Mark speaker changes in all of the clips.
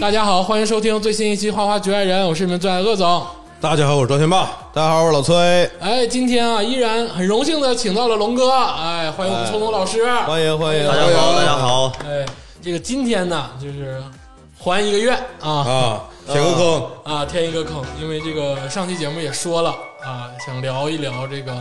Speaker 1: 大家好，欢迎收听最新一期《花花局外人》，我是你们最爱的鄂总。
Speaker 2: 大家好，我是张天霸。大家好，我是老崔。
Speaker 1: 哎，今天啊，依然很荣幸的请到了龙哥，哎，欢迎我们聪聪老师。
Speaker 2: 哎欢迎欢迎，
Speaker 3: 大家
Speaker 2: 欢迎
Speaker 3: 好，大家好，
Speaker 1: 哎，这个今天呢，就是还一个愿啊
Speaker 2: 啊！填个坑，
Speaker 1: 啊，填一个坑，因为这个上期节目也说了啊，想聊一聊这个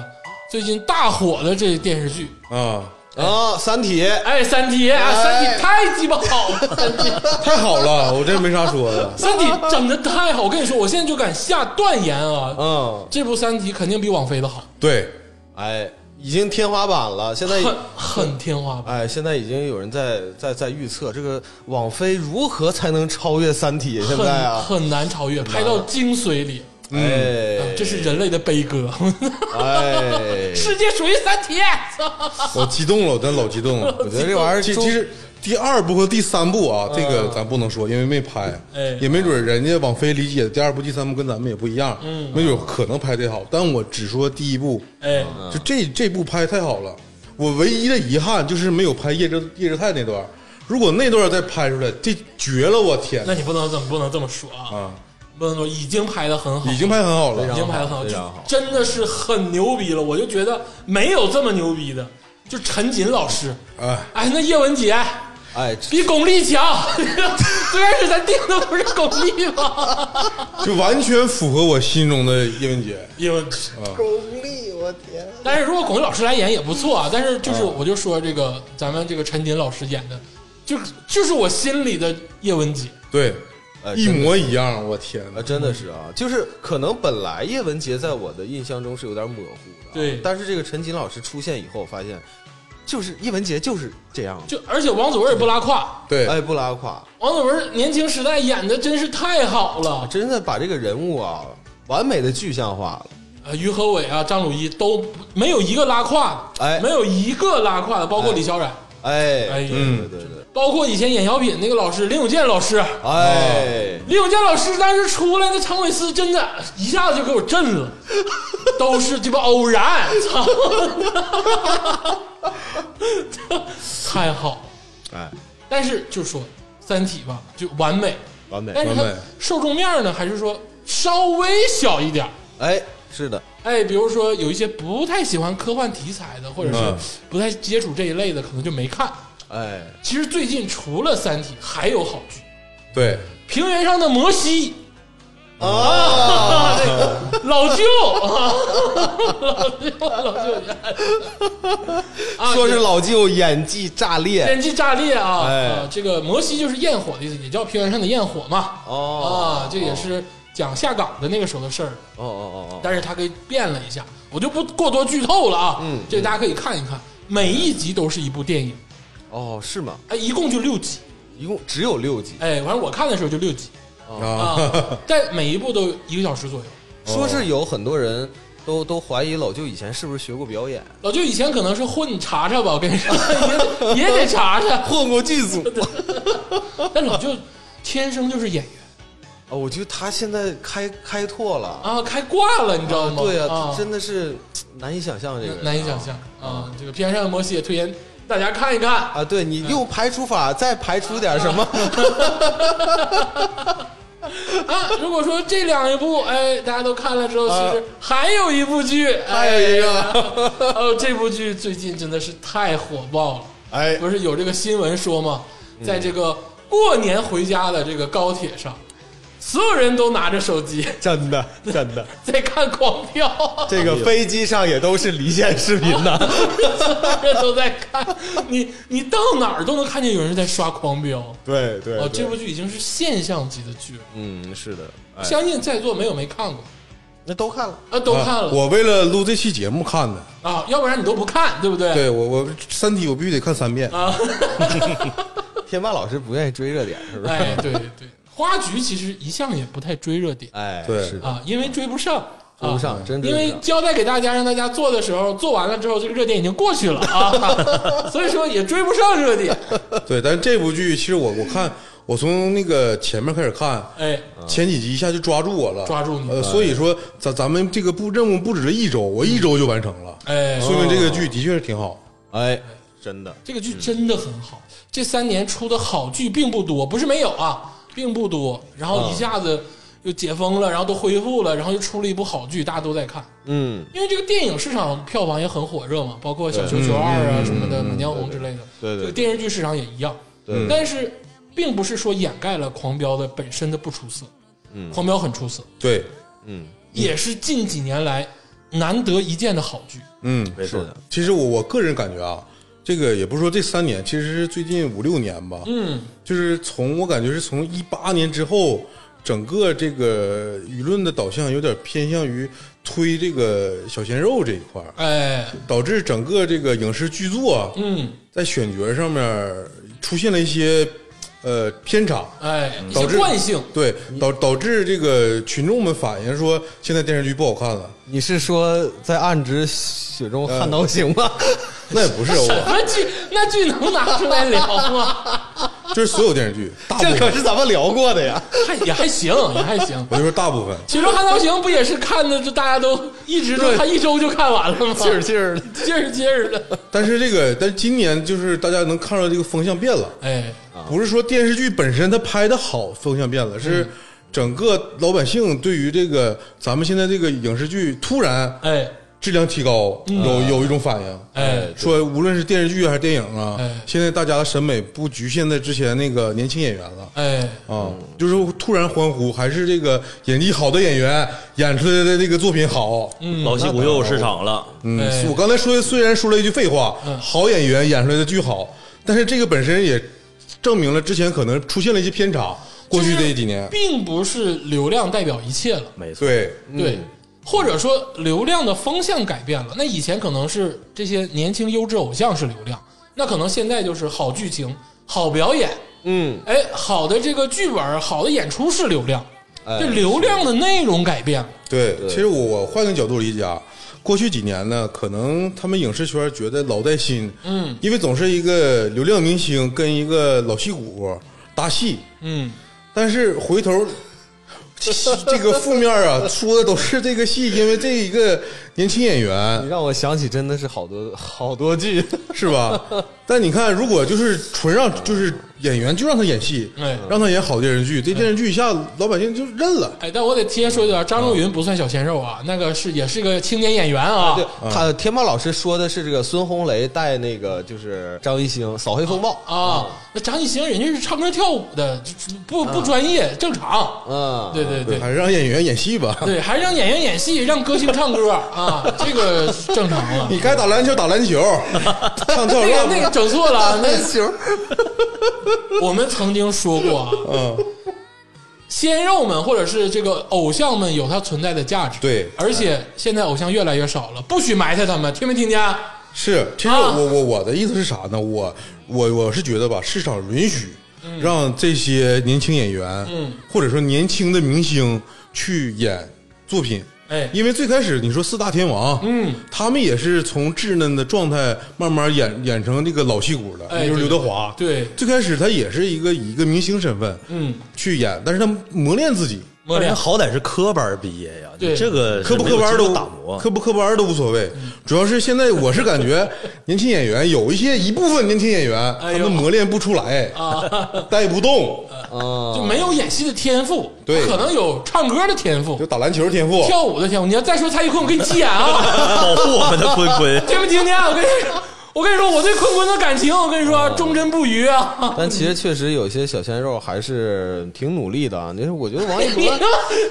Speaker 1: 最近大火的这电视剧。
Speaker 2: 啊，
Speaker 3: 啊，《三体》
Speaker 1: 哎，《三体》啊，《三体》太鸡巴好了，《 三体》。
Speaker 2: 太好了，我这没啥说的
Speaker 1: 三体整的太好，我跟你说，我现在就敢下断言啊，
Speaker 3: 嗯，
Speaker 1: 这部《三体》肯定比网飞的好，
Speaker 2: 对，
Speaker 3: 哎，已经天花板了。现 在，
Speaker 1: 很很天花板。
Speaker 3: 哎，现在已经有人在在在预测这个网飞如何才能超越《三体》。现
Speaker 1: 很
Speaker 3: 在啊，
Speaker 1: 很难超越，拍到精髓里，
Speaker 3: 哎，
Speaker 1: 这是 人类的悲歌。
Speaker 3: 哎，
Speaker 1: 世界属于三体，操
Speaker 2: 我激动了，我真老激动了。我
Speaker 3: 我觉得这玩意儿
Speaker 2: 其
Speaker 3: 中
Speaker 2: 其实第二部和第三部
Speaker 3: 嗯
Speaker 2: 啊，这个咱不能说，因为没拍
Speaker 1: 哎，
Speaker 2: 也没准人家网飞理解的第二部、第三部跟咱们也不一样，没准可能拍得好。但我只说第一部，
Speaker 1: 哎，
Speaker 2: 就这这部拍太好了。我唯一的遗憾就是没有拍叶之叶之泰那段，如果那段再拍出来，这绝了！我天
Speaker 1: 那，你不能这么不能这么说啊，
Speaker 2: 啊，
Speaker 1: 不能说已经拍的很好，
Speaker 2: 已经拍很好了，
Speaker 1: 已经拍的很
Speaker 3: 非常
Speaker 1: 好
Speaker 3: 好，
Speaker 1: 真的是很牛逼了。我就觉得没有这么牛逼的，就陈瑾老师，
Speaker 2: 哎，
Speaker 1: 哎，那叶文洁。
Speaker 3: 哎，这
Speaker 1: 比巩俐强， 最开始咱定的不是巩俐吗？
Speaker 2: 就完全符合我心中的叶文洁。
Speaker 1: 因为
Speaker 3: 功力，我天，
Speaker 1: 但是如果巩俐老师来演也不错啊。但是就是我就说这个咱们这个陈瑾老师演的，就就是我心里的叶文洁。
Speaker 2: 对，
Speaker 3: 哎
Speaker 2: 一模一样，我天
Speaker 3: 啊，
Speaker 2: 哪！
Speaker 3: 真的是啊，就是可能本来叶文洁在我的印象中是有点模糊的啊，
Speaker 1: 对
Speaker 3: 但是这个陈瑾老师出现以后，发现就是叶文洁就是这样的，
Speaker 1: 就而且王祖文也不拉胯，
Speaker 2: 对，
Speaker 3: 哎，不拉垮，
Speaker 1: 王祖文年轻时代演的真是太好了。
Speaker 3: 真的把这个人物啊完美的具象化了。
Speaker 1: 呃，于和伟啊，张鲁一都没有一个拉胯的，
Speaker 3: 哎
Speaker 1: 没有一个拉胯的，包括李小冉，
Speaker 3: 哎，
Speaker 1: 哎呀
Speaker 3: 对对对，
Speaker 1: 包括以前演小品那个老师林永健老师。啊
Speaker 3: 哎，
Speaker 1: 林永健老师当时出来，那常伟思真的一下子就给我震了，都是鸡巴偶然，操！太好，
Speaker 3: 哎，
Speaker 1: 但是就说《三体》吧，就完美，
Speaker 3: 完美，
Speaker 1: 但是它
Speaker 2: 完美
Speaker 1: 受众面呢，还是说稍微小一点儿。
Speaker 3: 哎，是的，
Speaker 1: 哎，比如说有一些不太喜欢科幻题材的，或者
Speaker 2: 嗯
Speaker 1: 是不太接触这一类的，可能就没看。
Speaker 3: 哎，
Speaker 1: 其实最近除了《三体》，还有好剧，《
Speaker 2: 对，
Speaker 1: 平原上的摩西》
Speaker 3: 啊，
Speaker 1: 老舅，啊老舅，老舅，啊，
Speaker 3: 说是老舅演技炸裂，
Speaker 1: 演技炸裂啊！
Speaker 3: 哎
Speaker 1: 啊这个摩西就是焰火的意思，也叫平原上的焰火嘛。
Speaker 3: 哦
Speaker 1: 啊，这也是讲下岗的那个时候的事儿，
Speaker 3: 哦哦哦哦，
Speaker 1: 但是他给变了一下，我就不过多剧透了啊。
Speaker 3: 嗯
Speaker 1: 这大家可以看一看，每一集都是一部电影，
Speaker 3: 哦，是吗？
Speaker 1: 哎，一共就六集，
Speaker 3: 一共只有六集，
Speaker 1: 哎，反正我看的时候就六集
Speaker 3: 哦
Speaker 2: 啊，
Speaker 1: 啊，但每一部都一个小时左右。
Speaker 3: 说是有很多人都都怀疑老舅以前是不是学过表演，
Speaker 1: 老舅以前可能是混查查吧，我跟 你说，也得也得查查。
Speaker 3: 混过剧组。
Speaker 1: 但老舅天生就是演员
Speaker 3: 啊，我觉得他现在开开拓了，
Speaker 1: 啊，开挂了，你知道吗？
Speaker 3: 对啊
Speaker 1: 啊，，
Speaker 3: 真的是难以想象这个人啊，
Speaker 1: 难以想象啊！这个《平原上的摩西》也推荐大家看一 看。
Speaker 3: 啊！对你用排除法再排除点什么？
Speaker 1: 啊，如果说这两部哎大家都看了之后，其实还有一部剧，
Speaker 3: 还有一个
Speaker 1: 哎呀哦，这部剧最近真的是太火爆了。
Speaker 3: 哎，
Speaker 1: 不是有这个新闻说吗？在这个过年回家的这个高铁上，所有人都拿着手机
Speaker 3: 真的真的，
Speaker 1: 在看《狂飙》，
Speaker 3: 这个飞机上也都是离线视频 呐。
Speaker 1: 所有人都在看。你你到哪儿都能看见有人在刷《狂飙》。
Speaker 3: 对对
Speaker 1: 哦，这部剧已经是现象级的剧了，
Speaker 3: 嗯是的，哎，
Speaker 1: 相信在座没有没看过
Speaker 3: 那都看了，
Speaker 1: 啊，都看了
Speaker 2: 我为了录这期节目看的，
Speaker 1: 啊，要不然你都不看，对不对？
Speaker 2: 对我我三体我必须得看三 遍，
Speaker 3: 天霸老师不愿意追热点是不是？
Speaker 1: 哎，对对，花局其实一向也不太追热点
Speaker 3: 哎，
Speaker 2: 对
Speaker 3: 是的，
Speaker 1: 啊，因为追不上，
Speaker 3: 追不上
Speaker 1: 啊
Speaker 3: 真追
Speaker 1: 因
Speaker 3: 不上
Speaker 1: 为交代给大家，让大家做的时候，做完了之后，这个热点已经过去了 啊，所以说也追不上热点。
Speaker 2: 对，但是这部剧其实我我看我从那个前面开始看，
Speaker 1: 哎，
Speaker 2: 前几集一下就抓住我了，
Speaker 1: 抓住你
Speaker 2: 呃，所以说咱咱们这个不任务不止一周，我一周就完成了，
Speaker 1: 哎
Speaker 2: 说明这个剧的确是挺好。
Speaker 3: 哎，真的，嗯
Speaker 1: 这个剧真的很好，这三年出的好剧并不多，不是没有啊，并不多，然
Speaker 3: 啊
Speaker 1: 后一下子又解封了，然后都恢复了，然后又出了一部好剧，大家都在看。
Speaker 3: 嗯，
Speaker 1: 因为这个电影市场票房也很火热嘛，包括小球球二啊什
Speaker 3: 嗯
Speaker 1: 么的，满江红之类的，
Speaker 3: 对对
Speaker 1: 这个电视剧市场也一样。
Speaker 3: 对
Speaker 1: 但是并不是说掩盖了《狂飙》的本身的不出色，嗯，《狂飙》很出色，
Speaker 2: 对，
Speaker 3: 嗯，
Speaker 1: 也是近几年来难得一见的好剧。
Speaker 2: 嗯，
Speaker 3: 没错的。
Speaker 2: 其实我我个人感觉啊，这个也不是说这三年，其实是最近五六年吧，
Speaker 1: 嗯，
Speaker 2: 就是从我感觉是从一八年之后，整个这个舆论的导向有点偏向于推这个小鲜肉这一块儿，
Speaker 1: 哎，
Speaker 2: 导致整个这个影视剧作啊
Speaker 1: 嗯，
Speaker 2: 在选角上面出现了一些呃偏差。
Speaker 1: 哎，一
Speaker 2: 导
Speaker 1: 些
Speaker 2: 致
Speaker 1: 惯性，
Speaker 2: 对，导导致这个群众们反映说，现在电视剧不好看了。
Speaker 3: 你是说在暗指雪中悍刀行吗？
Speaker 2: 那也不是啊
Speaker 1: 什
Speaker 2: 我，
Speaker 1: 么剧那剧能拿出来聊吗？
Speaker 2: 就是所有电视剧，大部
Speaker 3: 这可
Speaker 2: 分，
Speaker 3: 是咱们聊过的呀。
Speaker 1: 还也还行，也还行。
Speaker 2: 我就说大部分。
Speaker 1: 其实《汉刀行》不也是看的，就大家都一直都
Speaker 3: 对
Speaker 1: 看一周就看完了吗？
Speaker 3: 劲儿劲儿的
Speaker 1: 劲儿劲儿的，
Speaker 2: 但是这个，但今年就是大家能看到这个风向变了，
Speaker 1: 哎，
Speaker 2: 不是说电视剧本身它拍的好，风向变了，是
Speaker 1: 嗯
Speaker 2: 整个老百姓对于这个咱们现在这个影视剧突然
Speaker 1: 哎，
Speaker 2: 质量提高，有有一种反应。
Speaker 1: 嗯哎，
Speaker 2: 说无论是电视剧还是电影啊
Speaker 1: 哎，
Speaker 2: 现在大家的审美不局限在之前那个年轻演员了。
Speaker 1: 哎，
Speaker 2: 啊、就是突然欢呼，还是这个演技好的演员演出来的这个作品好。
Speaker 1: 嗯，
Speaker 4: 老戏骨又有市场了，
Speaker 2: 嗯，
Speaker 1: 哎
Speaker 2: 我刚才说虽然说了一句废话，
Speaker 1: 嗯
Speaker 2: 好演员演出来的剧好，但是这个本身也证明了之前可能出现了一些偏差。过去这几年，
Speaker 1: 并不是流量代表一切了，
Speaker 4: 没错，
Speaker 2: 对，
Speaker 3: 嗯
Speaker 1: 对，或者说流量的风向改变了。那以前可能是这些年轻优质偶像是流量，那可能现在就是好剧情、好表演，
Speaker 3: 嗯，
Speaker 1: 哎，好的这个剧本、好的演出是流量，
Speaker 3: 哎
Speaker 1: 这流量的内容改变了。
Speaker 2: 对，其实我我换个角度理解啊，过去几年呢，可能他们影视圈觉得老带新，
Speaker 1: 嗯，
Speaker 2: 因为总是一个流量明星跟一个老戏骨搭戏，
Speaker 1: 嗯，
Speaker 2: 但是回头 这个负面 啊，说的都是这个戏，因为这一个年轻演
Speaker 3: 你
Speaker 2: 员
Speaker 3: 让我想起真的是好多好多剧，
Speaker 2: 是吧？但你看，如果就是纯让就是演员就让他演戏，
Speaker 1: 哎
Speaker 2: 让他演好电视剧，这电视剧一下老百姓就认了。
Speaker 1: 哎，但我得贴说一句啊，张若昀不算小鲜肉啊，那个是也是个青年演员啊。
Speaker 3: 对他天猫老师说的是这个孙红雷带那个就是张艺兴扫黑风暴，
Speaker 1: 啊，那张艺兴人家是唱歌跳舞的，就不不专业，正常。
Speaker 3: 嗯，
Speaker 1: 对对对
Speaker 2: 还是让演员演戏吧。
Speaker 1: 对，还是让演员演戏，让歌星唱歌啊， 这个正常了。
Speaker 2: 你该打篮球打 篮球，唱跳
Speaker 1: 那个那个
Speaker 2: rap，
Speaker 1: 整错了 啊，那
Speaker 3: 行，
Speaker 1: 我们曾经说过啊，
Speaker 2: 嗯，
Speaker 1: 鲜肉们或者是这个偶像们有它存在的价值。
Speaker 2: 对
Speaker 1: 而且现在偶像越来越少了，不许埋汰他们，听没听见？
Speaker 2: 是。其实
Speaker 1: 啊
Speaker 2: 我我我的意思是啥呢？我我我是觉得吧，市场允许让这些年轻演员，
Speaker 1: 嗯，
Speaker 2: 或者说年轻的明星去演作品，
Speaker 1: 哎，
Speaker 2: 因为最开始你说四大天王，
Speaker 1: 嗯，
Speaker 2: 他们也是从稚嫩的状态慢慢演演成那个老戏骨的，
Speaker 1: 哎
Speaker 2: 比如刘
Speaker 1: 对
Speaker 2: 德华，
Speaker 1: 对，
Speaker 2: 最开始他也是一个以一个明星身份，
Speaker 1: 嗯，
Speaker 2: 去演，但是他磨练自己，
Speaker 1: 磨
Speaker 4: 人
Speaker 1: 练
Speaker 4: 家好歹是科班毕业呀，
Speaker 1: 对
Speaker 4: 你这个
Speaker 2: 科不科班
Speaker 4: 没有经
Speaker 2: 都
Speaker 4: 过打磨，
Speaker 2: 科不科班都无所谓。
Speaker 4: 嗯
Speaker 2: 主要是现在我是感 觉年轻演员有一些一部分年轻演员，他
Speaker 1: 哎呦
Speaker 2: 们磨练不出来，
Speaker 4: 啊
Speaker 2: 带不动，
Speaker 1: 就没有演戏的天赋，
Speaker 2: 对
Speaker 1: 可能有唱歌的天赋
Speaker 2: 就，打篮球的天赋。
Speaker 1: 跳舞的天赋。你要再说蔡徐坤，我给你急眼啊！ 。
Speaker 4: 保护我 们的坤坤
Speaker 1: 听没听见？啊我跟你说，我跟你说，我对坤坤的感情，我跟你说，忠贞不渝啊！
Speaker 3: 但其实确实有些小鲜肉还是挺努力的啊。就是我觉得王一
Speaker 1: 你
Speaker 3: 博，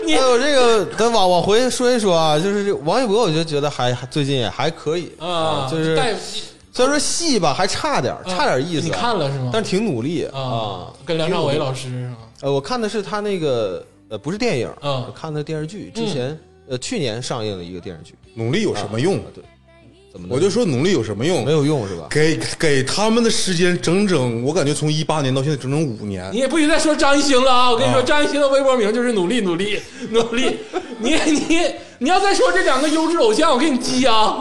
Speaker 1: 你
Speaker 3: 还哎有这个，咱往往回说一说啊，就是这王一博，我就觉得还还最近也还可以
Speaker 1: 啊，
Speaker 3: 就是
Speaker 1: 带啊
Speaker 3: 虽然说戏吧还差点儿，差点儿意思。啊
Speaker 1: 你看了是吗
Speaker 3: 但挺努力啊
Speaker 1: 啊。，跟梁朝伟老师是吗？
Speaker 3: 呃，我看的是他那个呃，不是电影，
Speaker 1: 嗯
Speaker 3: 我看的电视剧。之前呃，去年上映了一个电视剧，
Speaker 2: 努力有什么
Speaker 4: 啊
Speaker 2: 用？啊
Speaker 3: 怎么的
Speaker 2: 我就说努力有什么用？
Speaker 3: 没有用是吧？
Speaker 2: 给给他们的时间整整，我感觉从一八年到现在整整五年
Speaker 1: 你。也不许再说张艺兴了啊！我跟你说，
Speaker 2: 啊
Speaker 1: 张艺兴的微博名就是努力努力努力。你你你要再说这两个优质偶像，我给你激 啊！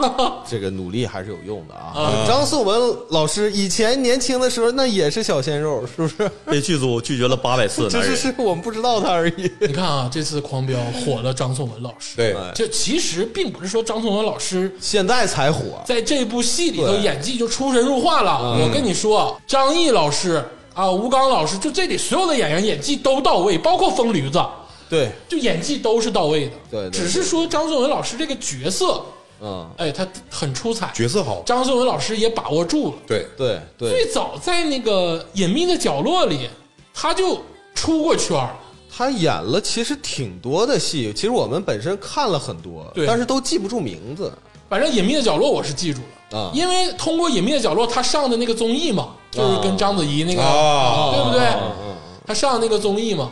Speaker 3: 这个努力还是有用的啊。
Speaker 1: 啊
Speaker 3: 张颂文老师以前年轻的时候那也是小鲜肉，是不是？
Speaker 4: 被剧组拒绝了八百次的
Speaker 3: 只
Speaker 4: 男
Speaker 3: 是
Speaker 4: 人，
Speaker 3: 是我们不知道他而已。
Speaker 1: 你看啊，这次《狂飙》火了张颂文老师。，
Speaker 2: 对，
Speaker 4: 哎
Speaker 1: 这其实并不是说张颂文老师
Speaker 3: 现在才火，
Speaker 1: 在这部戏里头
Speaker 3: 对嗯
Speaker 1: 啊演技就出神入化了。我跟你说，张译老师啊，吴刚老师，就这里所有的演员演技都到位，包括疯驴子，
Speaker 3: 对，
Speaker 1: 就演技都是到位的。
Speaker 3: 对对对
Speaker 1: 只是说张颂文老师这个角色，
Speaker 3: 嗯，
Speaker 1: 哎，他很出彩，
Speaker 2: 角色好，
Speaker 1: 张颂文老师也把握住了。
Speaker 2: 对，
Speaker 3: 对对，
Speaker 1: 最早在那个《隐秘的角落》里，他就出过圈儿。
Speaker 3: 他演了其实挺多的戏，其实我们本身看了很多，
Speaker 1: 对
Speaker 3: 但是都记不住名字
Speaker 1: 反正《隐秘的角落》我是记住了，
Speaker 3: 啊。
Speaker 1: 因为通过《隐秘的角落》，他上的那个综艺嘛，就是跟章子怡那个，
Speaker 2: 啊
Speaker 1: 对不对？
Speaker 3: 嗯
Speaker 1: 他上那个综艺嘛，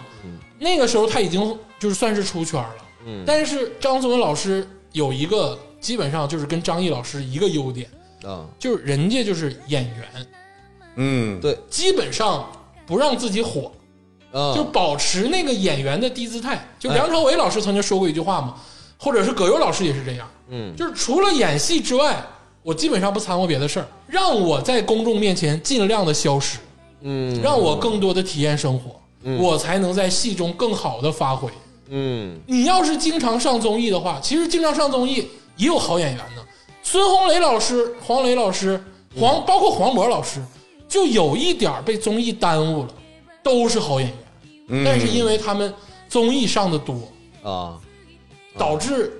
Speaker 1: 那个时候他已经就是算是出圈了。嗯，但是张颂文老师有一个基本上就是跟张译老师一个优点，
Speaker 3: 嗯啊，
Speaker 1: 就是人家就是演员，
Speaker 2: 嗯，
Speaker 3: 对
Speaker 1: 基本上不让自己火，
Speaker 3: 啊，
Speaker 1: 就保持那个演员的低姿态。就
Speaker 3: 嗯
Speaker 1: 梁朝伟老师曾经说过一句话嘛，或者是葛优老师也是这样，
Speaker 3: 嗯
Speaker 1: 就是除了演戏之外，我基本上不掺和别的事儿，让我在公众面前尽量的消失，
Speaker 3: 嗯
Speaker 1: 让我更多的体验生活，我才能在戏中更好的发挥。
Speaker 3: 嗯
Speaker 1: 你要是经常上综艺的话，其实经常上综艺也有好演员呢。孙红雷老师、黄磊老师、黄、包括黄渤老师，就有一点儿被综艺耽误了，都是好演员，
Speaker 2: 嗯
Speaker 1: 但是因为他们综艺上的多，
Speaker 3: 啊，
Speaker 1: 导致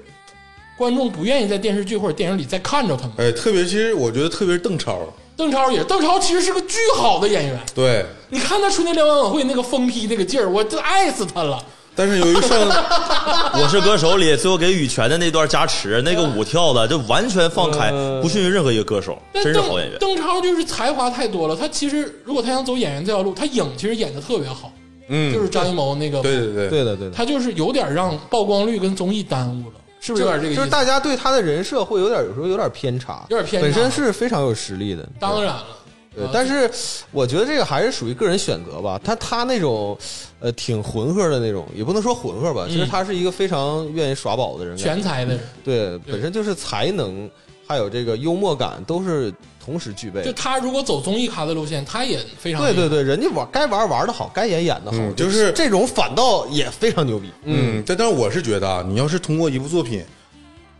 Speaker 1: 观众不愿意在电视剧或者电影里再看着他们。
Speaker 2: 哎，特别其实我觉得特别是邓超，
Speaker 1: 邓超也，邓超其实是个巨好的演员，
Speaker 2: 对，
Speaker 1: 你看他春节联欢晚会那个疯批那个劲儿，我真爱死他了。
Speaker 2: 但是由于上
Speaker 4: 我是歌手里最后给羽泉的那段加持，那个舞跳的就完全放开，不逊于任何一个歌手，
Speaker 1: 但
Speaker 4: 真是好演员。
Speaker 1: 邓超就是才华太多了，他其实如果他想走演员这条路，他影其实演的特别好，
Speaker 2: 嗯，
Speaker 1: 就是张艺谋那个，
Speaker 2: 对对对，
Speaker 3: 对的对的，
Speaker 1: 他就是有点让曝光率跟综艺耽误了，是不是有点这个意
Speaker 3: 就
Speaker 1: 思？
Speaker 3: 是大家对他的人设会有点，有时候有点偏差，
Speaker 1: 有点偏差
Speaker 3: 本身是非常有实力的，
Speaker 1: 当然了，
Speaker 3: 对
Speaker 1: 啊，
Speaker 3: 但是我觉得这个还是属于个人选择吧。他他那种，呃，挺混合的那种，也不能说混合
Speaker 1: 嗯
Speaker 3: 吧，其实他是一个非常愿意耍宝的人，
Speaker 1: 全才的人，
Speaker 3: 对，本身就是才能，还有这个幽默感都是同时具备
Speaker 1: 就
Speaker 3: 的。
Speaker 1: 他如果走综艺咖的路线，他也非常
Speaker 3: 对对对，人家玩该玩玩的好，该演演的好，
Speaker 2: 嗯就是
Speaker 3: 这种反倒也非常牛逼。
Speaker 2: 嗯，但但是我是觉得啊，你要是通过一部作品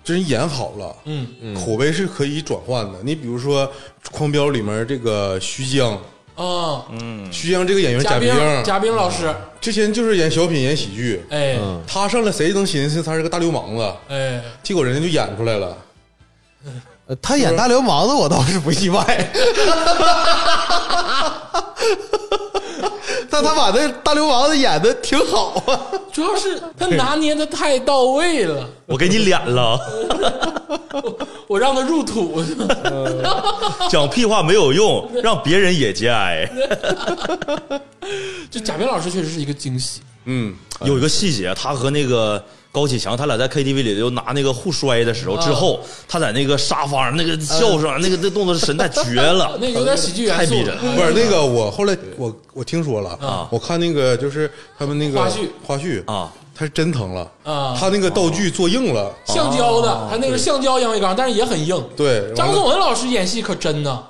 Speaker 2: 真演好了，
Speaker 1: 嗯
Speaker 2: 口碑是可以转换的。你比如说《狂飙》里面这个徐江，
Speaker 1: 啊，
Speaker 3: 嗯
Speaker 2: 徐江这个演员
Speaker 1: 嘉
Speaker 2: 贾
Speaker 1: 宾啊
Speaker 2: 冰，
Speaker 1: 嘉宾老师，
Speaker 2: 之前就是演小品、演喜剧，
Speaker 1: 哎
Speaker 3: 嗯
Speaker 2: 他上来谁能寻思他是个大流氓啊？
Speaker 1: 哎，
Speaker 2: 结果人家就演出来了。
Speaker 3: 呃他演大流氓的，我倒是不意外。 但他把那大流氓的演的挺好啊。
Speaker 1: 主要是他拿捏的太到位了，
Speaker 4: 我给你脸了，
Speaker 1: 我让他入土，
Speaker 4: 讲屁话没有用，让别人也节哀。
Speaker 1: 就贾冰老师确实是一个惊喜，
Speaker 2: 嗯，
Speaker 4: 有一个细节，他和那个高启强，他俩在 KTV 里就拿那个互摔的时候，
Speaker 1: 嗯
Speaker 4: 之后他在那个沙发上那个笑声，那个那动作神态绝了，
Speaker 1: 那有点喜剧元素嗯
Speaker 4: 太逼真了。
Speaker 2: 不是那个，我后来我我听说了
Speaker 1: 啊
Speaker 2: 我看那个就是他们那个
Speaker 1: 花絮
Speaker 2: 花絮
Speaker 4: 啊，
Speaker 2: 他是真疼了
Speaker 1: 啊哦
Speaker 2: 他那个道具做硬了，
Speaker 1: 橡胶的，他那个橡胶烟灰缸，但是也很硬。
Speaker 2: 对，
Speaker 1: 张
Speaker 2: 哦完了
Speaker 1: 颂文老师演戏可真呢，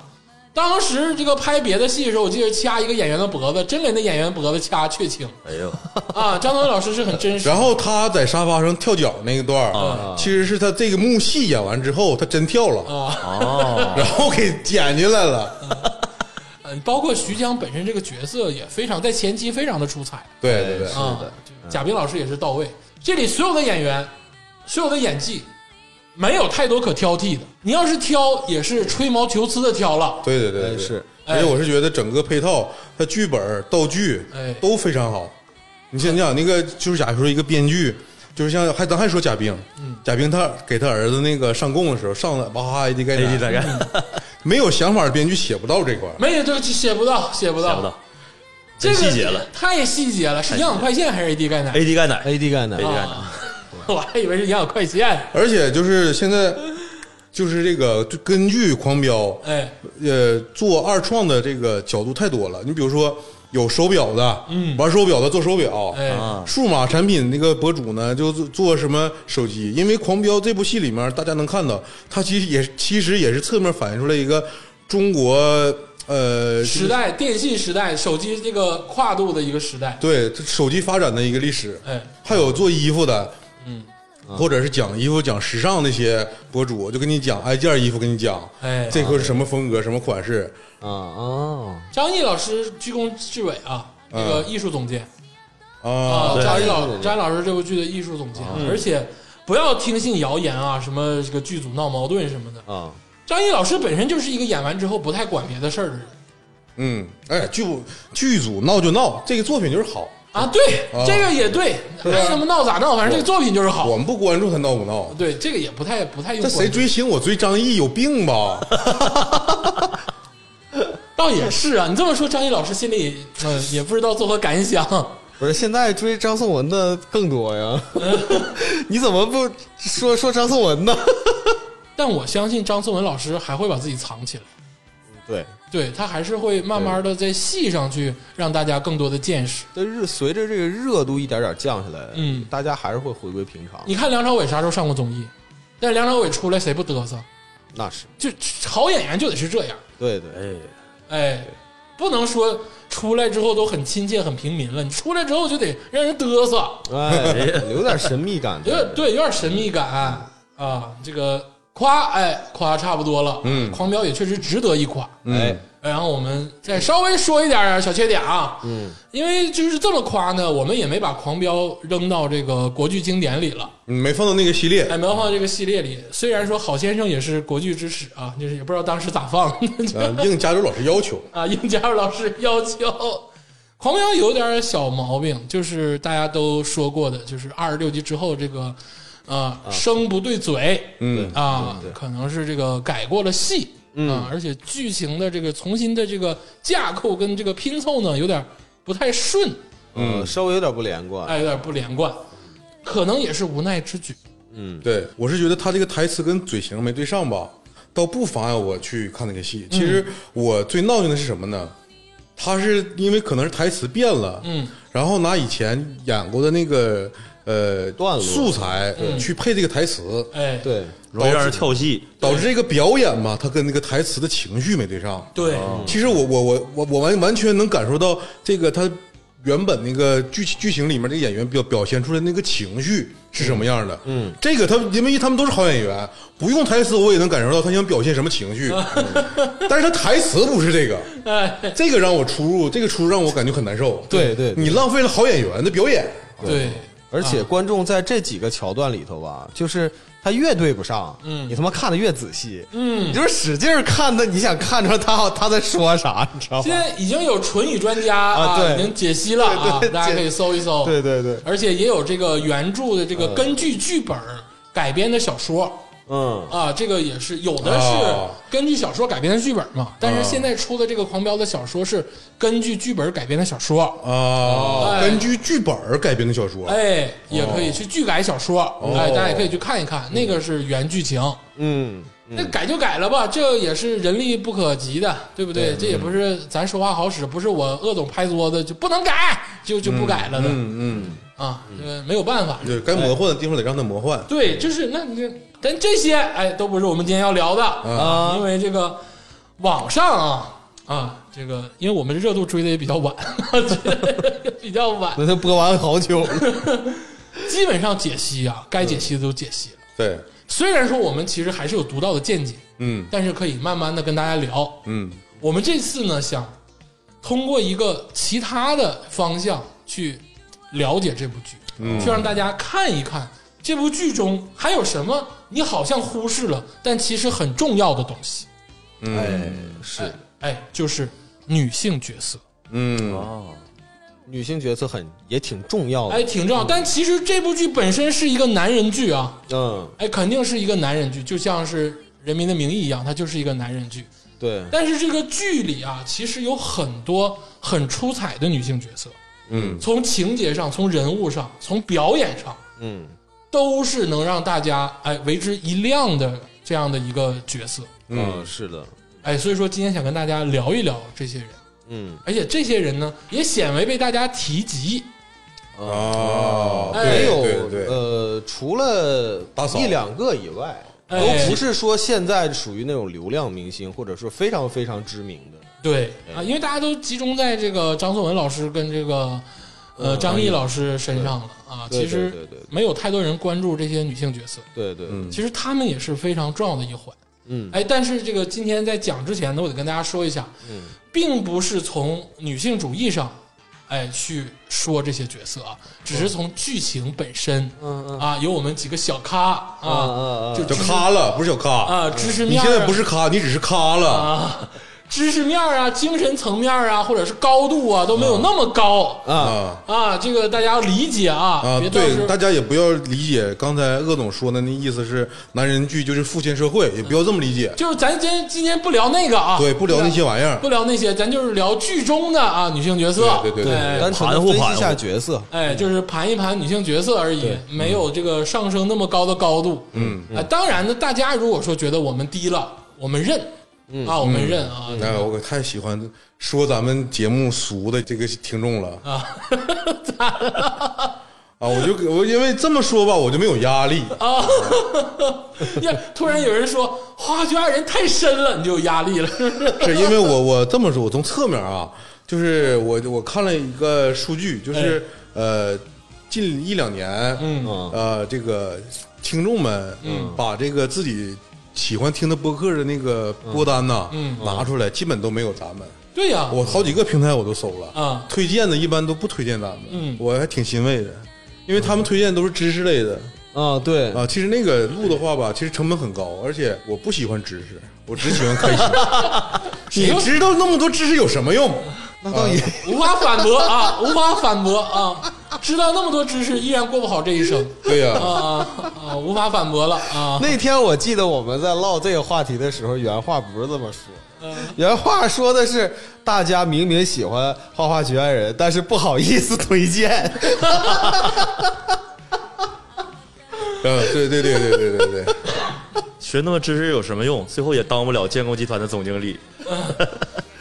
Speaker 1: 当时这个拍别的戏的时候，我记得掐一个演员的脖子，真给那演员脖子掐确 青
Speaker 4: 哎呦，
Speaker 1: 啊！张颂文老师是很真实
Speaker 2: 然后他在沙发上跳脚那一段儿
Speaker 4: 啊
Speaker 2: 其实是他这个幕戏演完之后，他真跳了，
Speaker 1: 啊，
Speaker 4: 哦，
Speaker 2: 然后给剪进来了。
Speaker 1: 嗯，包括徐江本身这个角色也非常在前期非常的出彩
Speaker 2: 对对对，
Speaker 1: 啊
Speaker 3: 的，
Speaker 1: 贾冰老师也是到位，这里所有的演员，所有的演技。没有太多可挑剔的，你要是挑也是吹毛求疵的挑了。
Speaker 2: 对对对
Speaker 3: 哎
Speaker 2: 对，
Speaker 3: 是。
Speaker 2: 而且我是觉得整个配套，它剧本、道具
Speaker 1: 哎
Speaker 2: 都非常好。你想想，那个就是假如说一个编剧，就是像还咱还说贾冰，贾冰他给他儿子那个上供的时候，上了哇哈一地盖
Speaker 4: 哎
Speaker 2: 奶，
Speaker 4: 大概
Speaker 1: 嗯
Speaker 2: 没有想法的编剧写不到这块儿。
Speaker 1: 没有，对不起，写不到，写不
Speaker 4: 想不
Speaker 1: 到，
Speaker 4: 到
Speaker 1: 这个
Speaker 4: 太细节了
Speaker 1: 太细节了，是营养快线还是 AD 钙奶？
Speaker 4: ，AD 钙奶
Speaker 3: AD 干的
Speaker 4: ，AD 钙奶，
Speaker 1: 哎啊， 我还以为是营养快线。
Speaker 2: 而且就是现在，就是这个就根据《狂飙》
Speaker 1: 哎，
Speaker 2: 呃，做二创的这个角度太多了。你比如说，有手表的，嗯，玩手表的做手表，
Speaker 1: 哎
Speaker 2: 数码产品那个博主呢，就做做什么手机。因为《狂飙》这部戏里面，大家能看到，它其实也是其实也是侧面反映出来一个中国呃
Speaker 1: 时，代，电信时代，手机这个跨度的一个时代。
Speaker 2: 对手机发展的一个历史。
Speaker 1: 哎，
Speaker 2: 还有做衣服的，嗯，或者是讲衣服、讲时尚那些博主，就跟你讲，哎，这件衣服跟你讲，
Speaker 1: 哎
Speaker 2: 这个是什么风格、什么款式，
Speaker 3: 啊哦，
Speaker 1: 张毅老师居功至伟啊，那个艺术总监
Speaker 2: 啊
Speaker 1: 啊，
Speaker 4: 对
Speaker 1: 张毅
Speaker 3: 艺术
Speaker 1: 老
Speaker 3: 总监
Speaker 1: 张毅老师这部剧的艺术总监，而且不要听信谣言啊，什么这个剧组闹矛盾什么的。
Speaker 3: 啊，
Speaker 1: 张毅老师本身就是一个演完之后不太管别的事儿的人
Speaker 2: 嗯，哎，剧剧组闹就闹，这个作品就是好，
Speaker 1: 啊，对
Speaker 2: 啊，
Speaker 1: 这个也对，
Speaker 2: 啊
Speaker 1: 爱怎么闹咋闹，反正这个作品就是好
Speaker 2: 我。们不关注他闹不闹。
Speaker 1: 对，这个也不太不太用
Speaker 2: 这
Speaker 1: 管。
Speaker 2: 谁追星？我追张译，有病吧？
Speaker 1: 倒也是啊，你这么说，张毅老师心里呃也不知道作何感想。
Speaker 3: 不是现在追张颂文的更多呀？ 你怎么不说说张颂文呢？
Speaker 1: 但我相信张颂文老师还会把自己藏起来，
Speaker 3: 对，
Speaker 1: 对他还是会慢慢的在戏上去让大家更多的见识。
Speaker 3: 但是随着这个热度一点点降下来，
Speaker 1: 嗯
Speaker 3: 大家还是会回归平常。
Speaker 1: 你看梁朝伟啥时候上过综艺？但是梁朝伟出来谁不嘚瑟？
Speaker 3: 那是
Speaker 1: 就好演员就得是这样，
Speaker 3: 对对，
Speaker 4: 哎，
Speaker 1: 哎，不能说出来之后都很亲切、很平民了，你出来之后就得让人嘚瑟，
Speaker 3: 哎，留点神秘感。
Speaker 1: 有点 对，有点神秘感啊。这个夸，哎，夸差不多了，嗯，狂飙也确实值得一夸。
Speaker 3: 哎，
Speaker 1: 然后我们再稍微说一点儿小缺点啊，嗯，因为就是这么夸呢，我们也没把《狂飙》扔到这个国剧经典里了，
Speaker 2: 你嗯没放到那个系列
Speaker 1: 哎，没有放到这个系列里。虽然说《好先生》也是国剧之始啊，就是也不知道当时咋放
Speaker 2: 啊，应加州老师要求，
Speaker 1: 啊，应加入老师要求，《狂飙》有点儿小毛病，就是大家都说过的，就是二十六集之后这个呃声不对嘴，
Speaker 2: 嗯
Speaker 1: 啊
Speaker 3: 对对，
Speaker 1: 可能是这个改过了戏，嗯、啊，而且剧情的这个重新的这个架构跟这个拼凑呢，有点不太顺，
Speaker 3: 嗯，稍微有点不连贯。
Speaker 1: 哎，有点不连贯，可能也是无奈之举。
Speaker 2: 对我是觉得他这个台词跟嘴型没对上吧，倒不妨碍我去看那个戏。其实我最闹心的是什么呢？他是因为可能是台词变了，
Speaker 1: 嗯，
Speaker 2: 然后拿以前演过的那个呃
Speaker 3: 段落
Speaker 2: 素材去配这个台词，
Speaker 1: 哎，
Speaker 3: 对，
Speaker 4: 容易让人跳戏。
Speaker 2: 导致这个表演嘛，他跟那个台词的情绪没对上。
Speaker 1: 对，
Speaker 2: 其实我我我我我完完全能感受到这个他原本那个剧剧情里面这个演员表表现出来那个情绪是什么样的。嗯，这个他因为他们都是好演员，不用台词我也能感受到他想表现什么情绪，但是他台词不是这个，
Speaker 1: 哎，
Speaker 2: 这个让我出入，这个出入让我感觉很难受。
Speaker 3: 对对对
Speaker 1: 嗯
Speaker 2: 你浪费了好演员的表演。
Speaker 1: 对，
Speaker 3: 而且观众在这几个桥段里头吧，就是他越对不上，嗯，你他妈看的越仔细，嗯，你就是使劲儿看他，你想看出来他好他在说啥，你知道
Speaker 1: 现
Speaker 3: 吗？
Speaker 1: 在已经有唇语专家
Speaker 3: 啊对
Speaker 1: 已经解析了啊，
Speaker 3: 对对
Speaker 1: 大家可以搜一搜。
Speaker 3: 对对对，
Speaker 1: 而且也有这个原著的这个根据剧本改编的小说。
Speaker 3: 嗯，
Speaker 1: 啊，这个也是有的
Speaker 2: 哦
Speaker 1: 是根据小说改编的剧本
Speaker 3: 嗯
Speaker 1: 嘛，但是现在出的这个《狂飙》的小说是根据剧本改编的小
Speaker 3: 哦
Speaker 1: 说，
Speaker 2: 啊，
Speaker 1: 哎
Speaker 2: 根据剧本改编的小说，
Speaker 1: 哎，也可以去剧改小说，
Speaker 3: 哦
Speaker 1: 哎，大家也可以去看一看，那个是原剧情，
Speaker 3: 嗯，
Speaker 1: 那改就改了吧，这也是人力不可及的，对不对？这也不是咱说话好使，不是我鄂总拍桌子就不能改， 就就不改了的
Speaker 2: 嗯嗯，
Speaker 1: 啊，呃，没有办法，
Speaker 2: 对该魔幻的地方得让他魔幻。
Speaker 1: 对，就是那你这，但这些哎都不是我们今天要聊的啊，因为这个网上啊啊，这个因为我们热度追的也比较晚， 比较晚，
Speaker 3: 那他播完好久了，
Speaker 1: 基本上解析啊，该解析的都解析了。
Speaker 2: 对，
Speaker 1: 虽然说我们其实还是有独到的见解，
Speaker 2: 嗯
Speaker 1: 但是可以慢慢的跟大家聊。
Speaker 2: 嗯
Speaker 1: 我们这次呢，想通过一个其他的方向去了解这部剧，去让大家看一看这部剧中还有什么你好像忽视了，但其实很重要的东西。
Speaker 2: 嗯
Speaker 3: 是
Speaker 1: 哎，就是女性角色，
Speaker 2: 嗯，
Speaker 4: 哦，
Speaker 3: 女性角色很也挺重要
Speaker 1: 哎，
Speaker 3: 的，
Speaker 1: 挺重要。但其实这部剧本身是一个男人剧啊，
Speaker 3: 嗯，
Speaker 1: 哎，肯定是一个男人剧，就像是《人民的名义》一样，它就是一个男人剧。
Speaker 3: 对，
Speaker 1: 但是这个剧里啊，其实有很多很出彩的女性角色，
Speaker 2: 嗯，
Speaker 1: 从情节上、从人物上、从表演上，
Speaker 3: 嗯，
Speaker 1: 都是能让大家哎为之一亮的这样的一个角色。
Speaker 3: 嗯，是的，
Speaker 1: 哎，所以说今天想跟大家聊一聊这些人，
Speaker 3: 嗯，
Speaker 1: 而且这些人呢也鲜为被大家提及。
Speaker 2: 哦，
Speaker 1: 哎
Speaker 2: 对
Speaker 3: 没有
Speaker 2: 对对，
Speaker 3: 呃，除了
Speaker 2: 打扫
Speaker 3: 一两个以外，
Speaker 1: 哎
Speaker 3: 都不是说现在属于那种流量明星，或者说非常非常知名的。
Speaker 1: 对啊，因为大家都集中在这个张颂文老师跟这个呃张译老师身上了啊。
Speaker 3: 对
Speaker 1: 其
Speaker 3: 对
Speaker 1: 实
Speaker 3: 对对对
Speaker 1: 没有太多人关注这些女性角色，
Speaker 3: 对对，
Speaker 2: 嗯
Speaker 1: 其实她们也是非常重要的一环。
Speaker 3: 嗯，
Speaker 1: 哎，但是这个今天在讲之前呢，我得跟大家说一下，嗯，并不是从女性主义上，哎去说这些角色啊，只是从剧情本身，
Speaker 3: 嗯嗯
Speaker 1: 啊，有我们几个小咖啊，
Speaker 3: 嗯嗯嗯
Speaker 1: 就
Speaker 2: 就
Speaker 1: 知识
Speaker 2: 咖了，不是小咖。
Speaker 1: 啊，知识
Speaker 2: 你
Speaker 1: 面
Speaker 2: 现
Speaker 1: 儿啊
Speaker 2: 在不是咖，你只是咖了。
Speaker 1: 啊，知识面儿啊，精神层面儿啊，或者是高度啊，都没
Speaker 3: 嗯
Speaker 1: 有那么高
Speaker 3: 啊，
Speaker 2: 啊
Speaker 1: 啊，这个大家要理解啊，
Speaker 2: 啊！
Speaker 1: 别到时
Speaker 2: 对，
Speaker 1: 候
Speaker 2: 大家也不要理解刚才鄂总说的那意思是男人剧就是父权社会，也不要这么理解。
Speaker 1: 就是咱今天今天不聊那个啊，
Speaker 2: 对，不聊那些玩意儿
Speaker 1: 不。聊那些，咱就是聊剧中的啊女性角色，
Speaker 2: 对对对对
Speaker 1: 哎
Speaker 3: 单纯的分析一下角色，
Speaker 1: 哎，就是盘一盘女性角色而已，没有这个上升那么高的高度。嗯，啊、当然呢，大家如果说觉得我们低了，我们认、
Speaker 2: 嗯
Speaker 1: 啊，我们认啊。
Speaker 2: 哎，我可太喜欢说咱们节目俗的这个听众了啊！啊，我就我因为这么说吧，我就没有压力。
Speaker 1: 啊呀、突然有人说《花花爱人》太深了，你就有压力了。
Speaker 2: 是因为我我这么说，我从侧面啊，就是我我看了一个数据，就是、
Speaker 1: 哎
Speaker 2: 呃，近一两年，嗯呃，这个听众们，嗯，把这个自己喜欢听的播客的那个播单呐、嗯，拿出来，基本都没有咱们。
Speaker 1: 对呀、
Speaker 2: 我好几个平台我都搜了，
Speaker 1: 嗯
Speaker 2: 推荐的一般都不推荐咱们，嗯，我还挺欣慰的，因为他们推荐都是知识类的。
Speaker 3: 啊，对，
Speaker 2: 啊，其实那个录的话吧，其实成本很高，而且我不喜欢知识，我只喜欢开心。
Speaker 1: 谁
Speaker 2: 你
Speaker 1: 都
Speaker 2: 知道那么多知识有什么用？
Speaker 3: 那倒也
Speaker 1: 无法反驳啊， 无法反驳啊！知道那么多知识，依然过不好这一生
Speaker 2: 对呀、
Speaker 1: 啊啊啊！无法反驳了啊！
Speaker 3: 那天我记得我们在唠这个话题的时候，原话不是这么说。原话说的是，大家明明喜欢《花花局爱人》，但是不好意思推 荐。
Speaker 2: 嗯，对对对对对对对，
Speaker 4: 学那么知识有什么用？最后也当不了建工集团的总经理。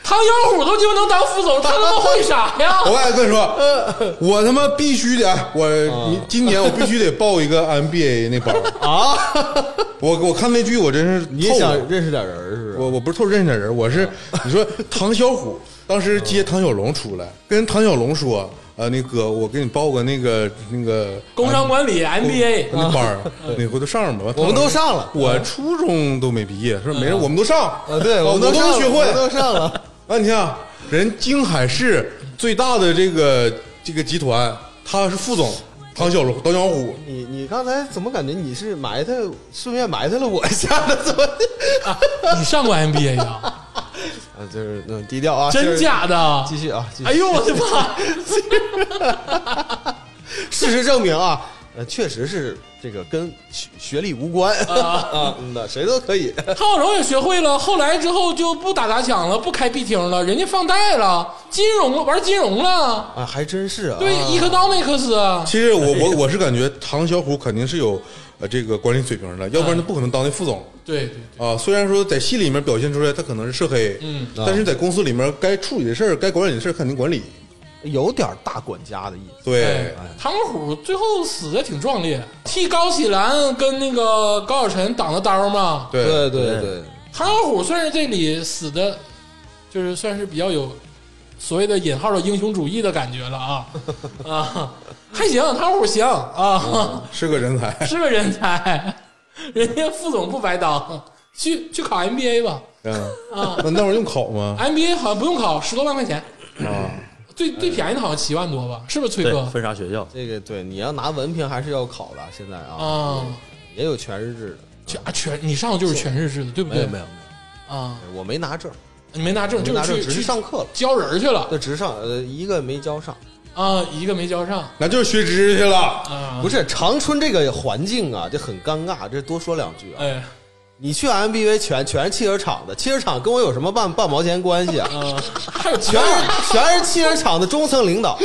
Speaker 1: 唐小虎都鸡巴能当副总，他他妈会啥呀？
Speaker 2: 我也跟你
Speaker 3: 嗯
Speaker 2: 说， 我他妈必须得，哎我你今年我必须得报一个 MBA 那班啊！ 我我看那剧，我真是
Speaker 3: 你也
Speaker 2: 透
Speaker 3: 想
Speaker 2: 了
Speaker 3: 认识点人是不
Speaker 2: 我
Speaker 3: 是？
Speaker 2: 我不是透认识点人，我是你说唐小虎当时接唐小龙出来，跟唐小龙说，呃，那哥，我给你报个那个那个
Speaker 1: 工商管理 MBA
Speaker 2: 那班 儿，你回头上上吧。
Speaker 3: 啊我们都上了
Speaker 2: 我初中都没毕业，说没事，我们都上。
Speaker 3: 啊，对，
Speaker 2: 我
Speaker 3: 们
Speaker 2: 都
Speaker 3: 上了
Speaker 2: 学
Speaker 3: 我
Speaker 2: 会
Speaker 3: 们。都上了。
Speaker 2: 啊，你看，人京海市最大的这个这个集团，他是副总唐小龙、唐小虎。
Speaker 3: 你你刚才怎么感觉你是埋汰，顺便埋汰了我一下呢？怎么？
Speaker 1: 啊！你上过 MBA 呀？
Speaker 3: 啊，就是那低调啊，就
Speaker 1: 真
Speaker 3: 是？
Speaker 1: 假的？
Speaker 3: 继续啊，继续
Speaker 1: 哎呦我的妈！
Speaker 3: 事实证明啊，呃，确实是这个跟学学历无关啊，嗯那谁都可以。
Speaker 1: 汤小龙也学会了，后来之后就不打砸抢了，不开碧厅了，人家放贷了，金融了，玩金融了，
Speaker 3: 啊，还真是啊。
Speaker 1: 对
Speaker 3: 啊
Speaker 1: ，economics 啊，
Speaker 2: 其实我我我是感觉唐小虎肯定是有呃这个管理水平的，要不然他不可能当那副总。
Speaker 1: 对对
Speaker 2: 啊，虽然说在戏里面表现出来他可能是涉黑，
Speaker 1: 嗯，
Speaker 2: 但是在公司里面该处理的事儿、该管理的事儿肯定管理。
Speaker 3: 有点大管家的意思。
Speaker 2: 对
Speaker 1: 对，，哎唐虎最后死的挺壮烈，替高启兰跟那个高晓晨挡了刀嘛。
Speaker 2: 对，
Speaker 3: 对
Speaker 4: 对
Speaker 3: 对，
Speaker 1: 唐小虎算是这里死的，就是算是比较有所谓的引号的英雄主义的感觉了啊啊，还行，唐虎行啊，
Speaker 2: 是个人 才。
Speaker 1: 是个人才，人家副总不白当，去去考 MBA 吧
Speaker 2: 嗯， 那那会儿用考吗？
Speaker 1: ，MBA 好像不用考，十多万块钱，
Speaker 2: 啊，
Speaker 1: 最最便宜的好像七万多吧，是不是崔
Speaker 4: 对
Speaker 1: 哥，？
Speaker 4: 分啥学校？
Speaker 3: 这个对，你要拿文凭还是要考的。现在啊，
Speaker 1: 啊，
Speaker 3: 也有全日制的，
Speaker 1: 全啊全你上的就是全日制的，对不
Speaker 3: 没
Speaker 1: 对
Speaker 3: 有？没有没
Speaker 1: 啊，
Speaker 3: 有，我没拿证，
Speaker 1: 你没拿证，
Speaker 3: 没
Speaker 1: 就
Speaker 3: 拿证，
Speaker 1: 是
Speaker 3: 只
Speaker 1: 去
Speaker 3: 是
Speaker 1: 去
Speaker 3: 上课了。
Speaker 1: 教人去了
Speaker 3: 对，只是上呃一个没交上，
Speaker 1: 啊，一个没教上
Speaker 2: 那就是学知识去了。
Speaker 1: 啊，
Speaker 3: 不是长春这个环境啊，这很尴尬。这多说两句啊，
Speaker 1: 哎
Speaker 3: 你去 MBA 全全是汽车厂的，汽车厂跟我有什么半半毛钱关系啊？
Speaker 1: 啊，还有
Speaker 3: 全
Speaker 1: 全
Speaker 3: 是全是汽车厂的中层领导，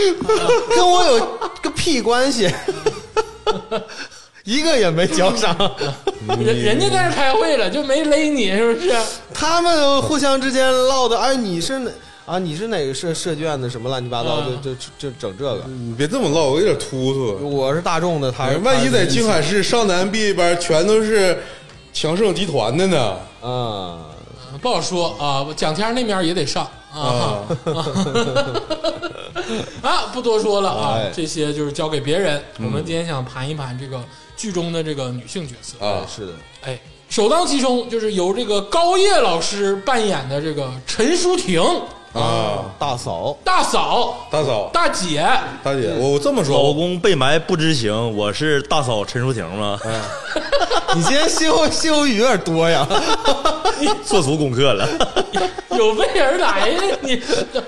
Speaker 3: 跟我有个屁关 系，一个也没交上。
Speaker 1: 人人家在那开会了，就没勒你，是不是？
Speaker 3: 他们互相之间唠的，哎，你是哪啊？你是哪个社社剧院的？什么乱七八糟，
Speaker 1: 嗯
Speaker 3: 就就就整这个。
Speaker 2: 你别这么唠，我有点突突。
Speaker 3: 我是大众的，他是
Speaker 2: 哎万一在青海市上的 MBA 班全都是强盛集团的呢？
Speaker 3: 啊，
Speaker 1: 啊不好说啊，蒋天那面也得上啊。
Speaker 2: 啊，
Speaker 1: 啊，不多说了啊
Speaker 3: 哎，
Speaker 1: 这些就是交给别人。我们今天想盘一盘这个剧中的这个女性角色，
Speaker 2: 啊，
Speaker 3: 是的，
Speaker 1: 哎，首当其冲就是由这个高叶老师扮演的这个陈淑婷
Speaker 2: 啊，
Speaker 3: 大嫂
Speaker 1: 大嫂、
Speaker 2: 大嫂，
Speaker 1: 大姐，
Speaker 2: 大姐，我我这么
Speaker 4: 老
Speaker 2: 说，我
Speaker 4: 公被埋不知情，我是大嫂陈淑婷吗？
Speaker 3: 你今天歇后歇后语有点多呀，
Speaker 4: 做足功课了，
Speaker 1: 有备而来呀！你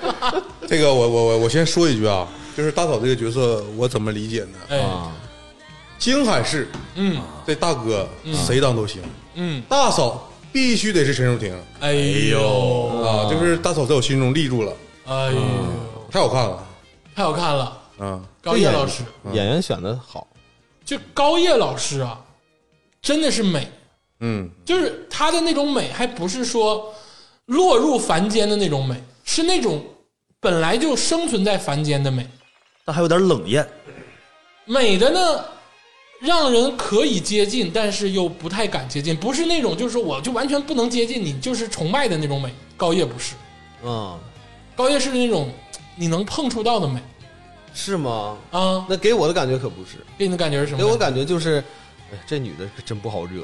Speaker 2: 这个我我我我先说一句啊，就是大嫂这个角色我怎么理解呢？
Speaker 1: 哎，
Speaker 2: 京海市
Speaker 1: 嗯
Speaker 2: 这大哥谁当都行，
Speaker 1: 嗯，
Speaker 2: 大嫂必须得是陈淑婷
Speaker 1: 哎呦，
Speaker 2: 啊，就是大嫂在我心中立住了，
Speaker 1: 哎呦，
Speaker 2: 太好看了
Speaker 1: 太好看了，
Speaker 2: 啊，
Speaker 1: 高叶老师，
Speaker 3: 哦演员选的好，
Speaker 1: 就高叶老师啊，真的是美，
Speaker 2: 嗯
Speaker 1: 就是她的那种美，还不是说落入凡间的那种美，是那种本来就生存在凡间的美，
Speaker 4: 但还有点冷艳，
Speaker 1: 美的呢，让人可以接近，但是又不太敢接近，不是那种就是我就完全不能接近你，就是崇拜的那种美。高叶不是，
Speaker 3: 嗯，
Speaker 1: 高叶是那种你能碰触到的美
Speaker 3: 是吗？
Speaker 1: 啊，
Speaker 3: 那给我的感觉可不是，
Speaker 1: 给你的感觉是什么？
Speaker 3: 给我感觉就是，哎，这女的真不好惹，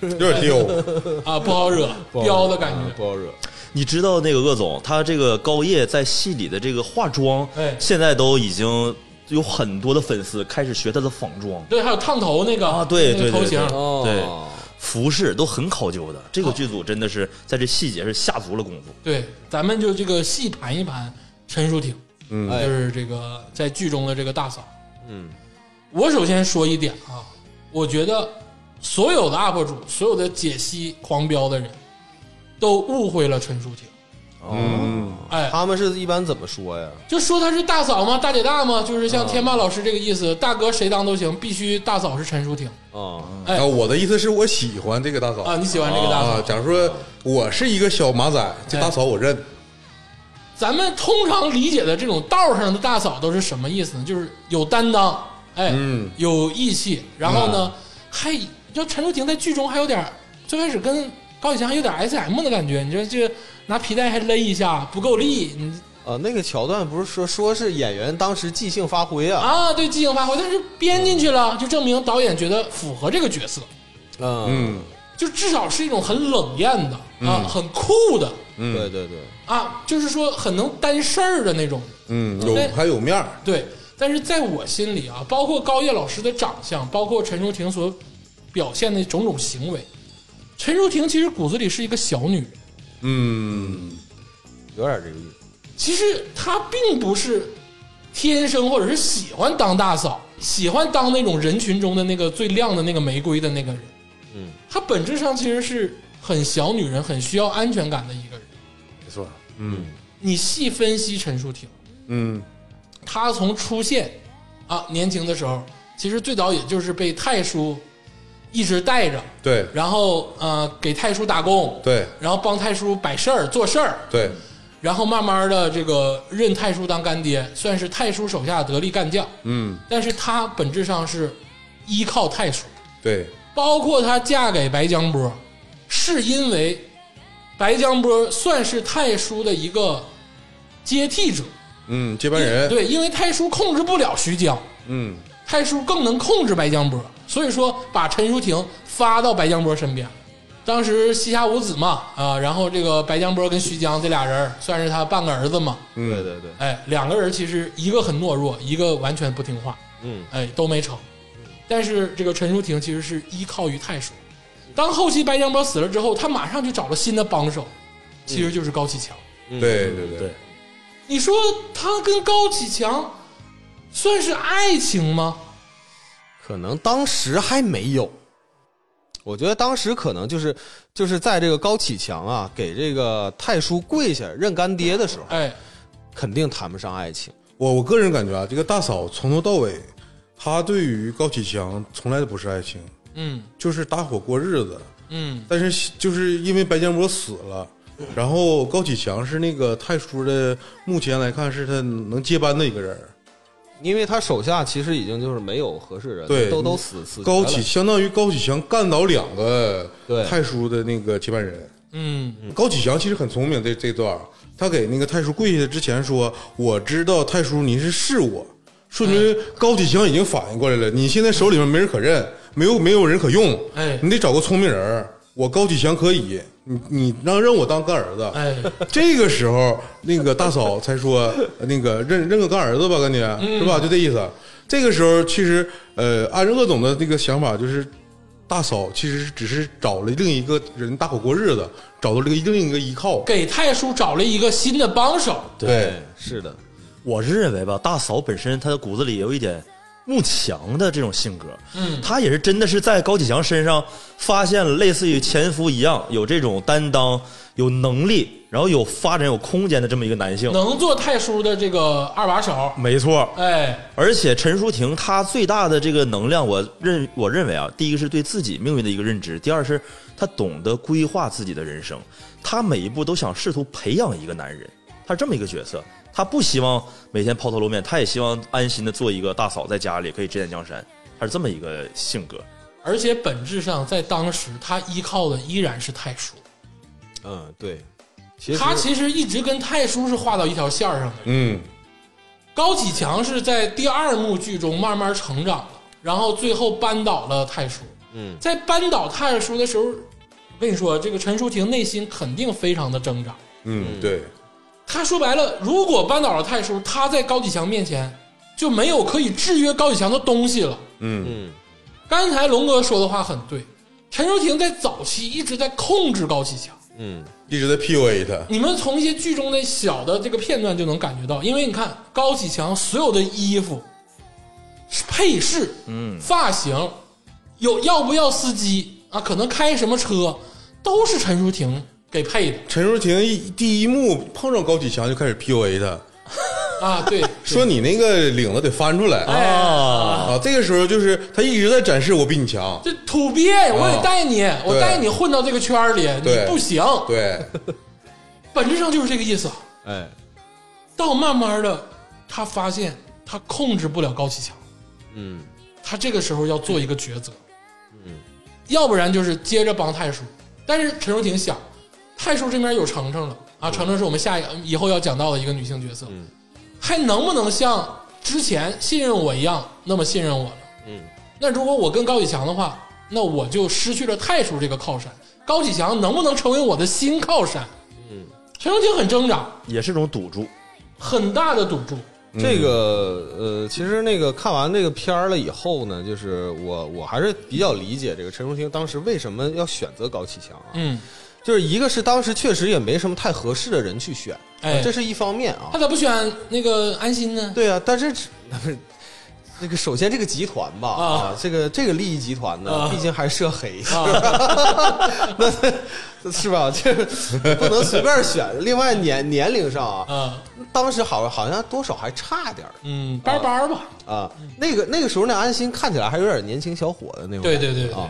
Speaker 3: 就是
Speaker 2: 有点溜，
Speaker 1: 啊，不好惹，彪的感觉。
Speaker 3: 不好惹。
Speaker 4: 你知道那个鄂总，他这个高叶在戏里的这个化妆，
Speaker 1: 哎
Speaker 4: 现在都已经有很多的粉丝开始学他的仿妆，
Speaker 1: 对，还有烫头那个
Speaker 4: 啊对
Speaker 1: 那个
Speaker 4: 对对
Speaker 1: 头型
Speaker 4: 对
Speaker 3: 哦，
Speaker 4: 服饰都很考究的。这个剧组真的是在这细节是下足了功夫。
Speaker 1: 对，咱们就这个细盘一盘陈淑婷，
Speaker 2: 嗯
Speaker 1: 就
Speaker 3: 哎，
Speaker 1: 是这个在剧中的这个大嫂。
Speaker 3: 嗯，
Speaker 1: 我首先说一点啊，我觉得所有的 UP 主、所有的解析狂飙的人都误会了陈淑婷。
Speaker 3: 哦
Speaker 2: 嗯，
Speaker 1: 哎，
Speaker 3: 他们是一般怎么说呀？
Speaker 1: 就说她是大嫂吗？大姐大吗？就是
Speaker 3: 嗯
Speaker 1: 像天霸老师这个意思，大哥谁当都行，必须大嫂是陈淑婷
Speaker 3: 啊，
Speaker 1: 哎
Speaker 2: 啊，我的意思是我喜欢这个大嫂
Speaker 1: 啊！你喜欢这个大嫂？
Speaker 2: 啊，假如说我是一个小马仔，这大嫂我认，
Speaker 1: 咱们通常理解的这种道上的大嫂都是什么意思呢？就是有担当，哎，
Speaker 2: 嗯
Speaker 1: 有义气，然后呢，还就陈淑婷在剧中还有点儿最开始跟高启强还有点 S M 的感觉，你说这拿皮带还勒一下不够力，你
Speaker 3: 啊，那个桥段不是说说是演员当时即兴发挥啊？
Speaker 1: 啊对即兴发挥，但是编进去了，就证明导演觉得符合这个角色，
Speaker 3: 嗯，
Speaker 2: 嗯
Speaker 1: 就至少是一种很冷艳的啊，很酷的
Speaker 2: 嗯，
Speaker 3: 对对对，
Speaker 1: 啊，就是说很能担事儿的那种。
Speaker 2: 嗯，有还有面儿，
Speaker 1: 对，但是在我心里啊，包括高叶老师的长相，包括陈淑婷所表现的种种行为，陈淑婷其实骨子里是一个小女人。
Speaker 2: 嗯
Speaker 3: 有点这个意思。
Speaker 1: 其实她并不是天生或者是喜欢当大嫂，喜欢当那种人群中的那个最亮的那个玫瑰的那个人。
Speaker 3: 嗯，
Speaker 1: 她本质上其实是很小女人，很需要安全感的一个人。
Speaker 2: 没错，嗯
Speaker 1: 你细分析陈淑婷，
Speaker 2: 嗯
Speaker 1: 她从出现啊年轻的时候，其实最早也就是被太叔一直带着，
Speaker 2: 对
Speaker 1: 然后呃给太叔打工，，
Speaker 2: 对
Speaker 1: 然后帮太叔摆事儿做事儿，
Speaker 2: 对，
Speaker 1: 然后慢慢的这个认太叔当干爹，算是太叔手下得力干将，
Speaker 2: 嗯
Speaker 1: 但是他本质上是依靠太叔，
Speaker 2: 对，
Speaker 1: 包括她嫁给白江波，是因为白江波算是太叔的一个接替者，
Speaker 2: 嗯，接班人，
Speaker 1: 对，因为太叔控制不了徐江，
Speaker 2: 嗯
Speaker 1: 太叔更能控制白江波，所以说把陈淑婷发到白江波身边。当时西夏五子嘛，啊、然后这个白江波跟徐江这俩人儿算是他半个儿子嘛，
Speaker 3: 对
Speaker 2: 嗯
Speaker 3: 对对，
Speaker 1: 哎，两个人其实一个很懦弱，一个完全不听话，
Speaker 3: 嗯，
Speaker 1: 哎，都没成。但是这个陈淑婷其实是依靠于太叔。当后期白江波死了之后，他马上就找了新的帮手，其实就是高启强。
Speaker 3: 嗯
Speaker 2: 对对对，
Speaker 1: 你说他跟高启强算是爱情吗？
Speaker 3: 可能当时还没有。我觉得当时可能就是就是在这个高启强啊给这个太叔跪下认干爹的时候，
Speaker 1: 哎，
Speaker 3: 肯定谈不上爱情。
Speaker 2: 我我个人感觉啊，这个大嫂从头到尾，她对于高启强从来都不是爱情，
Speaker 1: 嗯
Speaker 2: 就是搭伙过日子。
Speaker 1: 嗯，
Speaker 2: 但是就是因为白建波死 了，然后高启强是那个太叔的，目前来看是他能接班的一个人儿。
Speaker 3: 因为他手下其实已经就是没有合适人，
Speaker 2: 对
Speaker 3: 都都死死绝了
Speaker 2: 高启相当于高启强干倒两个
Speaker 3: 对
Speaker 2: 太叔的那个接班人，
Speaker 1: 嗯
Speaker 2: 高启强其实很聪明，这这段儿他给那个太叔跪下之前说：“我知道太叔您是是我。”说
Speaker 1: 哎
Speaker 2: 明高启强已经反应过来了，你现在手里面没人可认，没有没有人可用，
Speaker 1: 哎
Speaker 2: 你得找个聪明人儿。我高启强可以，你你让让我当干儿子，
Speaker 1: 哎，
Speaker 2: 这个时候，那个大嫂才说，呃那个认认个干儿子吧，干姐是吧？就这意思。这个时候，其实呃，按照鄂总的那个想法，就是大嫂其实只是找了另一个人搭伙过日子，找到了一个另一个依靠。
Speaker 1: 给太叔找了一个新的帮手，
Speaker 2: 对，
Speaker 3: 哎是的，
Speaker 4: 我是认为吧，大嫂本身她的骨子里有一点慕强的这种性格，
Speaker 1: 嗯
Speaker 4: 她也是真的是在高启强身上发现了类似于前夫一样有这种担当、有能力，然后有发展、有空间的这么一个男性。
Speaker 1: 能做太叔的这个二把手，
Speaker 4: 没错，
Speaker 1: 哎，
Speaker 4: 而且陈淑婷她最大的这个能量，我认我认为啊，第一个是对自己命运的一个认知，第二是她懂得规划自己的人生，她每一步都想试图培养一个男人，她是这么一个角色，她不希望每天抛头露面，她也希望安心的做一个大嫂，在家里可以指点江山，她是这么一个性格。
Speaker 1: 而且本质上在当时他依靠的依然是太叔，
Speaker 3: 嗯，对，其实
Speaker 1: 他其实一直跟太叔是画到一条线儿上的。
Speaker 2: 嗯，
Speaker 1: 高启强是在第二幕剧中慢慢成长了，然后最后扳倒了太叔。
Speaker 3: 嗯，
Speaker 1: 在扳倒太叔的时候，我跟你说，这个陈淑婷内心肯定非常的挣扎。
Speaker 2: 嗯，对，
Speaker 1: 他说白了，如果扳倒了太叔，他在高启强面前就没有可以制约高启强的东西了。
Speaker 2: 嗯，
Speaker 3: 嗯
Speaker 1: 刚才龙哥说的话很对，陈淑婷在早期一直在控制高启强。
Speaker 3: 嗯
Speaker 2: 一直在 PUA 他。
Speaker 1: 你们从一些剧中的小的这个片段就能感觉到，因为你看高启强所有的衣服、配饰、嗯、发型，有要不要司机啊，可能开什么车，都是陈淑婷给配的
Speaker 2: 陈淑婷一第一幕碰上高启强就开始 PUA 他，
Speaker 1: 啊。对，
Speaker 2: 说你那个领子得翻出来
Speaker 1: 哎
Speaker 4: 啊，
Speaker 2: 啊。这个时候就是他一直在展示我比你强，
Speaker 1: 这土鳖，我得带你，我带你混到这个圈儿里，你
Speaker 2: 啊对
Speaker 1: 不行，
Speaker 2: 对，
Speaker 1: 本质上就是这个意思。
Speaker 3: 哎
Speaker 1: 到慢慢的，他发现他控制不了高启强，
Speaker 3: 嗯
Speaker 1: 他这个时候要做一个抉择，嗯，要不然就是接着帮太叔。但是陈淑婷想，太叔这边有程程了啊，程程是我们下一个以后要讲到的一个女性角色，
Speaker 3: 嗯
Speaker 1: 还能不能像之前信任我一样那么信任我了？
Speaker 3: 嗯，
Speaker 1: 那如果我跟高启强的话，那我就失去了太叔这个靠山，高启强能不能成为我的新靠山？
Speaker 3: 嗯，
Speaker 1: 陈淑婷很挣扎，
Speaker 4: 也是种赌注。
Speaker 1: 很大的赌注，
Speaker 3: 这个呃，其实那个看完这个片儿了以后呢，就是我我还是比较理解这个陈淑婷当时为什么要选择高启强啊，
Speaker 1: 嗯，
Speaker 3: 就是一个是当时确实也没什么太合适的人去选，
Speaker 1: 哎
Speaker 3: 这是一方面啊
Speaker 1: 他，咋不选那个安心呢？
Speaker 3: 对啊，但是 只那个首先这个集团吧
Speaker 1: 啊
Speaker 3: 这个这个利益集团呢
Speaker 1: 啊，
Speaker 3: 毕竟还涉黑，
Speaker 1: 啊，
Speaker 3: 那是吧？这不能随便选。另外年年龄上啊，
Speaker 1: 啊，
Speaker 3: 当时好好像多少还差点儿
Speaker 1: 嗯，班班吧，
Speaker 3: 啊。那个那个时候那安心看起来还有点年轻小伙的那种感
Speaker 1: 对
Speaker 3: 觉，
Speaker 1: 对对对
Speaker 3: 啊。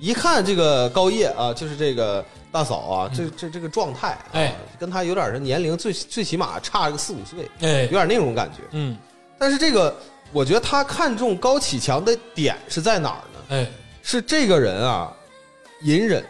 Speaker 3: 一看这个高叶啊，就是这个大嫂啊，这这这个状态、啊，
Speaker 1: 哎，
Speaker 3: 跟她有点儿年龄最最起码差个四五岁，
Speaker 1: 哎
Speaker 3: 有，点那种感觉。
Speaker 1: 嗯，
Speaker 3: 但是这个，我觉得他看中高启强的点是在哪儿呢？
Speaker 1: 哎，
Speaker 3: 是这个人啊，隐忍，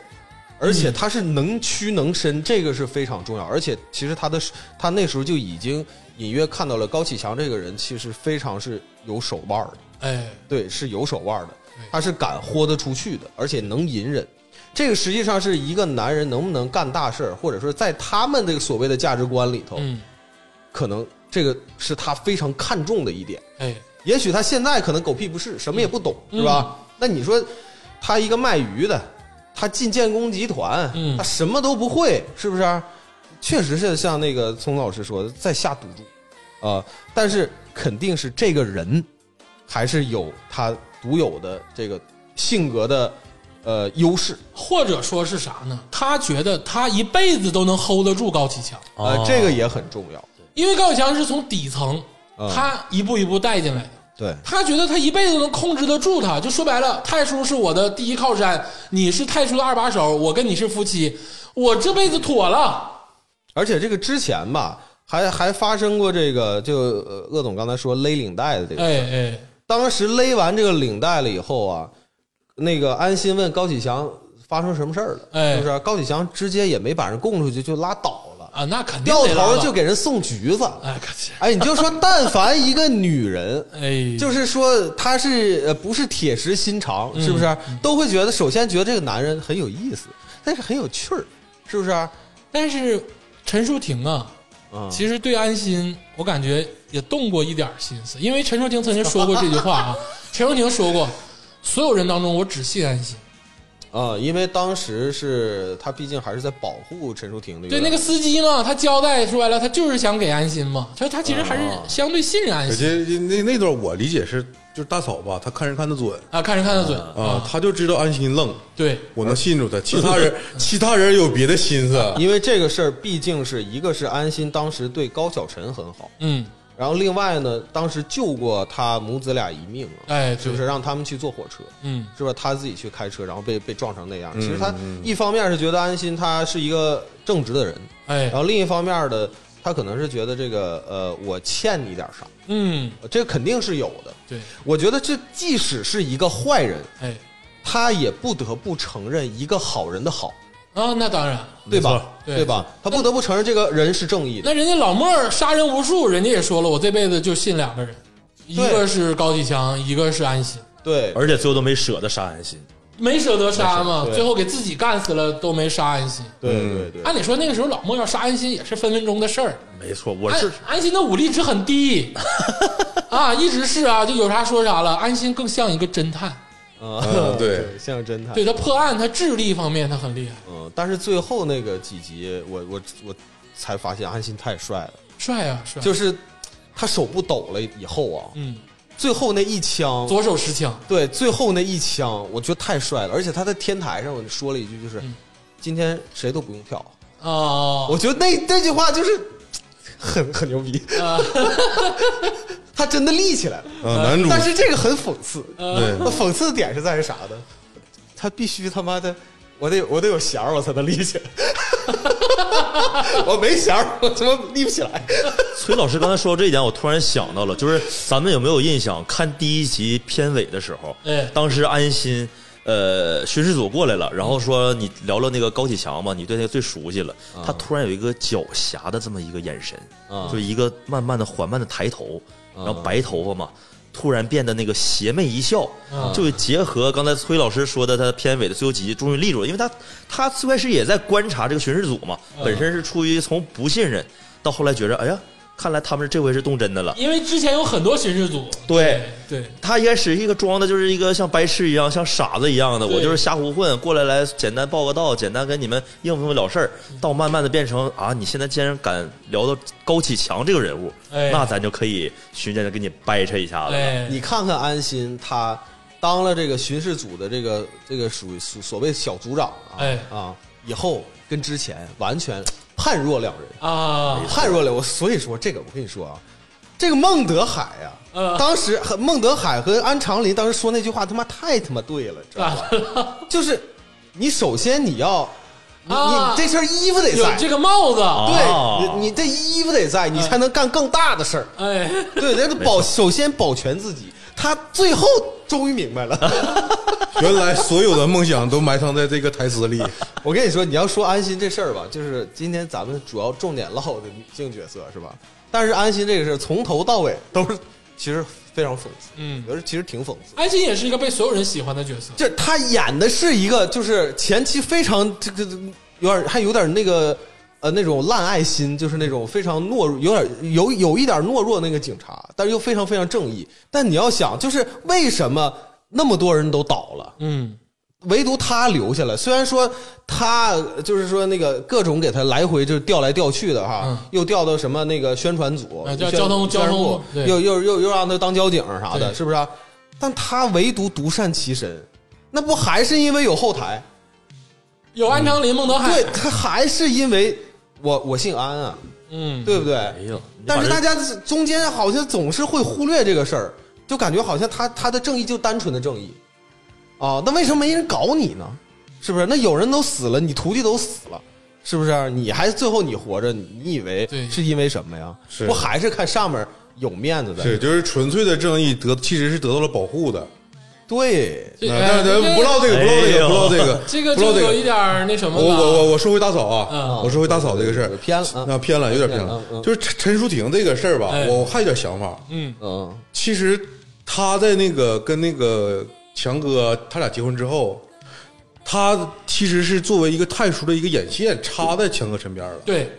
Speaker 3: 而且他是能屈能伸，这个是非常重要。而且其实他的他那时候就已经隐约看到了高启强这个人其实非常是有手腕儿的，
Speaker 1: 哎，
Speaker 3: 对，是有手腕儿的
Speaker 1: 对，
Speaker 3: 他是敢豁得出去的，而且能隐忍。这个实际上是一个男人能不能干大事儿，或者说在他们这个所谓的价值观里头，
Speaker 1: 嗯，
Speaker 3: 可能这个是他非常看重的一点。
Speaker 1: 哎，
Speaker 3: 也许他现在可能狗屁不是，什么也不懂，是吧？那你说他一个卖鱼的，他进建工集团，
Speaker 1: 嗯
Speaker 3: 他什么都不会，是不是？确实是像那个聪老师说的，在下赌注啊、呃但是肯定是这个人还是有他独有的这个性格的呃优势，
Speaker 1: 或者说是啥呢？他觉得他一辈子都能 hold 得住高启强，
Speaker 3: 呃，这个也很重要。
Speaker 1: 因为高启强是从底层，
Speaker 3: 嗯
Speaker 1: 他一步一步带进来的。
Speaker 3: 对，
Speaker 1: 他觉得他一辈子都能控制得住他，就说白了，太叔是我的第一靠山，你是太叔的二把手，我跟你是夫妻，我这辈子妥了。
Speaker 3: 而且这个之前吧，还还发生过这个，就呃鄂总刚才说勒领带的这个。
Speaker 1: 哎哎，
Speaker 3: 当时勒完这个领带了以后啊，那个安心问高启强发生什么事儿了，
Speaker 1: 哎
Speaker 3: 是不是？高启强直接也没把人供出去，就拉倒了，
Speaker 1: 啊，那肯定
Speaker 3: 掉
Speaker 1: 得拉
Speaker 3: 头
Speaker 1: 倒
Speaker 3: 就给人送橘子。
Speaker 1: 哎，可是
Speaker 3: 哎，你就说，但凡一个女人，
Speaker 1: 哎，
Speaker 3: 就是说她是呃不是铁石心肠，是
Speaker 1: 嗯
Speaker 3: 不是？啊都会觉得，首先觉得这个男人很有意思，但是很有趣儿，是不是？啊，
Speaker 1: 但是陈淑婷啊，其实对安心，我感觉也动过一点儿心思，因为陈淑婷曾经说过这句话啊，陈淑婷说过，所有人当中我只信安心。
Speaker 3: 啊、因为当时是他毕竟还是在保护陈淑婷的，
Speaker 1: 对，那个司机嘛，他交代出来了，他就是想给安心嘛，所以他其实还是相对信任安
Speaker 2: 而
Speaker 1: 心
Speaker 2: 且那那段我理解是，就是大嫂吧，她看人看得准
Speaker 1: 啊，看人看得准
Speaker 2: 啊，她就知道安心愣，
Speaker 1: 对，
Speaker 2: 我能信住她。其 他人，其他人有别的心思，
Speaker 3: 因为这个事儿，毕竟是一个是安心当时对高晓晨很好，
Speaker 1: 嗯，
Speaker 3: 然后另外呢，当时救过他母子俩一命啊，
Speaker 1: 哎，
Speaker 3: 是
Speaker 1: 对
Speaker 3: 不是？让他们去坐火车，
Speaker 1: 嗯，
Speaker 3: 是吧？他自己去开车，然后被被撞成那样。其实他一方面是觉得安心他是一个正直的人，
Speaker 1: 哎
Speaker 3: 然，后另一方面的他可能是觉得这个呃，我欠你点啥，
Speaker 1: 嗯，
Speaker 3: 这个肯定是有的。
Speaker 1: 对，
Speaker 3: 我觉得这即使是一个坏人，
Speaker 1: 哎，
Speaker 3: 他也不得不承认一个好人的好，
Speaker 1: 啊，那当然，
Speaker 3: 对吧？
Speaker 1: 对
Speaker 3: 吧？他不得不承认这个人是正义的。
Speaker 1: 那人家老莫儿杀人无数，人家也说了，我这辈子就信两个人，一个是高启强，一个是安心，
Speaker 3: 对，
Speaker 4: 而且最后都没舍得杀安心。
Speaker 1: 没舍得杀嘛，
Speaker 3: 对
Speaker 1: 最后给自己干死了都没杀安心。
Speaker 3: 对对对，
Speaker 1: 按理说那个时候老莫要杀安心也是分分钟的事儿，
Speaker 4: 没错，
Speaker 3: 呃
Speaker 4: 我
Speaker 1: 安
Speaker 4: 是
Speaker 1: 安心的武力值很低 啊，一直是啊，就有啥说啥了。安心更像一个侦 探，
Speaker 3: 啊
Speaker 2: 嗯对，
Speaker 3: 像侦探。
Speaker 1: 对他破案，他智力方面他很厉害，
Speaker 3: 嗯，但是最后那个几集，我我我才发现安心太帅了，
Speaker 1: 帅啊帅，
Speaker 3: 就是他手不抖了以后啊，
Speaker 1: 嗯，
Speaker 3: 最后那一枪，
Speaker 1: 左手持枪，
Speaker 3: 对，最后那一枪，我觉得太帅了，而且他在天台上，我说了一句就是，
Speaker 1: 嗯
Speaker 3: 今天谁都不用跳，
Speaker 1: 啊
Speaker 3: 我觉得那那句话就是很很牛逼，
Speaker 1: 啊
Speaker 3: 他真的立起来了，
Speaker 2: 啊，男主
Speaker 3: 但呃是这个很讽刺，
Speaker 1: 嗯
Speaker 2: 对
Speaker 3: 那讽刺的点是在于啥呢？他必须他妈的，我得我得有弦儿，我才能立起来。 我没弦儿，我他妈立不起来。
Speaker 4: 崔老师刚才说到这一点，我突然想到了，就是咱们有没有印象？看第一集片尾的时候，
Speaker 1: 哎
Speaker 4: 当时安心，呃，巡视组过来了，然后说你聊聊那个高启强嘛，你对他最熟悉了。他突然有一个狡黠的这么一个眼神，
Speaker 3: 啊
Speaker 4: 就是一个慢慢的、缓慢的抬头，然后白头发嘛。突然变得那个邪魅一笑，就结合刚才崔老师说的，他片尾的最后几集终于立住了，因为他他最开始也在观察这个巡视组嘛，本身是出于从不信任，到后来觉着，哎呀，看来他们这回是动真的了。
Speaker 1: 因为之前有很多巡视组，
Speaker 4: 对
Speaker 1: 对，
Speaker 4: 他一开始一个装的就是一个像白痴一样、像傻子一样的，
Speaker 1: 对
Speaker 4: 我就是瞎胡混过来来，简单报个到，简单跟你们应付应付了事儿。到慢慢的变成啊，你现在既然敢聊到高启强这个人物，
Speaker 1: 哎
Speaker 4: 那咱就可以循着的给你掰扯一下子。
Speaker 1: 哎，
Speaker 3: 你看看安心，他当了这个巡视组的这个这个属于所所谓小组长啊、
Speaker 1: 哎
Speaker 3: 啊，以后跟之前完全判若两人，
Speaker 1: 啊，
Speaker 3: 判若两。我所以说这个，我跟你说啊，这个孟德海呀、
Speaker 1: 嗯
Speaker 3: 当时和孟德海和安长林当时说那句话，他妈太他妈对了，知道吧？就是你首先你要，你、
Speaker 1: 啊
Speaker 3: 你哦这身衣服得
Speaker 1: 有
Speaker 3: 在，
Speaker 1: 这个嗯帽子，
Speaker 4: 啊
Speaker 3: 对你你这衣服得在，你才能干更大的 事儿。
Speaker 1: 哎，
Speaker 3: 对，人家保首先保全自己，他最后终于明白了。
Speaker 2: 原来所有的梦想都埋藏在这个台 词里，
Speaker 3: 我跟你说，你要说安心这事儿吧，就是今天咱们主要重点唠的女性角色是吧？但是安心这个事儿从头到尾都是其实非常讽刺，
Speaker 1: 嗯
Speaker 3: 有时候其实挺讽刺。
Speaker 1: 安心也是一个被所有人喜欢的角色，
Speaker 3: 就是他演的是一个，就是前期非常这个有点还有点那个呃那种烂爱心，就是那种非常懦弱，有点有有一点懦弱那个警察，但是又非常非常正义。但你要想，就是为什么那么多人都倒了？
Speaker 1: 嗯，
Speaker 3: 唯独他留下了，虽然说他就是说那个各种给他来回就是调来调去的哈，
Speaker 1: 嗯
Speaker 3: 又调到什么那个宣传组、
Speaker 1: 啊叫
Speaker 3: 宣
Speaker 1: 交通
Speaker 3: 宣传部
Speaker 1: 交通对
Speaker 3: 又又又又让他当交警啥的，
Speaker 1: 对
Speaker 3: 是不是、啊？但他唯独独善其身，那不还是因为有后台？
Speaker 1: 有安长林、孟德海
Speaker 3: 对，，他还是因为我我姓安啊，
Speaker 1: 嗯，
Speaker 3: 对不对？
Speaker 4: 哎呦，你把
Speaker 3: 但是
Speaker 4: 这
Speaker 3: 大家中间好像总是会忽略这个事儿，就感觉好像他他的正义就单纯的正义，啊，那为什么没人搞你呢？是不是？那有人都死了，你徒弟都死了，是不是？你还最后你活着，你你以为
Speaker 1: 对
Speaker 3: 是因为什么呀？
Speaker 2: 是
Speaker 3: 不还是看上面有面子的？
Speaker 2: 是就是纯粹的正义得其实是得到了保护的，
Speaker 3: 对，
Speaker 1: 这
Speaker 2: 那
Speaker 1: 这
Speaker 2: 咱不唠这个，不唠这个，不唠这个，
Speaker 1: 这个
Speaker 2: 不唠
Speaker 1: 就
Speaker 2: 这
Speaker 1: 有
Speaker 2: 个
Speaker 1: 一。点儿那什么
Speaker 2: 我
Speaker 1: 了。
Speaker 2: 我我我说回打扫啊
Speaker 1: 嗯，
Speaker 2: 我说回打扫这个事儿，
Speaker 3: 偏了啊
Speaker 2: 那偏了，有点偏
Speaker 3: 偏了
Speaker 2: 了
Speaker 3: 嗯嗯。
Speaker 2: 就是陈陈淑婷这个事儿吧
Speaker 1: 哎，
Speaker 2: 我还有点想法。
Speaker 1: 嗯
Speaker 3: 嗯，
Speaker 2: 其实她在那个跟那个强哥他俩结婚之后，她其实是作为一个太叔的一个眼线插在强哥身边了。
Speaker 1: 对，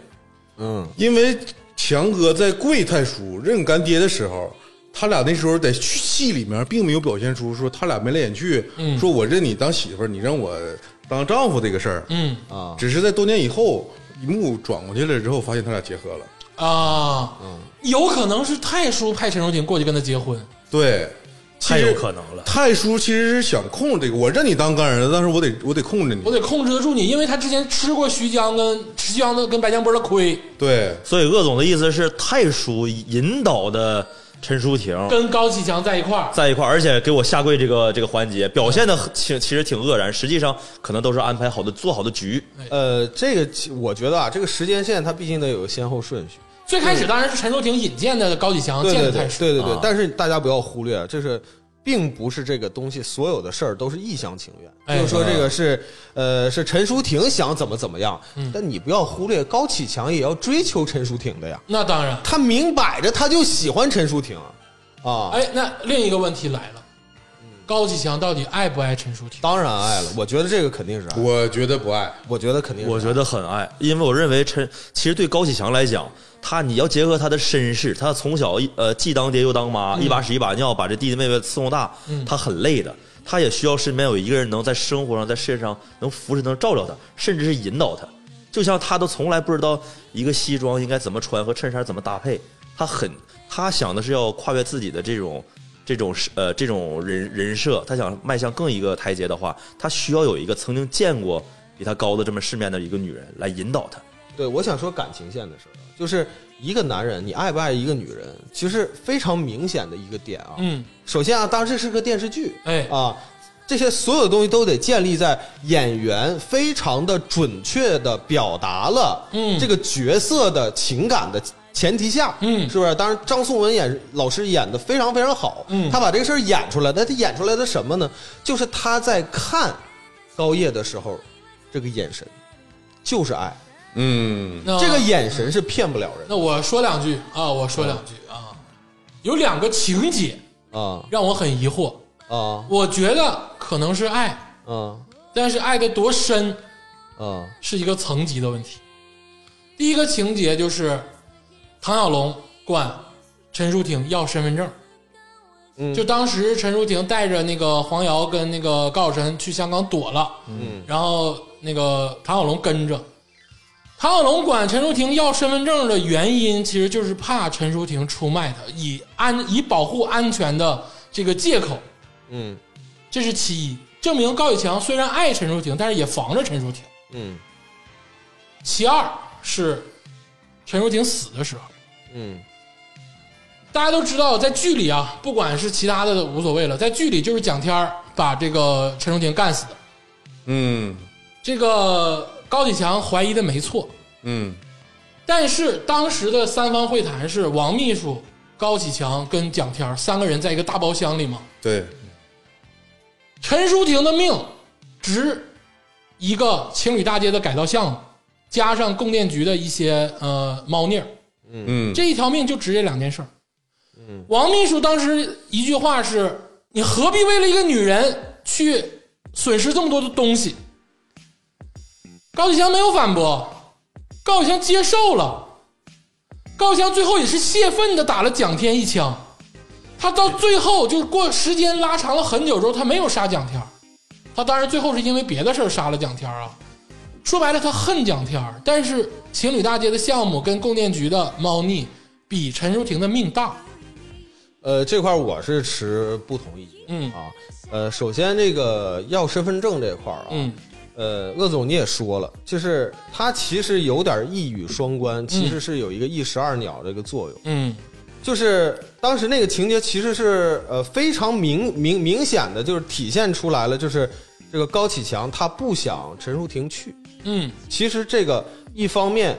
Speaker 3: 嗯，
Speaker 2: 因为强哥在跪太叔认干爹的时候，他俩那时候在戏里面并没有表现出说他俩眉来眼去，
Speaker 1: 嗯
Speaker 2: 说我认你当媳妇儿，你认我当丈夫这个事儿，
Speaker 1: 嗯
Speaker 3: 啊，
Speaker 2: 只是在多年以
Speaker 4: 嗯
Speaker 2: 后一幕转过去了之后，发现他俩结合了。
Speaker 1: 啊，有可能是太叔派陈淑婷过去跟他结
Speaker 3: 嗯
Speaker 1: 婚。
Speaker 2: 对，
Speaker 4: 太有可能了。
Speaker 2: 太叔其实是想控制这个，我认你当干儿子，但是我得我得控制你
Speaker 1: 我。得控制得住你，因为他之前吃过徐江跟徐江的跟白江波的亏，
Speaker 2: 对，
Speaker 4: 所以鄂总的意思是，太叔引导的陈淑婷
Speaker 1: 跟高启强在一块儿，
Speaker 4: 在一块儿，而且给我下跪这个这个环节表现的挺其实挺愕然，实际上可能都是安排好的做好的局。
Speaker 3: 呃，这个其我觉得啊，这个时间线它毕竟得有个先后顺序。
Speaker 1: 最开始当然是陈淑婷引荐的高启强
Speaker 3: 对
Speaker 1: 见
Speaker 3: 对
Speaker 1: 的
Speaker 3: 对
Speaker 1: 太
Speaker 3: 对
Speaker 1: 叔，
Speaker 3: 对对
Speaker 4: 啊，
Speaker 3: 但是大家不要忽略，这是并不是这个东西所有的事儿都是一厢情
Speaker 1: 哎
Speaker 3: 愿，就是说这个是呃是陈淑婷想怎么怎么样
Speaker 1: 嗯，
Speaker 3: 但你不要忽略高启强也要追求陈淑婷的呀，
Speaker 1: 那当然。
Speaker 3: 他明摆着他就喜欢陈淑婷啊，
Speaker 1: 哎，那另一个问题来了，
Speaker 3: 嗯
Speaker 1: 高启强到底爱不爱陈淑婷？
Speaker 3: 当然爱了，我觉得这个肯定是爱，
Speaker 2: 我觉得不爱。
Speaker 3: 我觉得肯定是爱，
Speaker 4: 我觉得很爱，因为我认为陈其实对高启强来讲，他你要结合他的身世，他从小一呃既当爹又当妈，
Speaker 3: 嗯
Speaker 4: 一把屎一把尿，把这弟弟妹妹伺候大，他很累的。他也需要身边有一个人能在生活上、在事业上能扶持、能照料他，甚至是引导他。就像他都从来不知道一个西装应该怎么穿和衬衫怎么搭配，他很他想的是要跨越自己的这种这种是呃这种人人设，他想迈向更一个台阶的话，他需要有一个曾经见过比他高的这么世面的一个女人来引导他。
Speaker 3: 对，我想说感情线的事儿，就是一个男人你爱不爱一个女人，其实非常明显的一个点啊。
Speaker 1: 嗯，
Speaker 3: 首先啊，当然这是个电视剧，
Speaker 1: 哎，
Speaker 3: 啊，这些所有的东西都得建立在演员非常的准确的表达了，
Speaker 1: 嗯
Speaker 3: 这个角色的情感的前提下，
Speaker 1: 嗯
Speaker 3: 是不是？当然，张颂文演老师演的非常非常好，
Speaker 1: 嗯
Speaker 3: 他把这个事儿演出来，那他演出来的什么呢？就是他在看高叶的时候，这个眼神就是爱，
Speaker 2: 嗯，
Speaker 1: 那
Speaker 3: 这个眼神是骗不了人
Speaker 1: 那我说两句啊，我说两句啊，有两个情节
Speaker 3: 的啊
Speaker 1: 让我很疑惑，
Speaker 3: 啊
Speaker 1: 我觉得可能是爱，
Speaker 3: 啊
Speaker 1: 但是爱的多深
Speaker 3: 啊
Speaker 1: 是一个层级的问题。第一个情节就是唐小龙管陈淑婷要身份证，
Speaker 3: 嗯
Speaker 1: 就当时陈淑婷带着那个黄瑶跟那个高晓晨去香港躲了，
Speaker 3: 嗯
Speaker 1: 然后那个唐小龙跟着。唐小龙管陈淑婷要身份证的原因，其实就是怕陈淑婷出卖他，以安以保护安全的这个借口，
Speaker 3: 嗯
Speaker 1: 这是其一。证明高以强虽然爱陈淑婷，但是也防着陈淑婷。
Speaker 3: 嗯
Speaker 1: 其二是陈淑婷死的时候，
Speaker 3: 嗯
Speaker 1: 大家都知道，在剧里啊，不管是其他的无所谓了，在剧里就是蒋天儿把这个陈淑婷干死的。
Speaker 2: 嗯
Speaker 1: 这个高启强怀疑的没错，
Speaker 2: 嗯
Speaker 1: 但是当时的三方会谈是王秘书、高启强跟蒋天儿三个人在一个大包厢里嘛。
Speaker 2: 对，
Speaker 1: 陈淑婷的命值一个情侣大街的改造项目，加上供电局的一些呃猫腻儿，
Speaker 2: 嗯，
Speaker 1: 这一条命就值这两件事儿。王秘书当时一句话是：“你何必为了一个女人去损失这么多的东西？”高启强没有反驳，高启强接受了。高启强最后也是泄愤的打了蒋天一枪，他到最后就是过时间拉长了很久之后，他没有杀蒋天儿他当然最后是因为别的事儿杀了蒋天儿啊。说白了，他恨蒋天儿，但是情侣大街的项目跟供电局的猫腻比陈淑婷的命大。
Speaker 3: 呃，这块儿我是持不同意见。
Speaker 1: 嗯
Speaker 3: 啊，呃，首先这个要身份证这块儿啊，
Speaker 1: 嗯
Speaker 3: 呃，鄂总你也说了，就是它其实有点一语双关，其实是有一个一石二鸟这个作用。
Speaker 1: 嗯
Speaker 3: 就是当时那个情节其实是呃非常明明明显的，就是体现出来了，就是这个高启强他不想陈淑婷去，
Speaker 1: 嗯，
Speaker 3: 其实这个一方面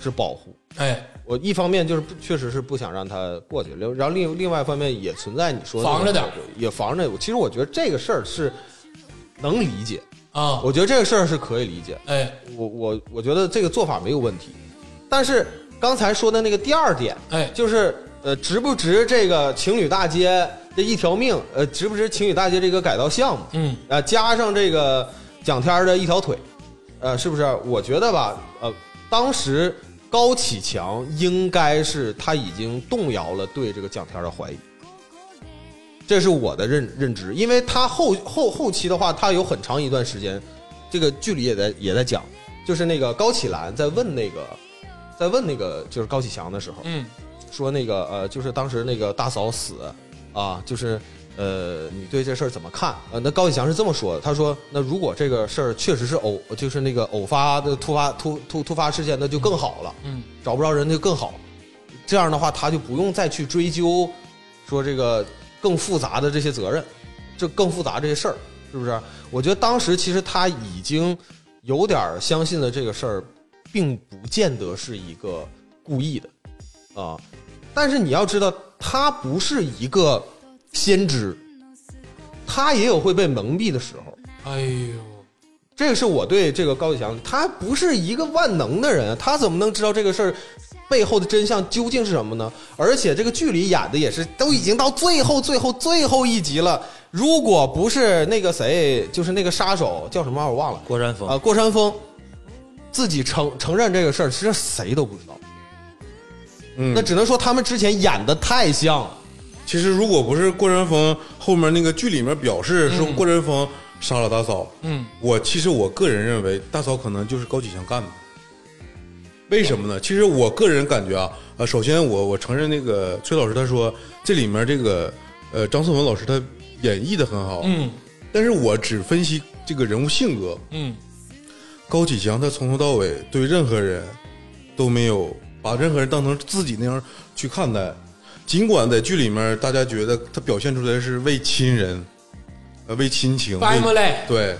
Speaker 3: 是保护，
Speaker 1: 哎，
Speaker 3: 我一方面就是不确实是不想让他过去，然后另另外一方面也存在你说的
Speaker 1: 防着点儿，
Speaker 3: 也防着。其实我觉得这个事儿是能理解，
Speaker 1: 啊，
Speaker 3: 我觉得这个事儿是可以理解。
Speaker 1: 哎
Speaker 3: 我我我觉得这个做法没有问题，但是刚才说的那个第二点，
Speaker 1: 哎，
Speaker 3: 就是呃，值不值这个情侣大街这一条命？呃，值不值情侣大街这个改造项目？
Speaker 1: 嗯，
Speaker 3: 呃，加上这个蒋天儿的一条腿，呃，是不是？我觉得吧，呃，当时高启强应该是他已经动摇了对这个蒋天儿的怀疑，这是我的认认知，因为他后后后期的话，他有很长一段时间，这个剧里也在也在讲，就是那个高启兰在问那个在问那个就是高启强的时候，
Speaker 1: 嗯
Speaker 3: 说那个呃，就是当时那个大嫂死啊，就是呃，你对这事儿怎么看？呃，那高启强是这么说的，他说那如果这个事儿确实是偶，就是那个偶发的突发突突突发事件，那就更好了，
Speaker 1: 嗯，
Speaker 3: 找不着人就更好。这样的话，他就不用再去追究说这个更复杂的这些责任，这更复杂这些事儿，是不是？我觉得当时其实他已经有点儿相信了这个事儿，并不见得是一个故意的。啊。但是你要知道，他不是一个先知，他也有会被蒙蔽的时候。
Speaker 1: 哎呦，
Speaker 3: 这个是我对这个高启强，他不是一个万能的人，他怎么能知道这个事儿背后的真相究竟是什么呢？而且这个剧里演的也是，都已经到最后、最后、最后一集了，如果不是那个谁，就是那个杀手叫什么我忘了，
Speaker 4: 郭山峰
Speaker 3: 啊，郭山峰自己承承认这个事儿，其实谁都不知道。
Speaker 2: 嗯
Speaker 3: 那只能说他们之前演的太像了。
Speaker 2: 其实如果不是郭山峰后面那个剧里面表示说郭山峰杀了大嫂，
Speaker 1: 嗯，
Speaker 2: 我其实我个人认为大嫂可能就是高启强干的。为什么呢？其实我个人感觉啊，呃，首先我我承认那个崔老师他说这里面这个呃张颂文老师他演绎的很好，
Speaker 1: 嗯
Speaker 2: 但是我只分析这个人物性格。
Speaker 1: 嗯
Speaker 2: 高启强他从头到尾对任何人都没有把任何人当成自己那样去看待，尽管在剧里面大家觉得他表现出来是为亲人，呃，为亲情，为
Speaker 1: ，family，
Speaker 2: 对，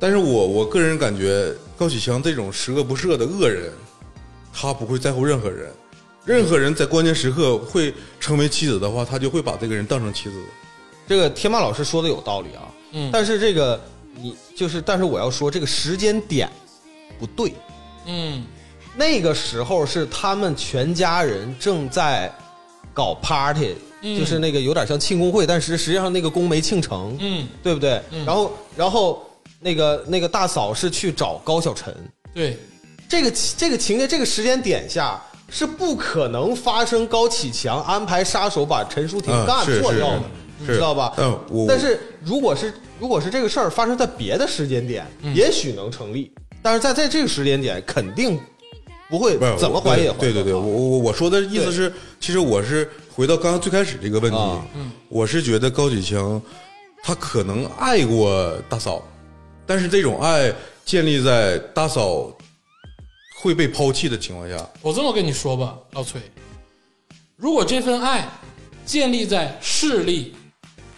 Speaker 2: 但是我我个人感觉高启强这种十恶不赦的恶人，他不会在乎任何人，任何人在关键时刻会成为妻子的话，他就会把这个人当成妻子。
Speaker 3: 这个天霸老师说的有道理啊，
Speaker 1: 嗯
Speaker 3: 但是这个你就是，但是我要说这个时间点不对，
Speaker 1: 嗯
Speaker 3: 那个时候是他们全家人正在搞 party，、
Speaker 1: 嗯
Speaker 3: 就是那个有点像庆功会，但是实际上那个功没庆成，
Speaker 1: 嗯，
Speaker 3: 对不对？
Speaker 1: 嗯
Speaker 3: 然后然后那个那个大嫂是去找高晓晨，
Speaker 1: 对，
Speaker 3: 这个这个情节这个时间点下。是不可能发生高启强安排杀手把陈淑婷
Speaker 2: 嗯
Speaker 3: 干
Speaker 2: 是
Speaker 3: 做
Speaker 2: 是
Speaker 3: 掉的，
Speaker 2: 是
Speaker 3: 你知道吧？
Speaker 2: 但我
Speaker 3: 但是如果是如果是这个事儿发生在别的时间点，
Speaker 1: 嗯
Speaker 3: 也许能成立，但是在在这个时间点肯定不会
Speaker 2: 不是
Speaker 3: 怎么
Speaker 2: 我
Speaker 3: 怀疑也怀疑
Speaker 2: 对对对，我我我说的意思是，其实我是回到刚刚最开始这个问题
Speaker 3: 啊，
Speaker 1: 嗯
Speaker 2: 我是觉得高启强他可能爱过大嫂，但是这种爱建立在大嫂会被抛弃的情况下，
Speaker 1: 我这么跟你说吧，老崔，如果这份爱建立在势力、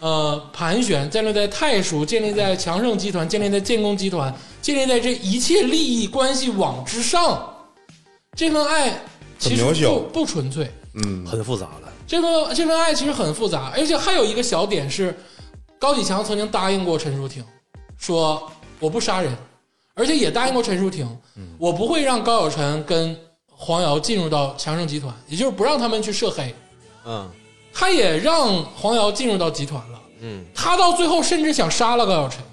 Speaker 1: 呃盘旋，建立在太叔，建立在强盛集团，建立在建工集团，建立在这一切利益关系网之上，这份爱其实
Speaker 2: 很渺小
Speaker 1: 不不纯粹。
Speaker 2: 嗯，
Speaker 4: 很复杂了，
Speaker 1: 这份这份爱其实很复杂，而且还有一个小点是，高启强曾经答应过陈淑婷，说我不杀人，而且也答应过陈淑婷，我不会让高晓晨跟黄瑶进入到强盛集团，也就是不让他们去涉黑。
Speaker 3: 嗯
Speaker 1: 他也让黄瑶进入到集团了，
Speaker 3: 嗯
Speaker 1: 他到最后甚至想杀了高晓晨。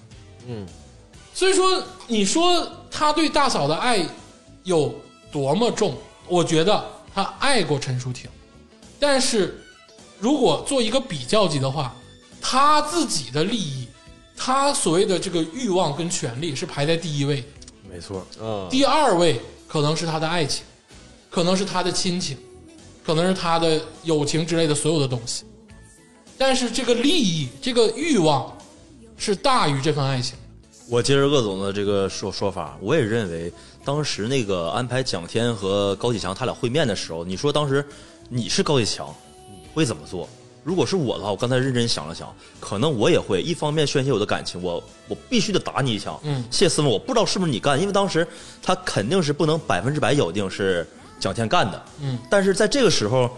Speaker 3: 嗯，
Speaker 1: 所以说，你说他对大嫂的爱有多么重？我觉得他爱过陈淑婷，但是如果做一个比较级的话，他自己的利益，他所谓的这个欲望跟权利是排在第一位的，
Speaker 4: 没错，
Speaker 3: 嗯，
Speaker 1: 第二位可能是他的爱情，可能是他的亲情，可能是他的友情之类的所有的东西。但是这个利益，这个欲望是大于这份爱情的。
Speaker 4: 我接着鄂总的这个说说法，我也认为当时那个安排蒋天和高启强他俩会面的时候，你说当时你是高启强，你会怎么做？如果是我的话，我刚才认真想了想，可能我也会一方面宣泄我的感情，我我必须得打你一枪。
Speaker 1: 嗯
Speaker 4: 谢思文，我不知道是不是你干，因为当时他肯定是不能百分之百咬定是蒋天干的。
Speaker 1: 嗯，
Speaker 4: 但是在这个时候，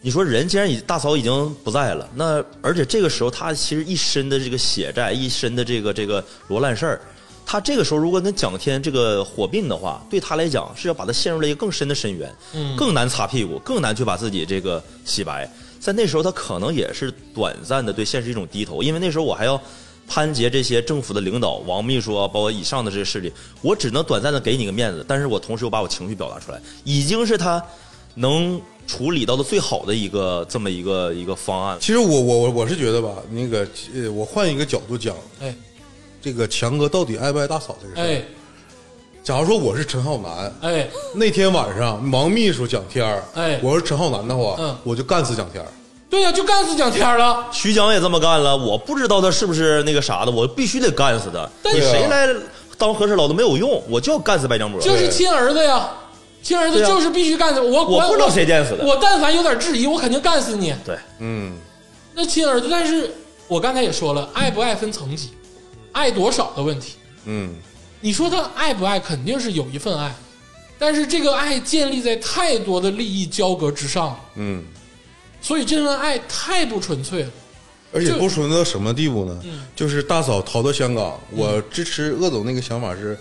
Speaker 4: 你说人既然已大嫂已经不在了，那而且这个时候他其实一身的这个血债，一身的这个这个罗烂事儿，他这个时候如果跟蒋天这个火并的话，对他来讲是要把他陷入了一个更深的深渊，
Speaker 1: 嗯
Speaker 4: 更难擦屁股，更难去把自己这个洗白。在那时候，他可能也是短暂的对现实一种低头，因为那时候我还要攀结这些政府的领导、王秘书啊，包括以上的这些势力，我只能短暂的给你个面子，但是我同时又把我情绪表达出来，已经是他能处理到的最好的一个这么一个一个方案。
Speaker 2: 其实我我我我是觉得吧，那个呃，我换一个角度讲，
Speaker 1: 哎
Speaker 2: 这个强哥到底爱不爱大嫂这个事儿。
Speaker 1: 哎
Speaker 2: 假如说我是陈浩南，
Speaker 1: 哎，
Speaker 2: 那天晚上王秘书蒋天儿，
Speaker 1: 哎
Speaker 2: 我是陈浩南的话，
Speaker 1: 嗯
Speaker 2: 我就干死蒋天儿。
Speaker 1: 对呀、就干死蒋天儿了。
Speaker 4: 徐江也这么干了，我不知道他是不是那个啥的，我必须得干死他。
Speaker 1: 但
Speaker 4: 你
Speaker 1: 是
Speaker 4: 谁来当和事佬都没有用，我就要干死白江波。
Speaker 1: 就是亲儿子呀，亲儿子
Speaker 4: 对呀
Speaker 1: 就是必须干死我。
Speaker 4: 我不知道谁干死的
Speaker 1: 我但凡有点质疑，我肯定干死你。
Speaker 4: 对，
Speaker 2: 嗯，
Speaker 1: 那亲儿子，但是我刚才也说了，爱不爱分层级，爱多少的问题。
Speaker 2: 嗯，
Speaker 1: 你说他爱不爱，肯定是有一份爱，但是这个爱建立在太多的利益交割之上了，
Speaker 2: 嗯，
Speaker 1: 所以这份爱太不纯粹了。
Speaker 2: 而且
Speaker 1: 就嗯
Speaker 2: 不纯粹到什么地步呢？就是大嫂逃到香港，我支持鄂总那个想法是，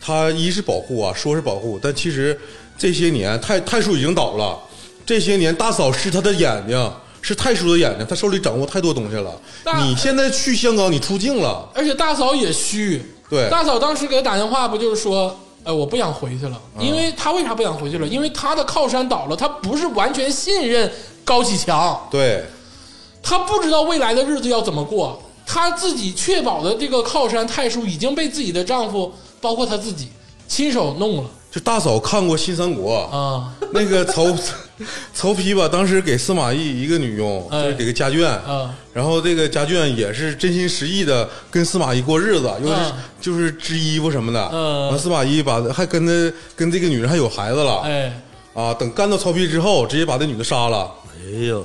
Speaker 2: 他一是保护啊，说是保护，但其实这些年太太叔已经倒了，这些年大嫂是他的眼睛，是太叔的眼睛，他手里掌握太多东西了
Speaker 1: 大。
Speaker 2: 你现在去香港，你出境了，
Speaker 1: 而且大嫂也虚，
Speaker 2: 对
Speaker 1: 大嫂当时给他打电话，不就是说，哎，我不想回去了，
Speaker 2: 嗯
Speaker 1: 因为他为啥不想回去了？因为他的靠山倒了，他不是完全信任高启强，
Speaker 2: 对，
Speaker 1: 他不知道未来的日子要怎么过，他自己确保的这个靠山太叔已经被自己的丈夫，包括他自己亲手弄了
Speaker 2: 就大嫂看过《新三国》
Speaker 1: 啊，
Speaker 2: 那个曹 曹丕吧，当时给司马懿一个女佣，
Speaker 1: 哎
Speaker 2: 就是给个家眷，
Speaker 1: 嗯
Speaker 2: 然后这个家眷也是真心实意的跟司马懿过日子，又是、
Speaker 1: 嗯
Speaker 2: 就是织衣服什么的，
Speaker 1: 嗯
Speaker 2: 然后司马懿把还跟他跟这个女人还有孩子了，
Speaker 1: 哎，
Speaker 2: 啊，等干到曹丕之后，直接把这女的杀了。
Speaker 4: 哎呦，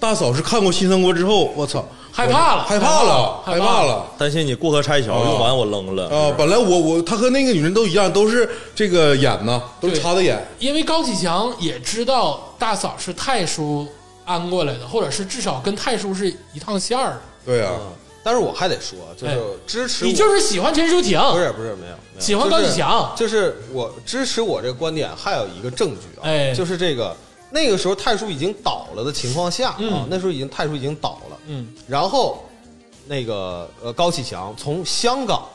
Speaker 2: 大嫂是看过《新三国》之后，我操，
Speaker 1: 害怕了
Speaker 2: 害怕了，
Speaker 1: 害怕了
Speaker 2: 害怕了。
Speaker 4: 担心你过河拆桥，
Speaker 2: 啊
Speaker 4: 用完我扔了。
Speaker 2: 啊！本来我我他和那个女人都一样，都是这个眼呐，都是
Speaker 1: 对
Speaker 2: 插的眼。
Speaker 1: 因为高启强也知道大嫂是太叔安过来的，或者是至少跟太叔是一趟线儿的，
Speaker 2: 对啊，
Speaker 3: 嗯但是我还得说，就
Speaker 1: 哎
Speaker 3: 是支持
Speaker 1: 你
Speaker 3: 我
Speaker 1: 就是喜欢陈淑婷，
Speaker 3: 不是不是没有没有
Speaker 1: 哦喜欢高启强
Speaker 3: 就是，就是我支持我这个观点，还有一个证据啊，
Speaker 1: 哎
Speaker 3: 就是这个那个时候太叔已经倒了的情况下、啊
Speaker 1: 嗯，
Speaker 3: 那时候已经太叔已经倒了，
Speaker 1: 嗯，
Speaker 3: 然后那个呃高启强从香港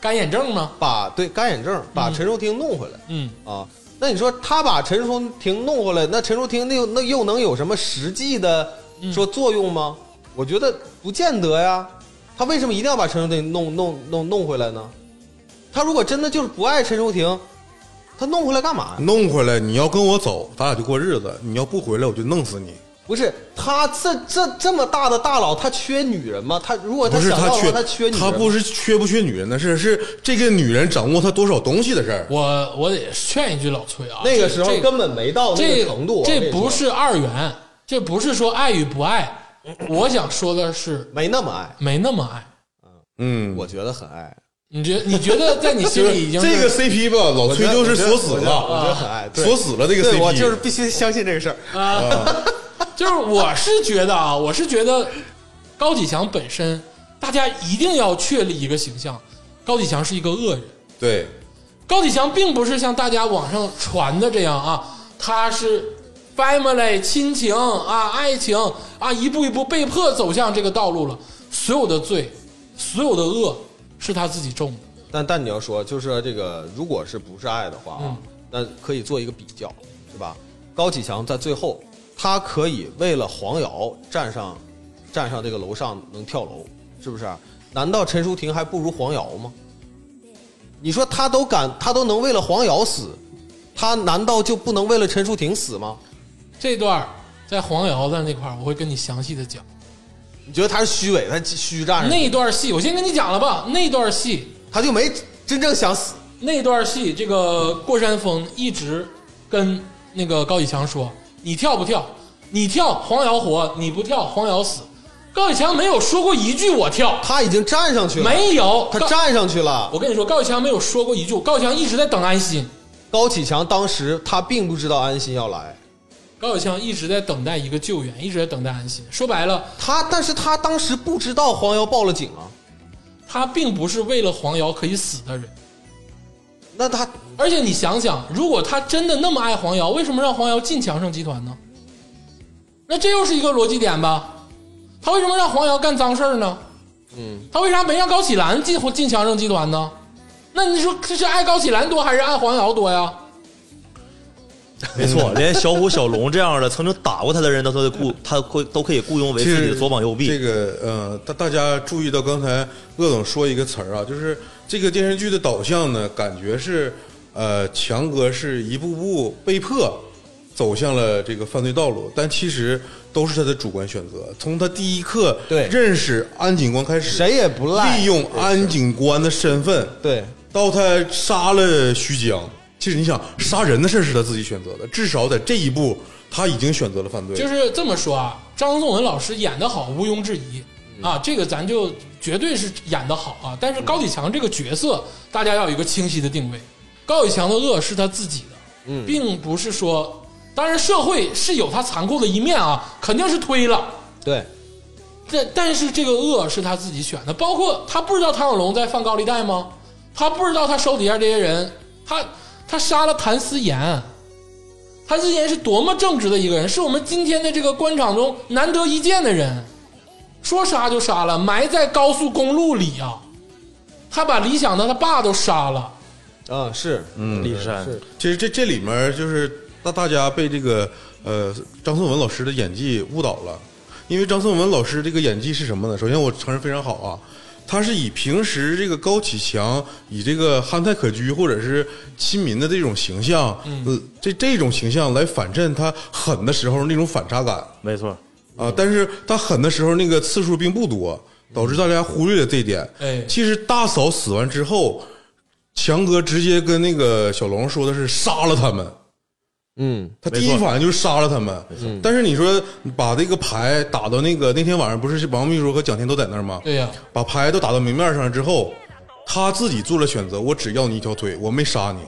Speaker 1: 干眼症吗？
Speaker 3: 把对干眼症把
Speaker 1: 嗯
Speaker 3: 陈淑婷弄回来、
Speaker 1: 嗯，
Speaker 3: 啊，那你说他把陈淑婷弄回来，那陈淑婷那又那又能有什么实际的
Speaker 1: 嗯
Speaker 3: 说作用吗？我觉得不见得呀。他为什么一定要把陈淑婷弄弄弄弄回来呢？他如果真的就是不爱陈淑婷，他弄回来干嘛呀？
Speaker 2: 弄回来，你要跟我走，咱俩就过日子；你要不回来，我就弄死你。
Speaker 3: 不是他这这这么大的大佬，他缺女人吗？他如果
Speaker 2: 不
Speaker 3: 他
Speaker 2: 是
Speaker 3: 想要的
Speaker 2: 缺
Speaker 3: 话，他缺女人
Speaker 2: 他
Speaker 3: 吗，
Speaker 2: 不是缺不缺女人的事，是这个女人掌握他多少东西的事儿。
Speaker 1: 我我得劝一句老崔啊，
Speaker 3: 那个时候
Speaker 1: 这
Speaker 3: 根本没到那
Speaker 1: 这
Speaker 3: 个程度。啊我跟
Speaker 1: 这
Speaker 3: 你说
Speaker 1: 不是二元，这不是说爱与不爱，我想说的是
Speaker 3: 没那么爱，
Speaker 1: 没那么爱。
Speaker 2: 嗯，
Speaker 3: 我觉得很爱。
Speaker 1: 你觉你觉得在你心里已经是
Speaker 2: 这个 CP 吧，老
Speaker 3: 我
Speaker 2: 崔
Speaker 3: 觉得
Speaker 2: 就是锁死
Speaker 3: 我觉得我觉得
Speaker 2: 了，
Speaker 3: 很爱，对
Speaker 2: 锁死了这个
Speaker 3: 对
Speaker 2: CP。
Speaker 3: 我就是必须相信这个事儿。
Speaker 1: 啊，就是我是觉得啊，我是觉得高启强本身，大家一定要确立一个形象，高启强是一个恶人。
Speaker 2: 对，
Speaker 1: 高启强并不是像大家网上传的这样啊，他是 family 亲情啊、爱情啊，一步一步被迫走向这个道路了。所有的罪，所有的恶，是他自己种的。
Speaker 3: 但但你要说，就是这个，如果是不是爱的话啊，那可以做一个比较，对吧？高启强在最后，他可以为了黄瑶站上站上这个楼上能跳楼，是不是？难道陈淑婷还不如黄瑶吗？你说他都敢，他都能为了黄瑶死，他难道就不能为了陈淑婷死吗？
Speaker 1: 这段儿在黄瑶的那块儿，我会跟你详细的讲。
Speaker 3: 你觉得他是虚伪，他虚战
Speaker 1: 那段戏，我先跟你讲了吧。那段戏
Speaker 3: 他就没真正想死。
Speaker 1: 那段戏，这个过山峰一直跟那个高启强说：“你跳不跳？你跳黄瑶活，你不跳黄瑶死。”高启强没有说过一句“我跳
Speaker 3: 他已经站上去”，了，
Speaker 1: 没有。
Speaker 3: 他
Speaker 1: 高，
Speaker 3: 站上去了。
Speaker 1: 我跟你说，高启强没有说过一句。高启强一直在等安心，
Speaker 3: 高启强当时他并不知道安心要来，
Speaker 1: 高晓强一直在等待一个救援，一直在等待安心。说白了，
Speaker 3: 他但是他当时不知道黄瑶报了警啊，
Speaker 1: 他并不是为了黄瑶可以死的人。
Speaker 3: 那他
Speaker 1: 而且你想想，如果他真的那么爱黄瑶，为什么让黄瑶进强盛集团呢？那这又是一个逻辑点吧？他为什么让黄瑶干脏事儿呢？嗯，他为啥没让高启兰进进强盛集团呢？那你说这是爱高启兰多还是爱黄瑶多呀？
Speaker 4: 没错，连小虎、小龙这样的曾经打过他的人，他都得雇，他会都可以雇佣为
Speaker 2: 其
Speaker 4: 自己
Speaker 2: 实
Speaker 4: 的左膀右臂。
Speaker 2: 这个呃，大大家注意到刚才鄂总说一个词儿啊，就是这个电视剧的导向呢，感觉是呃，强哥是一步步被迫走向了这个犯罪道路，但其实都是他的主观选择。从他第一刻
Speaker 3: 对
Speaker 2: 认识安警官开始，
Speaker 3: 谁也不赖，
Speaker 2: 利用安警官的身份，
Speaker 3: 对
Speaker 2: 到他杀了徐江。其实你想，杀人的事儿是他自己选择的，至少在这一步，他已经选择了犯罪。
Speaker 1: 就是这么说啊，张颂文老师演的好，毋庸置疑啊，这个咱就绝对是演的好啊。但是高启强这个角色，大家要有一个清晰的定位。高启强的恶是他自己的，并不是说，当然社会是有他残酷的一面啊，肯定是推了。
Speaker 3: 对，
Speaker 1: 但但是这个恶是他自己选的，包括他不知道唐小龙在放高利贷吗？他不知道他手底下这些人，他他杀了谭思妍，谭思妍是多么正直的一个人，是我们今天的这个官场中难得一见的人，说杀就杀了，埋在高速公路里啊，他把李想的他爸都杀了，
Speaker 3: 啊是，嗯
Speaker 4: 李山
Speaker 3: 是
Speaker 2: 其实这这里面就是大大家被这个呃张颂文老师的演技误导了，因为张颂文老师这个演技是什么呢？首先我承认非常好啊，他是以平时这个高启强以这个憨态可掬或者是亲民的这种形象，呃这这种形象来反衬他狠的时候那种反差感
Speaker 4: 没错，
Speaker 2: 啊，但是他狠的时候那个次数并不多，导致大家忽略了这一点。
Speaker 1: 哎
Speaker 2: 其实大嫂死完之后，强哥直接跟那个小龙说的是杀了他们，
Speaker 3: 嗯
Speaker 2: 他第一反应就是杀了他们。
Speaker 1: 嗯
Speaker 2: 但是你说把这个牌打到那个那天晚上不是王秘书和蒋天都在那儿吗？
Speaker 1: 对呀、
Speaker 2: 把牌都打到明面上之后，他自己做了选择，我只要你一条腿，我没杀你。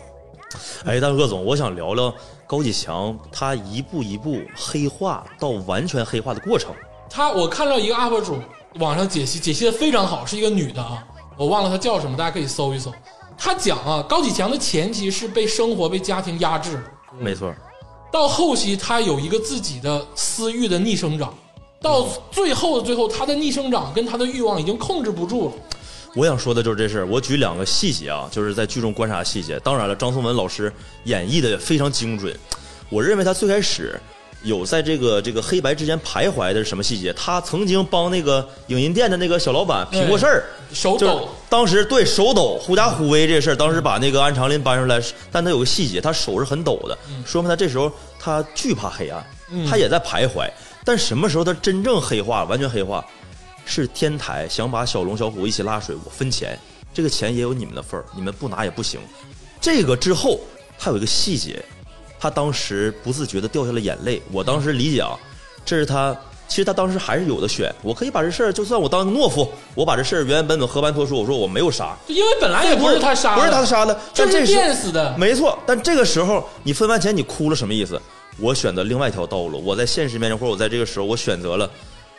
Speaker 4: 哎，但是鄂总，我想聊聊高启强他一步一步黑化到完全黑化的过程。
Speaker 1: 他我看到一个 UP 主网上解析，解析的非常好，是一个女的啊，我忘了她叫什么，大家可以搜一搜。她讲啊，高启强的前期是被生活、被家庭压制，
Speaker 4: 没错，
Speaker 1: 到后期他有一个自己的私欲的逆生长，到最后的最后，他的逆生长跟他的欲望已经控制不住了。
Speaker 4: 我想说的就是这事儿。我举两个细节啊，就是在剧中观察细节。当然了，张颂文老师演绎的非常精准。我认为他最开始有在这个这个黑白之间徘徊的是什么细节？他曾经帮那个影音店的那个小老板评过事儿，
Speaker 1: 手
Speaker 4: 就是
Speaker 1: 抖，
Speaker 4: 当时对手抖狐假虎威这事儿，当时把那个安长林搬出来，但他有个细节，他手是很抖的，
Speaker 1: 嗯
Speaker 4: 说明他这时候他惧怕黑暗，他也在徘徊。但什么时候他真正黑化，完全黑化，是天台想把小龙小虎一起拉水，我分钱，这个钱也有你们的份儿，你们不拿也不行。这个之后，他有一个细节，他当时不自觉的掉下了眼泪。我当时理解啊，这是他，其实他当时还是有的选，我可以把这事儿，就算我当个懦夫，我把这事儿原原本本和盘托出，我说我没有杀，
Speaker 1: 就因为本来也不是他杀的，
Speaker 4: 不是他杀的，
Speaker 1: 就
Speaker 4: 但
Speaker 1: 是
Speaker 4: 这时候
Speaker 1: 电死的。
Speaker 4: 没错，但这个时候你分完钱你哭了什么意思？我选择另外一条道路，我在现实面前或者我在这个时候，我选择了，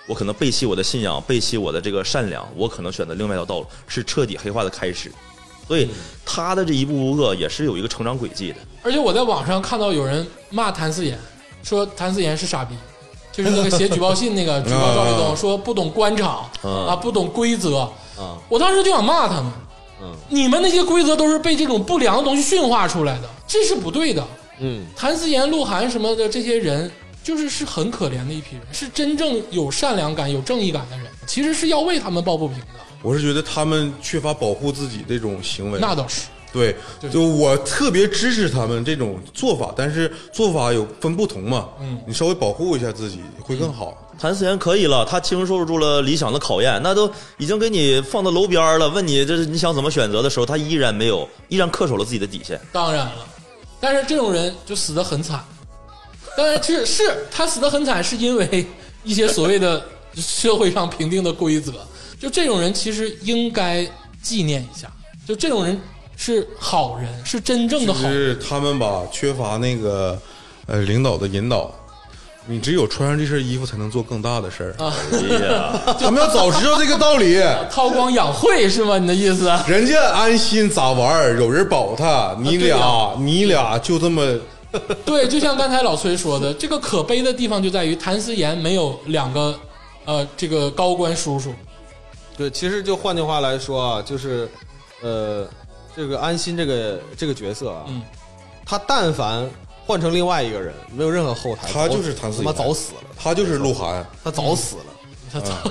Speaker 4: 我可能背弃我的信仰，背弃我的这个善良，我可能选择另外一条道路，是彻底黑化的开始。所以他的这一步步恶也是有一个成长轨迹的。
Speaker 1: 而且我在网上看到有人骂谭嗣言，说谭嗣言是傻逼，就是那个写举报信那个举报赵立东，说不懂官场
Speaker 4: 嗯
Speaker 1: 啊，不懂规则。
Speaker 3: 啊
Speaker 1: 我当时就想骂他们，你们那些规则都是被这种不良的东西驯化出来的，这是不对的。
Speaker 3: 嗯
Speaker 1: 谭思妍、鹿晗什么的这些人，就是是很可怜的一批人，是真正有善良感、有正义感的人，其实是要为他们抱不平的。
Speaker 2: 我是觉得他们缺乏保护自己这种行为。
Speaker 1: 那倒是，
Speaker 2: 对，
Speaker 1: 对
Speaker 2: 就我特别支持他们这种做法，但是做法有分不同嘛。
Speaker 1: 嗯
Speaker 2: 你稍微保护一下自己会更好。
Speaker 4: 谭思源可以了，他经受住了理想的考验，那都已经给你放到楼边儿了。问你这是你想怎么选择的时候，他依然没有，依然恪守了自己的底 线。
Speaker 1: 当然了，但是这种人就死得很惨。当然是是他死得很惨，是因为一些所谓的 社会上评定的规则。就这种人，其实应该纪念一下。就这种人，是好人，是真正的好
Speaker 2: 就
Speaker 1: 人。
Speaker 2: 是他们吧，缺乏那个呃领导的引导。你只有穿上这身衣服，才能做更大的事儿。
Speaker 1: 啊
Speaker 4: 哎呀，
Speaker 2: 他们要早知道这 个道理，
Speaker 1: 韬光养晦是吗？你的意思？啊
Speaker 2: 人家安心咋玩儿，有人保他，你
Speaker 1: 啊对
Speaker 2: 俩、
Speaker 1: 呀
Speaker 2: 你俩就这么
Speaker 1: 对，就像刚才老崔说的，这个可悲的地方就在于谭思妍没有两个呃这个高官叔叔。
Speaker 3: 对，其实就换句话来说啊，就是，呃，这个安心这个这个角色啊，
Speaker 1: 嗯
Speaker 3: 他但凡换成另外一个人，没有任何后台，
Speaker 2: 他
Speaker 3: 早
Speaker 2: 就是谭嗣
Speaker 3: 他妈
Speaker 2: 同
Speaker 3: 早死了，
Speaker 2: 他就是鹿晗，
Speaker 3: 他早死了。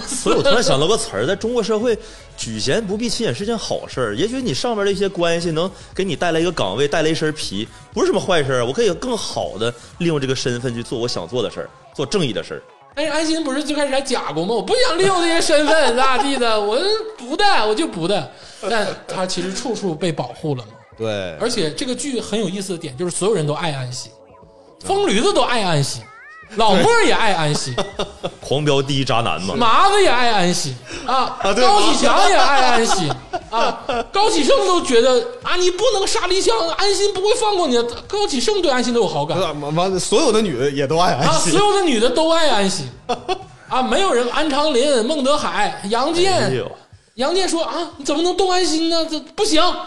Speaker 4: 所以我突然想到个词儿，在中国社会，举贤不避亲也是件好事儿。也许你上面的一些关系能给你带来一个岗位，带来一身皮，不是什么坏事儿。我可以更好的利用这个身份去做我想做的事儿，做正义的事儿。
Speaker 1: 但哎是安心不是最开始还假过吗？我不想利用这些身份 咋地的，我不的，我就不的。但他其实处处被保护了嘛。
Speaker 3: 对，
Speaker 1: 而且这个剧很有意思的点就是所有人都爱安心，疯驴子都爱安心，老莫也爱安心，
Speaker 4: 狂飙第一渣男嘛，
Speaker 1: 麻子也爱安心啊，
Speaker 3: 对
Speaker 1: 高启强也爱安心啊，高启盛都觉得啊，你不能杀李湘，安心不会放过你的。高启盛对安心都有好感
Speaker 3: 他妈妈所有的女的也都爱安
Speaker 1: 啊，
Speaker 3: 心
Speaker 1: 所，有的女的都爱安 心啊，没有人安长林、孟德海、杨
Speaker 4: 哎
Speaker 1: 健
Speaker 4: 呦，，
Speaker 1: 杨健说啊，你怎么能动安心呢？这不行，
Speaker 3: 啊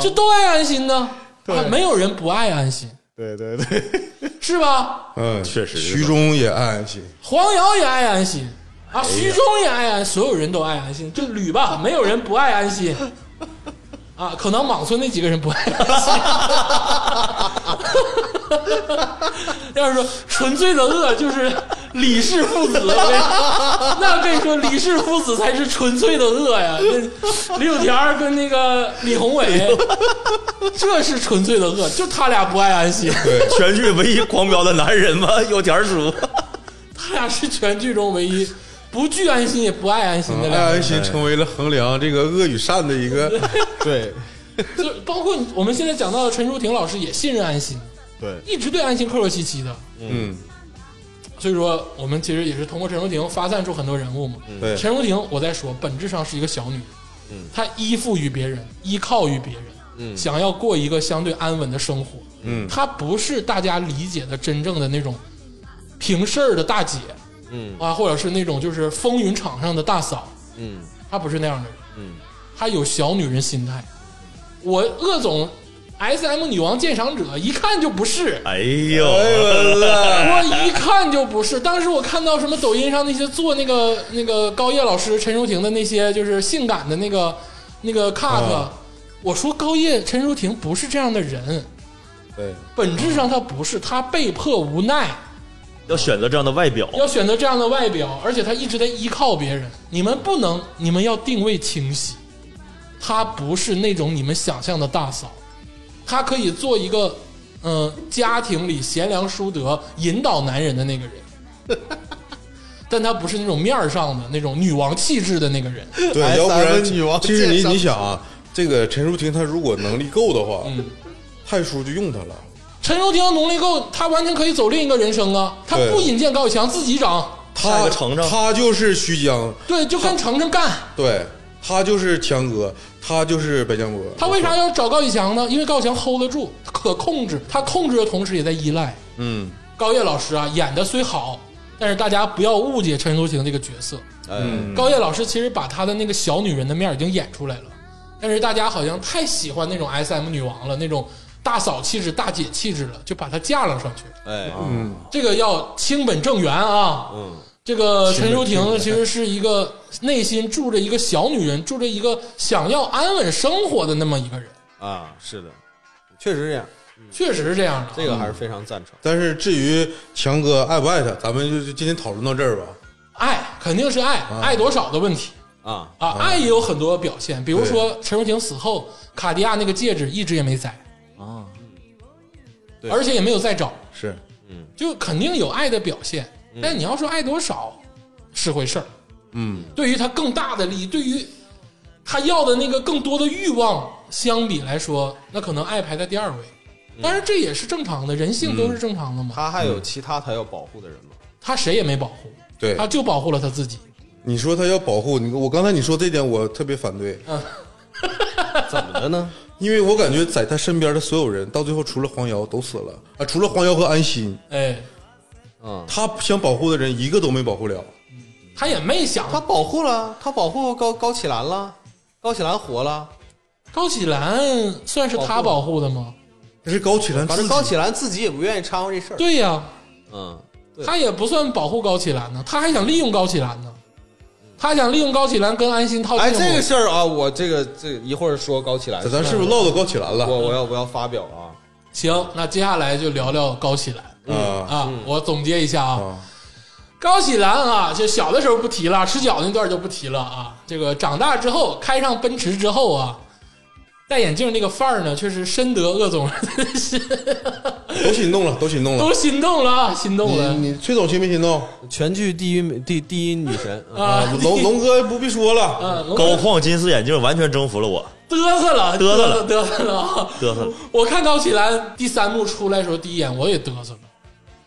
Speaker 1: 这都爱安心呢，
Speaker 3: 对
Speaker 1: 啊，没有人不爱安心，
Speaker 3: 对对对，
Speaker 1: 是吧？
Speaker 2: 嗯，
Speaker 4: 确实是
Speaker 2: 徐忠也爱安心，
Speaker 1: 黄瑶也爱安心啊，徐忠也爱安，所有人都爱安心，就捋吧，没有人不爱安心。啊，可能莽村那几个人不爱安心。要是说纯粹的恶就是李氏父子，那跟你说李氏父子才是纯粹的恶呀。那李有田儿跟那个李宏伟，这是纯粹的恶，就他俩不爱安心。
Speaker 4: 全剧唯一狂飙的男人嘛，有点儿叔。
Speaker 1: 他俩是全剧中唯一不惧安心也不爱安心的
Speaker 2: 爱
Speaker 1: 俩人，
Speaker 2: 安心成为了衡量这个恶与善的一个。
Speaker 3: 对
Speaker 1: 就包括我们现在讲到的陈淑婷老师也信任安心，
Speaker 3: 对，
Speaker 1: 一直对安心客客气气的。
Speaker 2: 嗯，
Speaker 1: 所以说，我们其实也是通过陈淑婷发散出很多人物嘛。
Speaker 2: 对，
Speaker 1: 陈淑婷，我在说，本质上是一个小女人，
Speaker 3: 嗯
Speaker 1: 她依附于别人，依靠于别人，想要过一个相对安稳的生活。
Speaker 2: 嗯
Speaker 1: 她不是大家理解的真正的那种平事儿的大姐，
Speaker 3: 嗯
Speaker 1: 啊，或者是那种就是风云场上的大嫂，
Speaker 3: 嗯
Speaker 1: 她不是那样的人。
Speaker 3: 嗯
Speaker 1: 她有小女人心态。我鄂总 S M 女王鉴赏者一看就不是，
Speaker 4: 哎呦，
Speaker 3: 哎
Speaker 1: 我一看就不是。当时我看到什么抖音上那些做那个那个高叶老师、陈淑婷的那些就是性感的那个那个 cut，、我说高叶陈淑婷不是这样的人，
Speaker 2: 对，
Speaker 1: 本质上她不是，她被迫无奈
Speaker 4: 要选择这样的外表，
Speaker 1: 要选择这样的外表，而且她一直在依靠别人。你们不能，你们要定位清晰，她不是那种你们想象的大嫂，她可以做一个嗯、呃家庭里贤良淑德、引导男人的那个人， 但她不是那种面儿上的那种女王气质的那个人。
Speaker 2: 对，
Speaker 3: 哎
Speaker 2: 要不
Speaker 3: 咱
Speaker 2: 然
Speaker 3: 们女王
Speaker 2: 其实
Speaker 3: 介
Speaker 2: 你
Speaker 3: 绍
Speaker 2: 你想啊，这个陈淑婷她如果能力够的话，
Speaker 1: 嗯
Speaker 2: 太叔就用她了。
Speaker 1: 陈淑婷能力够，她完全可以走另一个人生啊！她
Speaker 2: 对
Speaker 1: 不引荐高以翔，自己整，
Speaker 4: 下一
Speaker 2: 他
Speaker 4: 个程程
Speaker 2: 他就是徐江，
Speaker 1: 对，就跟程程干。
Speaker 2: 对他就是强哥，他就是白江波。
Speaker 1: 他为啥要找高以翔呢？因为高以翔 hold 得住，
Speaker 3: 嗯
Speaker 1: 可控制，他控制的同时也在依赖。
Speaker 2: 嗯
Speaker 1: 高叶老师啊，演的虽好，但是大家不要误解陈淑婷这个角色。
Speaker 3: 嗯
Speaker 1: 高叶老师其实把她的那个小女人的面已经演出来了，但是大家好像太喜欢那种 S M 女王了，那种大嫂气质、大姐气质了，就把她架了上去。
Speaker 3: 哎
Speaker 2: 嗯，
Speaker 1: 这个要清本正源啊。
Speaker 3: 嗯
Speaker 1: 这个陈淑婷其实是一个内心住着一个小女人，住着一个想要安稳生活的那么一个人，
Speaker 3: 啊，是的，确实是这样，
Speaker 1: 确实是这样的啊。
Speaker 3: 这个还是非常赞成。
Speaker 2: 但是至于强哥爱不爱他，咱们就就今天讨论到这儿吧。
Speaker 1: 爱肯定是爱，爱多少的问题
Speaker 3: 啊，
Speaker 1: 啊。爱也有很多表现，比如说陈淑婷死后，卡地亚那个戒指一直也没摘嗯
Speaker 4: 啊，
Speaker 3: 对
Speaker 1: 而且也没有再找，
Speaker 2: 是，
Speaker 1: 就肯定有爱的表现。但你要说爱多少是回事儿，
Speaker 2: 嗯，
Speaker 1: 对于他更大的利益，对于他要的那个更多的欲望相比来说，那可能爱排在第二位。当然这也是正常的，人性都是正常的嘛。
Speaker 3: 他还有其他他要保护的人吗？
Speaker 1: 他谁也没保护，
Speaker 2: 对
Speaker 1: 他就保护了他自己。
Speaker 2: 你
Speaker 4: 嗯
Speaker 2: 说他要保护你，我刚才你说这点我特别反对。
Speaker 3: 怎么的呢？
Speaker 2: 因为我感觉在他身边的所有人，到最后除了黄瑶都死了啊，除了黄瑶和安心，
Speaker 1: 哎，
Speaker 3: 嗯，
Speaker 2: 他想保护的人一个都没保护了。
Speaker 1: 他也没想
Speaker 3: 他保护了，他保护高高启兰了，高启兰活了，
Speaker 1: 高启兰算是他保护的吗？
Speaker 2: 这是高启兰
Speaker 3: 反
Speaker 2: 自己，
Speaker 3: 正高启兰自己也不愿意掺和这事儿。
Speaker 1: 对呀、
Speaker 3: 嗯，对
Speaker 1: 他也不算保护高启兰呢，他还想利用高启兰呢，他想利用高启兰跟安心套近
Speaker 3: 哎，
Speaker 1: 乎。
Speaker 3: 这个事儿啊，我这个这个一会儿说高启兰
Speaker 2: 咱，咱是不是唠到高启兰
Speaker 3: 我
Speaker 2: 了？
Speaker 3: 我要我要发表啊，
Speaker 1: 行，那接下来就聊聊高启兰
Speaker 2: 啊
Speaker 1: 啊，我总结一下啊，
Speaker 2: 啊，
Speaker 1: 高启兰啊，就小的时候不提了，吃饺子那段就不提了啊。这个长大之后，开上奔驰之后啊，戴眼镜那个范儿呢，确实深得鄂总
Speaker 2: 都心动了，都心动了。
Speaker 1: 都心动了啊，心动了
Speaker 2: 你你崔总心没心动？
Speaker 3: 全剧第一美第第一女神，嗯
Speaker 1: 啊！
Speaker 2: 呃龙龙哥不必说了，
Speaker 1: 啊，龙
Speaker 4: 高框金丝眼镜完全征服了我，
Speaker 1: 嘚瑟了，
Speaker 4: 嘚瑟了
Speaker 1: 嘚瑟了啊。
Speaker 4: 嘚瑟了。
Speaker 1: 我看高启兰第三幕出来的时候，第一眼我也嘚瑟了，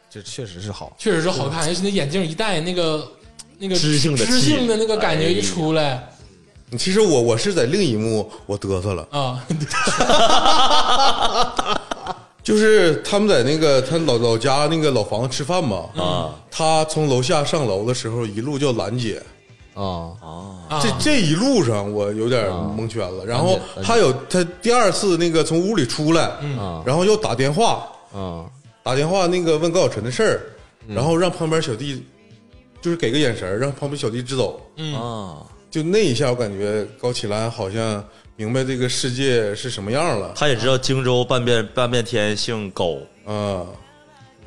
Speaker 3: 这确实是好。
Speaker 1: 确实是好看，尤其那眼镜一戴，那个那个
Speaker 4: 知性的气
Speaker 1: 知性的那个感觉
Speaker 4: 哎
Speaker 1: 一
Speaker 4: 呀
Speaker 1: 出来
Speaker 2: 其实我我是在另一幕我嘚瑟了，
Speaker 1: 啊，
Speaker 2: 就是他们在那个他老老家那个老房子吃饭嘛，
Speaker 4: 啊
Speaker 2: 他从楼下上楼的时候一路叫兰姐，
Speaker 3: 啊、
Speaker 4: 啊！
Speaker 1: 啊
Speaker 2: 这这一路上我有点蒙圈了。然后还有他第二次那个从屋里出来，
Speaker 1: 嗯
Speaker 3: 啊
Speaker 2: 然后又打电话，
Speaker 3: 啊
Speaker 2: 打电话那个问高晓晨的事儿，
Speaker 1: 嗯
Speaker 2: 然后让旁边小弟就是给个眼神儿，让旁边小弟支走。
Speaker 1: 嗯
Speaker 4: 啊，
Speaker 2: 就那一下，我感觉高启兰好像明白这个世界是什么样了
Speaker 4: 他也知道荆州半边半边天姓高，
Speaker 2: 啊。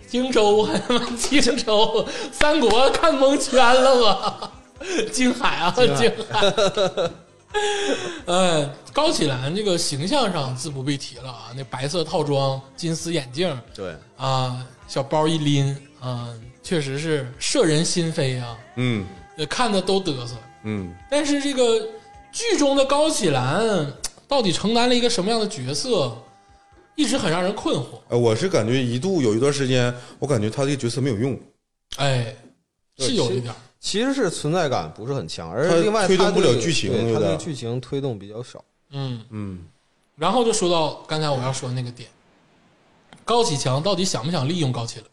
Speaker 1: 荆州，荆州，三国看蒙圈了吧？ 京海啊，京海。 嗯，高启兰这个形象上自不必提了啊，那白色套装、金丝眼镜
Speaker 3: 对，
Speaker 1: 啊，小包一拎啊，确实是摄人心扉啊，
Speaker 2: 嗯
Speaker 1: 呃看的都嘚瑟。
Speaker 2: 嗯，
Speaker 1: 但是这个剧中的高启兰到底承担了一个什么样的角色，一直很让人困惑。
Speaker 2: 呃，我是感觉一度有一段时间，我感觉他这个角色没有用，
Speaker 1: 哎，是有一点儿。
Speaker 3: 其实是存在感不是很强，而
Speaker 2: 它
Speaker 3: 另外
Speaker 2: 推动
Speaker 3: 它
Speaker 2: 不了
Speaker 3: 这个
Speaker 2: 剧情
Speaker 3: 对
Speaker 2: 有
Speaker 3: 它对
Speaker 2: 点
Speaker 3: 剧情推动比较少。
Speaker 1: 嗯，
Speaker 2: 嗯，
Speaker 1: 然后就说到刚才我要说的那个点，高启强到底想不想利用高启兰？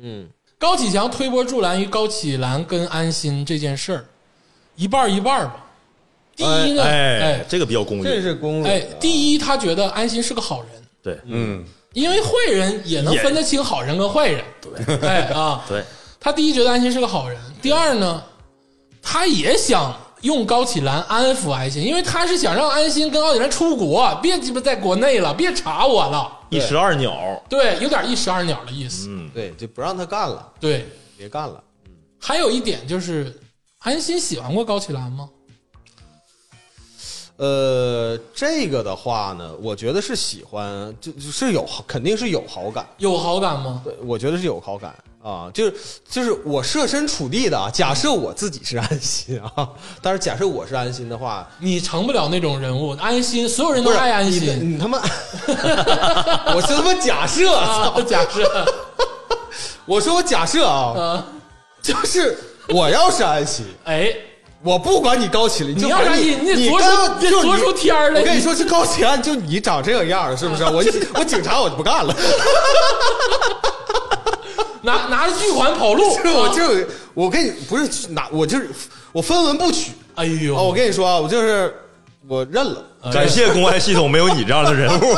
Speaker 3: 嗯，
Speaker 1: 高启强推波助澜于高启兰跟安心这件事儿，一半儿一半儿吧。第一呢，
Speaker 4: 哎
Speaker 1: 哎，
Speaker 4: 这个比较公
Speaker 3: 这
Speaker 4: 允，
Speaker 3: 是公
Speaker 1: 哎
Speaker 3: 论。，
Speaker 1: 第一他觉得安心是个好人，
Speaker 4: 对
Speaker 2: 嗯
Speaker 1: 因为坏人也能分得清好人跟坏人。对，哎啊，
Speaker 4: 对，
Speaker 1: 他第一觉得安心是个好人，第二呢，他也想用高启兰安抚安心，因为他是想让安心跟高启兰出国，别鸡巴在国内了，别查我了。
Speaker 4: 一石二鸟，
Speaker 1: 对，有点一石二鸟的意思。
Speaker 4: 嗯，
Speaker 3: 对，就不让他干了，
Speaker 1: 对，
Speaker 3: 别干了。
Speaker 1: 还有一点就是，安心喜欢过高启兰吗？
Speaker 3: 呃，这个的话呢，我觉得是喜欢，就就是有好，肯定是有好感。
Speaker 1: 有好感吗？
Speaker 3: 对，我觉得是有好感啊，就是就是我设身处地的啊，假设我自己是安心啊， 但是假设我是安心的话，
Speaker 1: 你成不了那种人物，安心，所有人
Speaker 3: 不
Speaker 1: 都
Speaker 3: 是
Speaker 1: 爱安心
Speaker 3: 你你他妈， 我是他妈假设，
Speaker 1: 啊。假设
Speaker 3: 我说我假设啊，
Speaker 1: 啊，
Speaker 3: 就是我要是安心，
Speaker 1: 哎，
Speaker 3: 我不管你高启了，
Speaker 1: 你
Speaker 3: 就
Speaker 1: 要
Speaker 3: 管
Speaker 1: 是
Speaker 3: 你
Speaker 1: 你你
Speaker 3: 你
Speaker 1: 昨
Speaker 3: 刚
Speaker 1: 出
Speaker 3: 就
Speaker 1: 昨出天儿了
Speaker 3: 我跟
Speaker 1: 你
Speaker 3: 你说是高启安，就你长这个样儿了，是不是？我我警察我就不干了，
Speaker 1: 拿拿着巨款跑路，
Speaker 3: 就是我就我跟你不是拿我就是我分文不取
Speaker 1: 哎
Speaker 3: 啊！我
Speaker 1: 呦，
Speaker 3: 跟你说啊，我就是我认了。
Speaker 1: 嗯
Speaker 4: 感谢公安系统没有你这样的人物，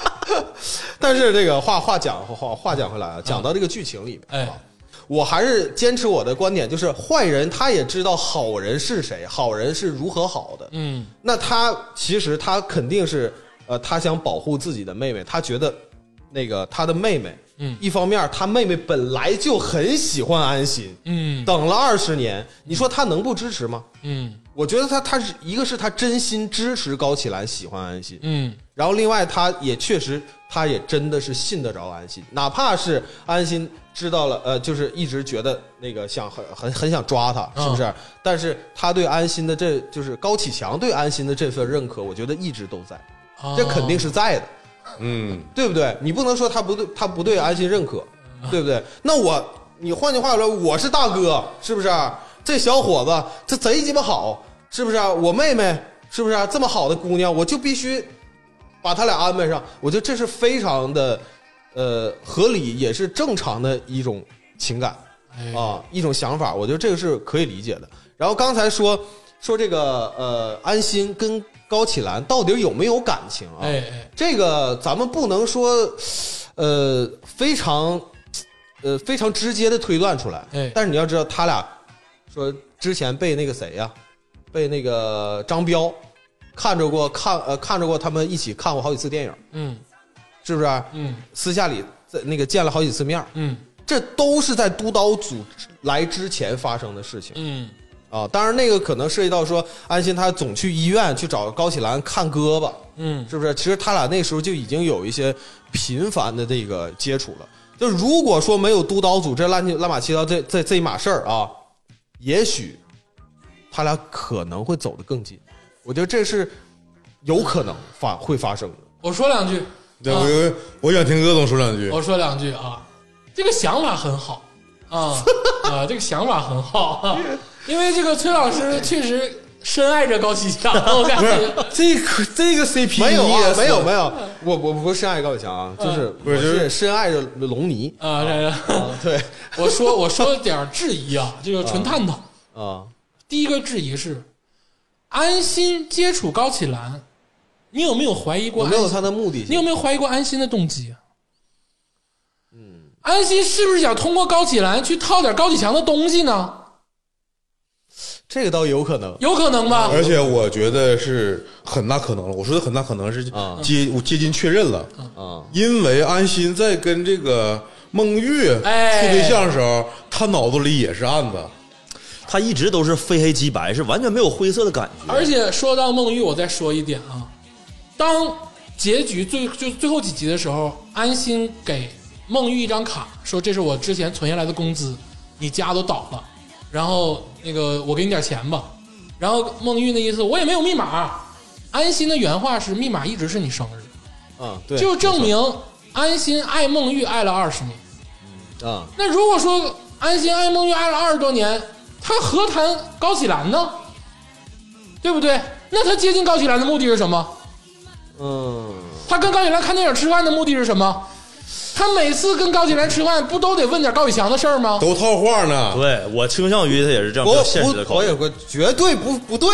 Speaker 3: 但是这个话话讲话话讲回来啊，讲到这个剧情里面，
Speaker 1: 嗯哎，
Speaker 3: 我还是坚持我的观点，就是坏人他也知道好人是谁，好人是如何好的。
Speaker 1: 嗯
Speaker 3: 那他其实他肯定是，呃，他想保护自己的妹妹，他觉得那个他的妹妹，
Speaker 1: 嗯
Speaker 3: 一方面他妹妹本来就很喜欢安心，
Speaker 1: 嗯
Speaker 3: 等了二十年，你说他能不支持吗？
Speaker 1: 嗯
Speaker 3: 我觉得他他是一个是他真心支持高启兰喜欢安心，
Speaker 1: 嗯，
Speaker 3: 然后另外他也确实，他也真的是信得着安心，哪怕是安心知道了，呃，就是一直觉得那个想很很很想抓他，是不是？但是他对安心的这就是高启强对安心的这份认可，我觉得一直都在，
Speaker 1: 啊
Speaker 3: 这肯定是在的，
Speaker 2: 嗯，
Speaker 3: 对不对？你不能说他不对，他不对安心认可，对不对？那我你换句话说，我是大哥，是不是？这小伙子啊这贼鸡巴好，是不是？我妹妹是不是这么好的姑娘，我就必须把他俩安排上，我觉得这是非常的呃合理，也是正常的一种情感
Speaker 1: 哎，
Speaker 3: 啊，一种想法，我觉得这个是可以理解的。然后刚才说说这个呃安心跟高启兰到底有没有感情啊？
Speaker 1: 哎哎，
Speaker 3: 这个咱们不能说，呃，非常，呃，非常直接的推断出来。
Speaker 1: 哎
Speaker 3: 但是你要知道，他俩说之前被那个谁呀、被那个张彪看着过看呃看着过他们一起看过好几次电影，
Speaker 1: 嗯
Speaker 3: 是不是？
Speaker 1: 嗯
Speaker 3: 私下里在那个见了好几次面儿，
Speaker 1: 嗯
Speaker 3: 这都是在督导组来之前发生的事情。
Speaker 1: 嗯，
Speaker 3: 啊，当然那个可能涉及到说安心他总去医院去找高启兰看胳膊，
Speaker 1: 嗯
Speaker 3: 是不是？其实他俩那时候就已经有一些频繁的这个接触了。就如果说没有督导组这乱七乱码七糟这这这一码事儿啊，也许他俩可能会走得更近。我觉得这是有可能发会发生的。
Speaker 1: 我说两句，
Speaker 2: 对，
Speaker 1: 啊
Speaker 2: 我我我想听鄂总说两句。
Speaker 1: 我说两句啊，这个想法很好 啊啊，这个想法很好啊，因为这个崔老师确实深爱着高启 强，我感
Speaker 2: 不是
Speaker 1: 觉，
Speaker 2: 这个这个 CP
Speaker 3: 没有
Speaker 2: 你也是
Speaker 3: 啊，
Speaker 2: 嗯
Speaker 3: 没有没有，我我不是深爱高启强啊，就是
Speaker 2: 不
Speaker 3: 我
Speaker 2: 是就是
Speaker 3: 是深爱着龙尼
Speaker 1: 啊，这个
Speaker 3: 对
Speaker 1: 我说我说点儿质疑啊，这个纯探讨。
Speaker 3: 啊，
Speaker 1: 第一个质疑是，安心接触高启兰，你有没有怀疑过
Speaker 3: 有
Speaker 1: 安
Speaker 3: 没
Speaker 1: 心？
Speaker 3: 有他的目的性？
Speaker 1: 你有没有怀疑过安心的动机？嗯，安心是不是想通过高启兰去套点高启强的东西呢？
Speaker 3: 这个倒有可能。
Speaker 1: 有可能吧？
Speaker 2: 而且我觉得是很大可能了。我说的很大可能是
Speaker 3: 啊
Speaker 2: 接我接近确认了，
Speaker 3: 啊
Speaker 2: 因为安心在跟这个孟玉处
Speaker 1: 哎
Speaker 2: 对象的时候，他脑子里也是案子。
Speaker 4: 他一直都是非黑即白，是完全没有灰色的感觉。
Speaker 1: 而且说到孟玉，我再说一点啊，当结局最就最后几集的时候，安心给孟玉一张卡，说这是我之前存下来的工资，你家都倒了，然后那个我给你点钱吧。然后孟玉的意思，我也没有密码。安心的原话是密码一直是你生日，
Speaker 3: 啊，对，
Speaker 1: 就证明安心爱孟玉爱了二十年。
Speaker 3: 啊，
Speaker 1: 那如果说安心爱孟玉爱了二十多年，他何谈高启兰呢？对不对？那他接近高启兰的目的是什么？
Speaker 3: 嗯，
Speaker 1: 他跟高启兰看电影吃饭的目的是什么？他每次跟高启兰吃饭，不都得问点高启强的事儿吗？
Speaker 2: 都套话呢。
Speaker 4: 对我倾向于他也是这样比
Speaker 3: 我
Speaker 4: 较现实的
Speaker 3: 我
Speaker 4: 考
Speaker 3: 我
Speaker 4: 虑
Speaker 3: 有。个绝对不不对，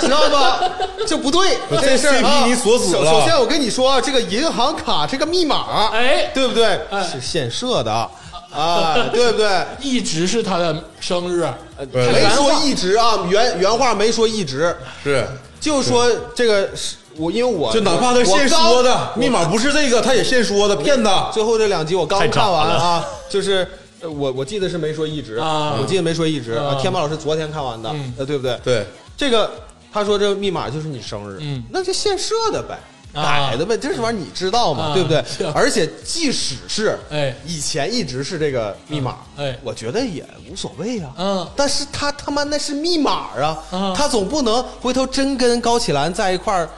Speaker 3: 知 道吧？这不对，
Speaker 2: 这
Speaker 3: 这事儿
Speaker 2: CP
Speaker 3: 啊
Speaker 2: 你锁死
Speaker 3: 首
Speaker 2: 了
Speaker 3: 首先我跟你说啊，这个银行卡这个密码，
Speaker 1: 哎
Speaker 3: 对不对？
Speaker 1: 哎
Speaker 3: 是现设的 啊，对不对？
Speaker 1: 一直是他的生日，
Speaker 2: 对
Speaker 3: 没说一直啊，原原话没说一直，
Speaker 2: 是，
Speaker 3: 就说这个是我，因为我
Speaker 2: 就哪怕他现说的密码不是这个，他也现说的骗他。
Speaker 3: 最后这两集我刚
Speaker 4: 太渣
Speaker 3: 看完
Speaker 4: 了
Speaker 3: 啊，就是呃我我记得是没说一直
Speaker 1: 啊
Speaker 3: 我记得没说一直
Speaker 1: 啊
Speaker 3: 天霸老师昨天看完的
Speaker 1: 嗯，
Speaker 3: 呃，对不对？
Speaker 2: 对，
Speaker 3: 这个他说这密码就是你生日，
Speaker 1: 嗯
Speaker 3: 那就现设的呗。
Speaker 1: 啊
Speaker 3: 改的呗，这玩意儿你知道嘛，
Speaker 1: 啊
Speaker 3: 对不对
Speaker 1: 是？
Speaker 3: 而且即使是，
Speaker 1: 哎
Speaker 3: 以前一直是这个密码，
Speaker 1: 哎
Speaker 3: 我觉得也无所谓啊。
Speaker 1: 嗯
Speaker 3: 但是他他妈那是密码啊，
Speaker 1: 啊
Speaker 3: 他总不能回头真跟高启兰在一块儿，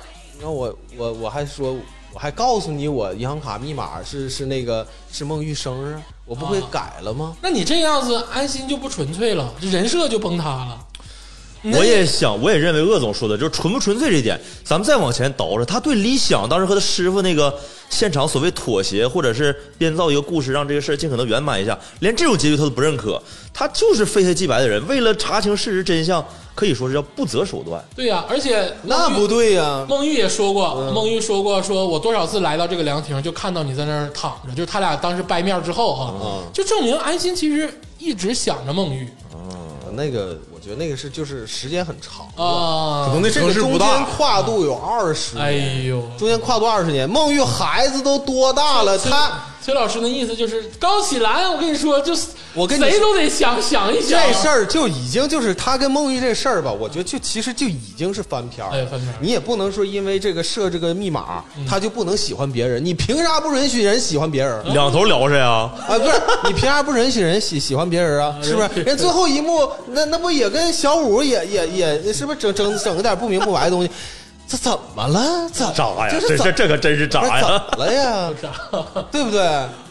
Speaker 3: 那我我我还说我还告诉你我银行卡密码是是那个是孟玉生日，我不会
Speaker 1: 啊
Speaker 3: 改了吗？
Speaker 1: 那你这样子，安心就不纯粹了，人设就崩塌了。那
Speaker 4: 我也想，我也认为鄂总说的就是纯不纯粹这一点，咱们再往前倒着，他对理想当时和他师傅那个现场所谓妥协，或者是编造一个故事，让这个事儿尽可能圆满一下，连这种结局他都不认可，他就是非黑即白的人。为了查清事实真相，可以说是叫不择手段。
Speaker 1: 对呀、而且
Speaker 3: 那不对呀、
Speaker 1: 孟玉也说
Speaker 3: 嗯
Speaker 1: 过，孟玉说过，说我多少次来到这个凉亭，就看到你在那儿躺着，就是他俩当时掰面之后啊，
Speaker 3: 嗯
Speaker 1: 就证明安心其实一直想着孟玉
Speaker 3: 那个我觉得那个是就是时间很长了，
Speaker 1: 啊，
Speaker 2: 可能那
Speaker 3: 这
Speaker 2: 城
Speaker 3: 个
Speaker 2: 市
Speaker 3: 中
Speaker 2: 不
Speaker 3: 间
Speaker 2: 大。
Speaker 3: 跨度有二十
Speaker 1: 哎
Speaker 3: 年，
Speaker 1: 呦，
Speaker 3: 中间跨度二十年，孟玉孩子都多大了，
Speaker 1: 崔
Speaker 3: 他
Speaker 1: 崔老师的意思就是高启兰，我跟你说，就是
Speaker 3: 我跟你说
Speaker 1: 谁都得想想一
Speaker 3: 这
Speaker 1: 想啊
Speaker 3: 事儿就已经就是他跟孟玉这事儿吧，我觉得就其实就已经是翻篇儿了。
Speaker 1: 哎翻篇儿
Speaker 3: 你也不能说因为这个设这个密码，他就不能喜欢别人。你凭啥不允许人喜欢别人？
Speaker 4: 两头聊着呀，
Speaker 3: 啊，不是，你凭啥不允许人喜喜欢别人啊？是不是？人最后一幕，那那不也跟小五也也也是不是整整整点不明不白的东西？这怎么了？怎么这是怎
Speaker 4: 啊哎这可真是
Speaker 3: 不是怎！么了呀？对不对？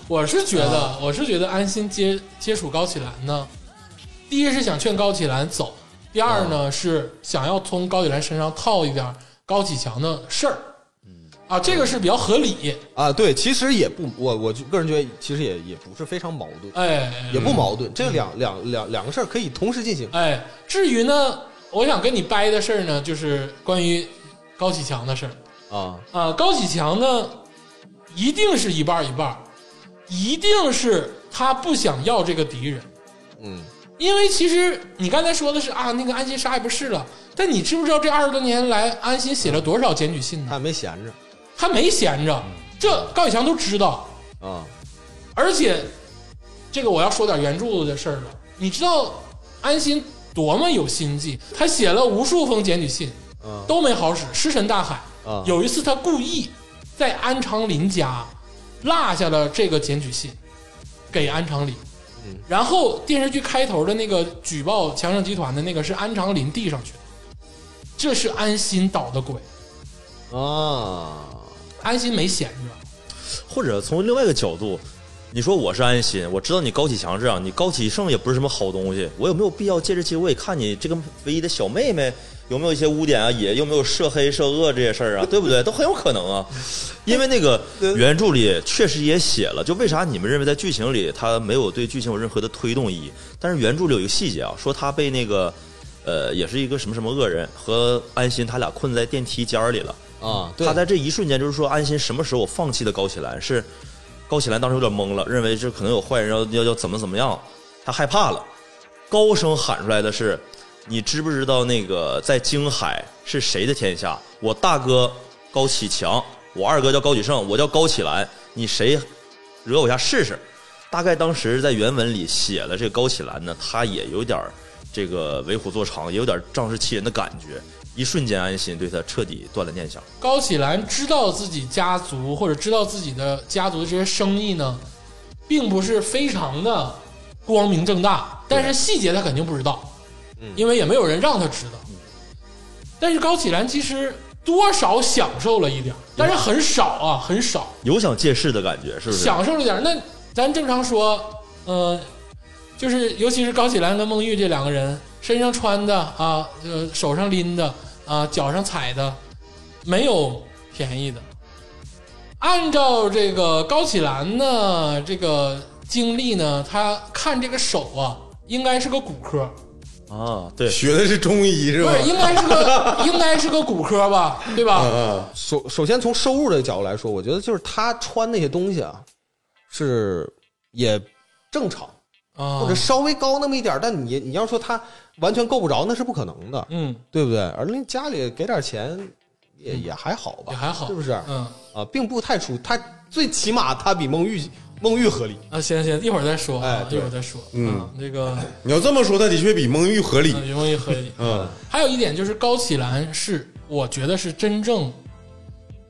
Speaker 1: 我是觉得，
Speaker 3: 啊
Speaker 1: 我是觉得安心接接触高启兰呢，第一是想劝高启兰走，第
Speaker 3: 啊嗯
Speaker 1: 二呢是想要从高启兰身上套一点高启强的事儿。啊，这个是比较合理，
Speaker 3: 啊，对，其实也不，我我就个人觉得，其实也也不是非常矛盾，
Speaker 1: 哎
Speaker 3: 也不矛盾，这两两两两个事儿可以同时进行。
Speaker 1: 哎。至于呢，我想跟你掰的事儿呢，就是关于高启强的事儿
Speaker 3: 啊
Speaker 1: 啊。高启强呢，一定是一半儿一半儿，一定是他不想要这个敌人，
Speaker 3: 嗯
Speaker 1: 因为其实你刚才说的是啊，那个安心啥也不是了，但你知不知道这二十多年来，安心写了多少检举信呢？
Speaker 3: 他没闲着
Speaker 1: 他没闲着，这高启强都知道。
Speaker 3: 啊，
Speaker 1: 而且，这个我要说点原著的事儿了。你知道安心多么有心计，他写了无数封检举信，
Speaker 3: 嗯
Speaker 1: 都没好使，石沉大海。
Speaker 3: 啊
Speaker 1: 有一次他故意在安长林家落下了这个检举信给安长林，然后电视剧开头的那个举报强盛集团的那个是安长林递上去的，这是安心捣的鬼，
Speaker 3: 啊，
Speaker 1: 安心没闲着，
Speaker 4: 或者从另外一个角度，你说我是安心，我知道你高启强这样，你高启盛也不是什么好东西，我有没有必要借这机会看你这个唯一的小妹妹有没有一些污点啊，也有没有涉黑涉恶这些事儿啊， 对不对？都很有可能啊，因为那个原著里确实也写了，就为啥你们认为在剧情里他没有对剧情有任何的推动意义？但是原著里有一个细节啊，说他被那个。呃，也是一个什么什么恶人和安心，他俩困在电梯间儿里了。
Speaker 3: 啊，对
Speaker 4: 他在这一瞬间就是说，安心什么时候我放弃的高启兰？是高启兰当时有点懵了，认为这可能有坏人要要要怎么怎么样，他害怕了，高声喊出来的是：“你知不知道那个在京海是谁的天下？我大哥高启强，我二哥叫高启盛，我叫高启兰，你谁惹我一下试试？”大概当时在原文里写了这个高启兰呢，他也有点儿这个为虎作伥，也有点儿仗势欺人的感觉。一瞬间，安心对他彻底断了念想。
Speaker 1: 高启兰知道自己家族或者知道自己的家族的这些生意呢，并不是非常的光明正大，但是细节他肯定不知道，因为也没有人让他知道。但是高启兰其实多少享受了一点儿，但是很少啊，很少
Speaker 4: 有想借势的感觉，是不是？
Speaker 1: 享受了一点儿。那咱正常说，呃，就是尤其是高启兰跟孟玉这两个人身上穿的啊，呃，手上拎的啊，脚上踩的，没有便宜的。按照这个高启兰呢，这个经历呢，他看这个手啊，应该是个骨科，
Speaker 4: 啊，对，
Speaker 2: 学的是中医是
Speaker 1: 不
Speaker 2: 吧？
Speaker 1: 是应该是个应该是个骨科吧，对吧？
Speaker 2: 啊，
Speaker 3: 首首先从收入的角度来说，我觉得就是他穿那些东西啊，是也正常，
Speaker 1: 啊
Speaker 3: 或者稍微高那么一点儿，但你你要说他完全够不着，那是不可能的，
Speaker 1: 嗯，
Speaker 3: 对不对？而那家里给点钱也也还好吧，
Speaker 1: 也还好，
Speaker 3: 是不是？
Speaker 1: 嗯
Speaker 3: 啊，并不太出，他最起码他比孟玉孟玉合理。
Speaker 1: 啊，行行，一会儿再说啊
Speaker 3: 哎，
Speaker 1: 一
Speaker 3: 对
Speaker 1: 会儿再说。嗯，那个
Speaker 2: 你要这么说，他的确比蒙玉合理。
Speaker 1: 呃云梦一合理。
Speaker 2: 嗯，
Speaker 1: 还有一点就是高启兰是我觉得是真正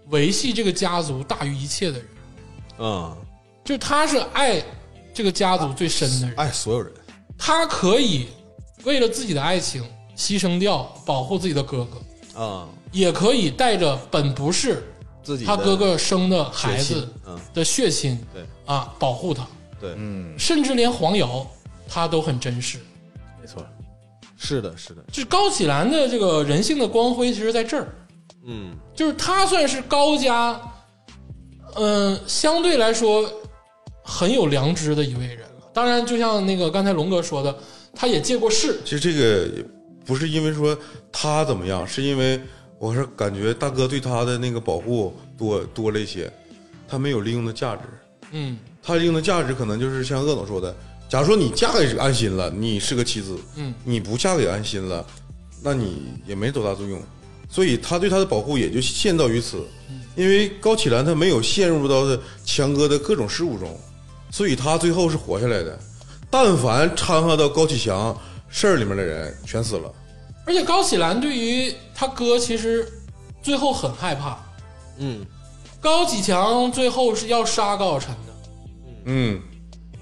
Speaker 1: 维系这个家族大于一切的人，
Speaker 3: 嗯，
Speaker 1: 就是他是爱这个家族最深的人，
Speaker 3: 爱哎所有人。
Speaker 1: 他可以为了自己的爱情牺牲掉保护自己的哥哥，
Speaker 3: 啊、
Speaker 1: 也可以带着本不是
Speaker 3: 自己的
Speaker 1: 他哥哥生的孩
Speaker 3: 血
Speaker 1: 子
Speaker 3: 亲嗯
Speaker 1: 的血亲，
Speaker 3: 对
Speaker 1: 啊，保护他，
Speaker 3: 对，
Speaker 1: 甚至连黄瑶他都很珍视。
Speaker 4: 没错，
Speaker 3: 是的，是的，
Speaker 1: 就是高启兰的这个人性的光辉，其实在这儿，
Speaker 3: 嗯
Speaker 1: 就是他算是高家，嗯、相对来说很有良知的一位人了。当然，就像那个刚才龙哥说的，他也借过势，
Speaker 2: 其实这个不是因为说他怎么样，是因为我是感觉大哥对他的那个保护多多了一些，他没有利用的价值。
Speaker 1: 嗯
Speaker 2: 他利用的价值可能就是像鄂总说的，假如说你嫁给安心了，你是个妻子，
Speaker 1: 嗯，
Speaker 2: 你不嫁给安心了，那你也没多大作用。所以他对他的保护也就限到于此，
Speaker 1: 嗯
Speaker 2: 因为高启兰他没有陷入到强哥的各种事务中，所以他最后是活下来的。但凡掺和到高启强事儿里面的人，全死了。
Speaker 1: 而且高启兰对于他哥其实最后很害怕，
Speaker 3: 嗯
Speaker 1: 高启强最后是要杀高晓晨的。
Speaker 2: 嗯，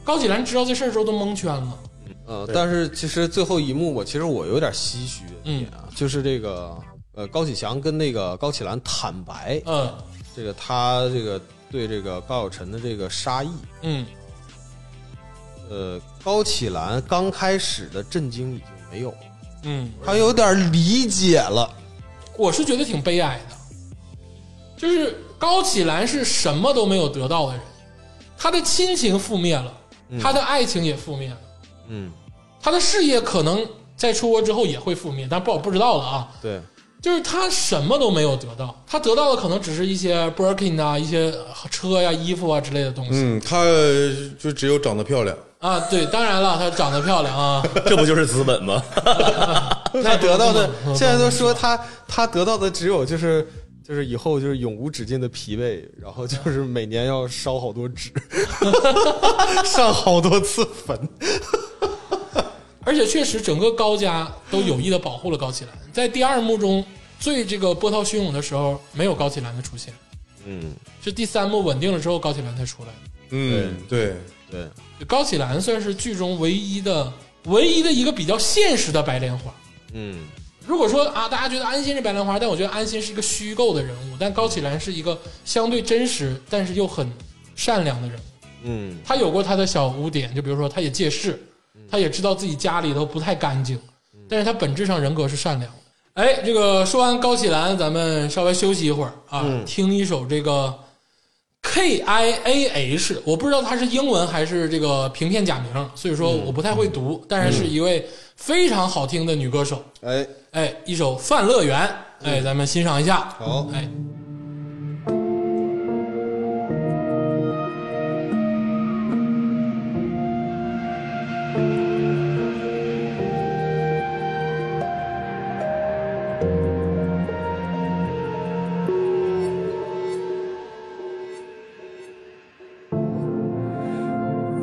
Speaker 1: 高启兰知道这事儿之后都蒙圈了，
Speaker 3: 呃，但是其实最后一幕我其实我有点唏嘘的
Speaker 1: 嗯
Speaker 3: 一点啊，就是这个呃高启强跟那个高启兰坦白
Speaker 1: 嗯
Speaker 3: 这个他这个对这个高晓晨的这个杀意，
Speaker 1: 嗯
Speaker 3: 呃高启兰刚开始的震惊已经没有了，
Speaker 1: 嗯，
Speaker 3: 他有点理解了。
Speaker 1: 我是觉得挺悲哀的。就是高启兰是什么都没有得到的人，他的亲情覆灭了，他的爱情也覆灭了，
Speaker 3: 嗯，
Speaker 1: 他的事业可能在出国之后也会覆灭，但不好不知道了啊。
Speaker 3: 对，
Speaker 1: 就是他什么都没有得到，他得到的可能只是一些 Birkin 啊、一些车呀、衣服啊之类的东西、
Speaker 2: 嗯，她就只有长得漂亮，
Speaker 1: 啊。对，当然了，她长得漂亮啊，
Speaker 4: 这不就是资本吗？
Speaker 3: 那得到的现在都说他他得到的只有就是就是以后就是永无止境的疲惫，然后就是每年要烧好多纸， 上好多次坟。
Speaker 1: 而且确实整个高家都有意的保护了高启兰，在第二幕中最这个波涛汹涌的时候，没有高启兰的出现，
Speaker 3: 嗯，
Speaker 1: 是第三幕稳定了之后高启兰才出来的。
Speaker 2: 嗯，对，
Speaker 3: 对，
Speaker 1: 高启兰算是剧中唯一的、唯一的一个比较现实的白莲花。
Speaker 3: 嗯，
Speaker 1: 如果说啊，大家觉得安心是白莲花，但我觉得安心是一个虚构的人物，但高启兰是一个相对真实，但是又很善良的人物。
Speaker 3: 嗯，
Speaker 1: 他有过他的小污点，就比如说他也借势，他也知道自己家里头不太干净，但是他本质上人格是善良的。哎，这个说完高启兰，咱们稍微休息一会儿啊，听一首这个 K I A H，我不知道它是英文还是这个平片假名，所以说我不太会读，但是是一位非常好听的女歌手。
Speaker 3: 哎，
Speaker 1: 哎，一首《范乐园》，哎，咱们欣赏一下。
Speaker 3: 好
Speaker 1: 哎，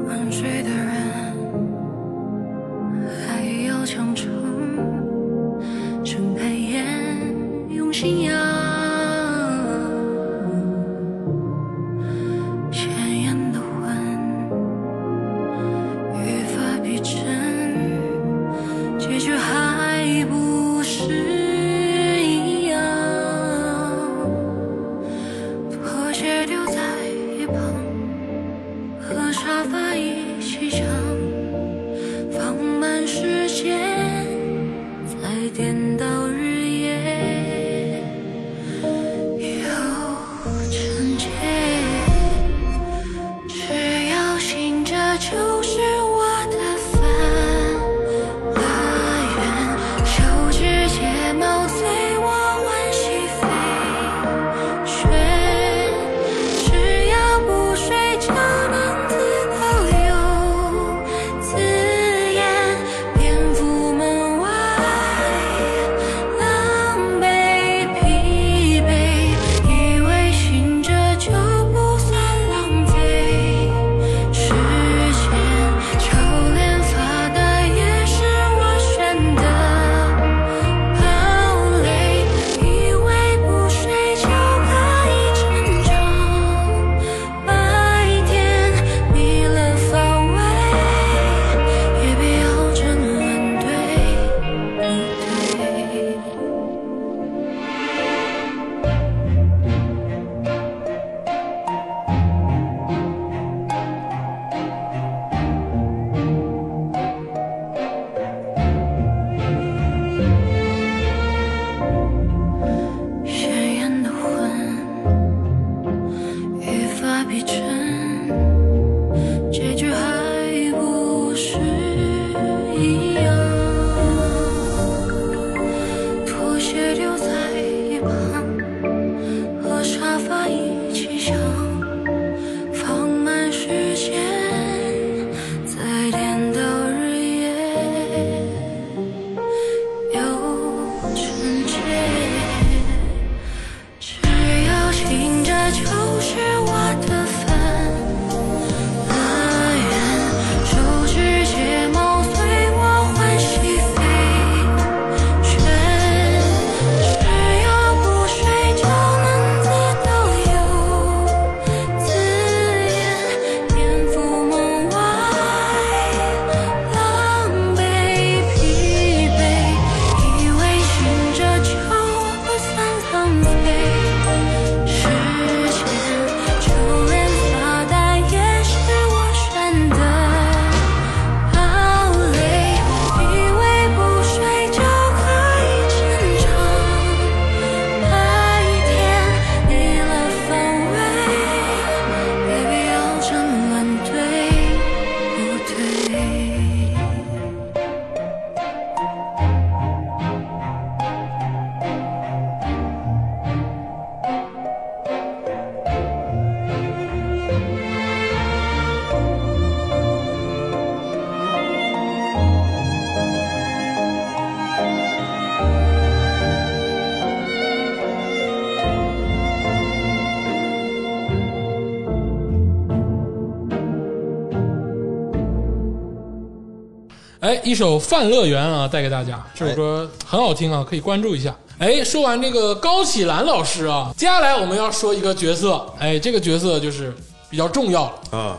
Speaker 5: 安睡的人还要强撑，睁开眼用信仰。鲜艳的吻，愈发逼真，结局还不是一样。拖鞋丢在一旁。和沙发一起唱，放慢时间，再颠倒日夜。
Speaker 1: 哎，一首《范乐园》啊，带给大家，这首歌很好听啊，可以关注一下。哎，说完这个高启兰老师啊，接下来我们要说一个角色，哎，这个角色就是比较重要了，
Speaker 2: 啊，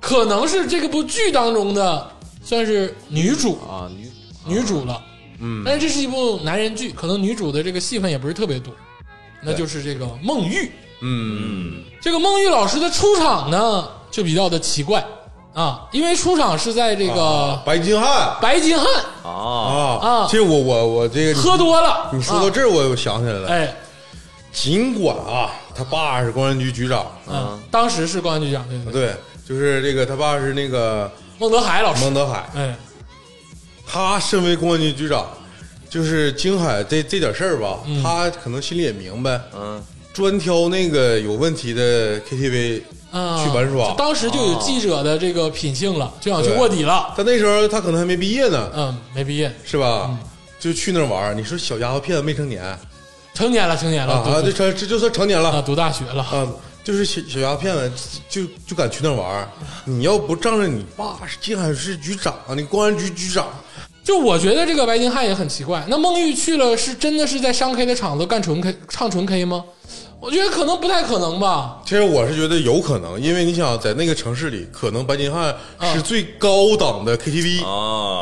Speaker 1: 可能是这个部剧当中的算是女主
Speaker 3: 啊，女
Speaker 1: 女主了，嗯，但是这是一部男人剧，可能女主的这个戏份也不是特别多，那就是这个孟玉，
Speaker 4: 嗯，
Speaker 1: 这个孟玉老师的出场呢就比较的奇怪啊，因为出场是在这
Speaker 3: 啊
Speaker 1: 个
Speaker 2: 白金汉
Speaker 1: 白金汉
Speaker 4: 啊，
Speaker 2: 啊
Speaker 1: 啊
Speaker 2: 其实我我我这个
Speaker 1: 喝多了，
Speaker 2: 你说到
Speaker 1: 啊
Speaker 2: 这儿，我又想起来了，
Speaker 1: 哎，
Speaker 2: 尽管啊，他爸是公安局局长，啊
Speaker 1: 嗯，当时是公安局长，对对对，
Speaker 2: 对，就是这个他爸是那个
Speaker 1: 孟德海老师
Speaker 2: 孟，德海，
Speaker 1: 哎，
Speaker 2: 他身为公安局局长，就是京海这这点事儿吧，
Speaker 1: 嗯
Speaker 2: 他可能心里也明白，
Speaker 4: 嗯，
Speaker 2: 专挑那个有问题的 KTV
Speaker 1: 啊，
Speaker 2: 去玩耍
Speaker 1: 就。当时就有记者的这个品性了，就想去卧底了，
Speaker 2: 但那时候他可能还没毕业呢，
Speaker 1: 嗯，没毕业，
Speaker 2: 是吧？就去那儿玩儿你说小丫头骗子没成年啊
Speaker 1: 成年了，成年了，
Speaker 2: 啊，
Speaker 1: 读
Speaker 2: 这成这就算成年
Speaker 1: 啊，
Speaker 2: 了
Speaker 1: 读大学了，
Speaker 2: 啊，就是小小丫头骗子就就敢去那儿玩儿你要不仗着你爸是京海市局长，啊你公安局局长，
Speaker 1: 就我觉得这个白金汉也很奇怪。那孟玉去了，是真的是在商 K 的场子干纯 K 唱纯 K 吗？我觉得可能不太可能吧。
Speaker 2: 其实我是觉得有可能，因为你想在那个城市里，可能白金汉是最高档的 KTV，、
Speaker 4: 啊，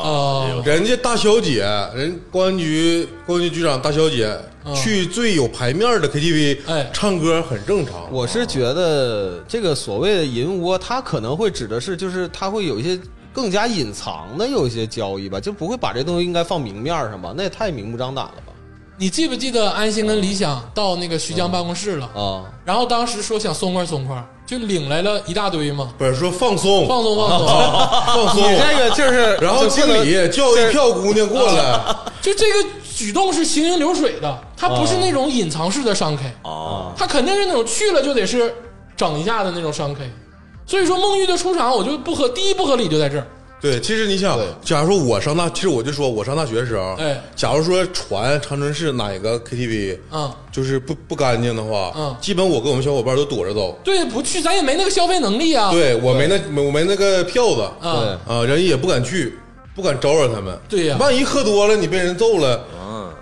Speaker 1: 呃，
Speaker 2: 人家大小姐，人公安局公安局局长大小姐、去最有牌面的 KTV，
Speaker 1: 哎
Speaker 2: 唱歌很正常。
Speaker 3: 我是觉得这个所谓的银窝，它可能会指的是，就是它会有一些更加隐藏的有一些交易吧，就不会把这东西应该放明面上吧，那也太明目张胆了吧？
Speaker 1: 你记不记得安心跟李想到那个徐江办公室了？
Speaker 3: 啊，
Speaker 1: 然后当时说想松快松快，就领来了一大堆 嘛，
Speaker 2: 不是说放松
Speaker 1: 放松放松。
Speaker 2: 放松，
Speaker 3: 这个就是，
Speaker 2: 然后经理叫一票姑娘过来，
Speaker 1: 就这个举动是行云流水的，他不是那种隐藏式的商 K，
Speaker 3: 哦
Speaker 4: 啊，
Speaker 1: 他肯定是那种去了就得是整一下的那种商 K。所以说孟玉的出场，我就不合第一不合理就在这儿，
Speaker 2: 对，其实你想，假如说我上大，其实我就说我上大学的时候，
Speaker 1: 哎
Speaker 2: 假如说传长春市哪个 KTV，
Speaker 1: 嗯
Speaker 2: 就是不不干净的话，
Speaker 1: 嗯
Speaker 2: 基本我跟我们小伙伴都躲着走。
Speaker 1: 对，不去咱也没那个消费能力啊，
Speaker 2: 对我没那我没那个票子
Speaker 1: 啊，
Speaker 3: 对
Speaker 2: 啊，人也不敢去，不敢招惹他们。
Speaker 1: 对呀
Speaker 2: 万一喝多了，你被人揍了，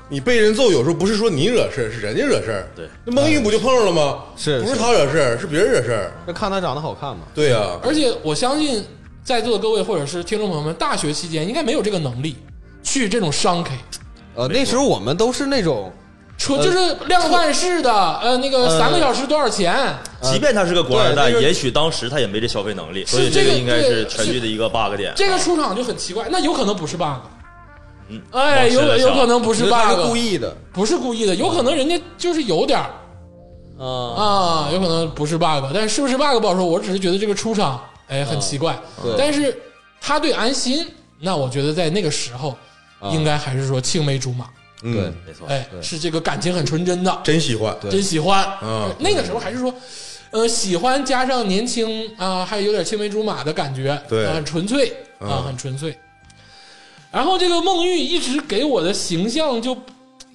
Speaker 2: 你被人揍，有时候不是说你惹事儿，是人家惹事儿。
Speaker 4: 对
Speaker 2: 那孟玉不就碰上了吗？
Speaker 3: 是
Speaker 2: 不是
Speaker 3: 是嗯
Speaker 2: 他惹事儿，是别人惹事儿？
Speaker 3: 就看他长得好看嘛。
Speaker 2: 对呀，
Speaker 1: 而且我相信在座的各位或者是听众朋友们，大学期间应该没有这个能力去这种商 K，
Speaker 3: 呃，那时候我们都是那种，呃
Speaker 1: 出就是量贩式的，呃，那个三个小时多少钱？
Speaker 3: 呃
Speaker 4: 即便他是个官二
Speaker 3: 对
Speaker 4: 代
Speaker 3: 那，个
Speaker 4: 也许当时他也没这消费能力，所以
Speaker 1: 这
Speaker 4: 这
Speaker 1: 个
Speaker 4: 个应该
Speaker 1: 对
Speaker 4: 是全剧的一个 bug 点。
Speaker 1: 这个出场就很奇怪，那有可能不是 bug，哎，
Speaker 3: 嗯
Speaker 4: 往深
Speaker 1: 有
Speaker 4: 了
Speaker 1: 有
Speaker 4: 想
Speaker 1: 可能不
Speaker 3: 我
Speaker 1: 是
Speaker 3: 觉得他
Speaker 1: bug，
Speaker 3: 是故意的
Speaker 1: 不是故意的，有可能人家就是有点儿
Speaker 3: 啊。
Speaker 1: 啊，有可能不是 bug，但是是不是 bug 不好说，我只是觉得这个出场哎很奇怪，
Speaker 3: 啊对
Speaker 1: 但是他对安心，那我觉得在那个时候、应该还是说青梅竹马，
Speaker 3: 啊对，
Speaker 4: 没错，
Speaker 1: 哎，是这个感情很纯真的，
Speaker 2: 真喜欢。
Speaker 1: 真喜欢，
Speaker 2: 嗯
Speaker 1: 那个时候还是说。呃，喜欢加上年轻啊、还有点青梅竹马的感觉，
Speaker 2: 对
Speaker 1: 啊很纯粹啊、
Speaker 2: 嗯
Speaker 1: 很纯粹。然后这个孟玉一直给我的形象就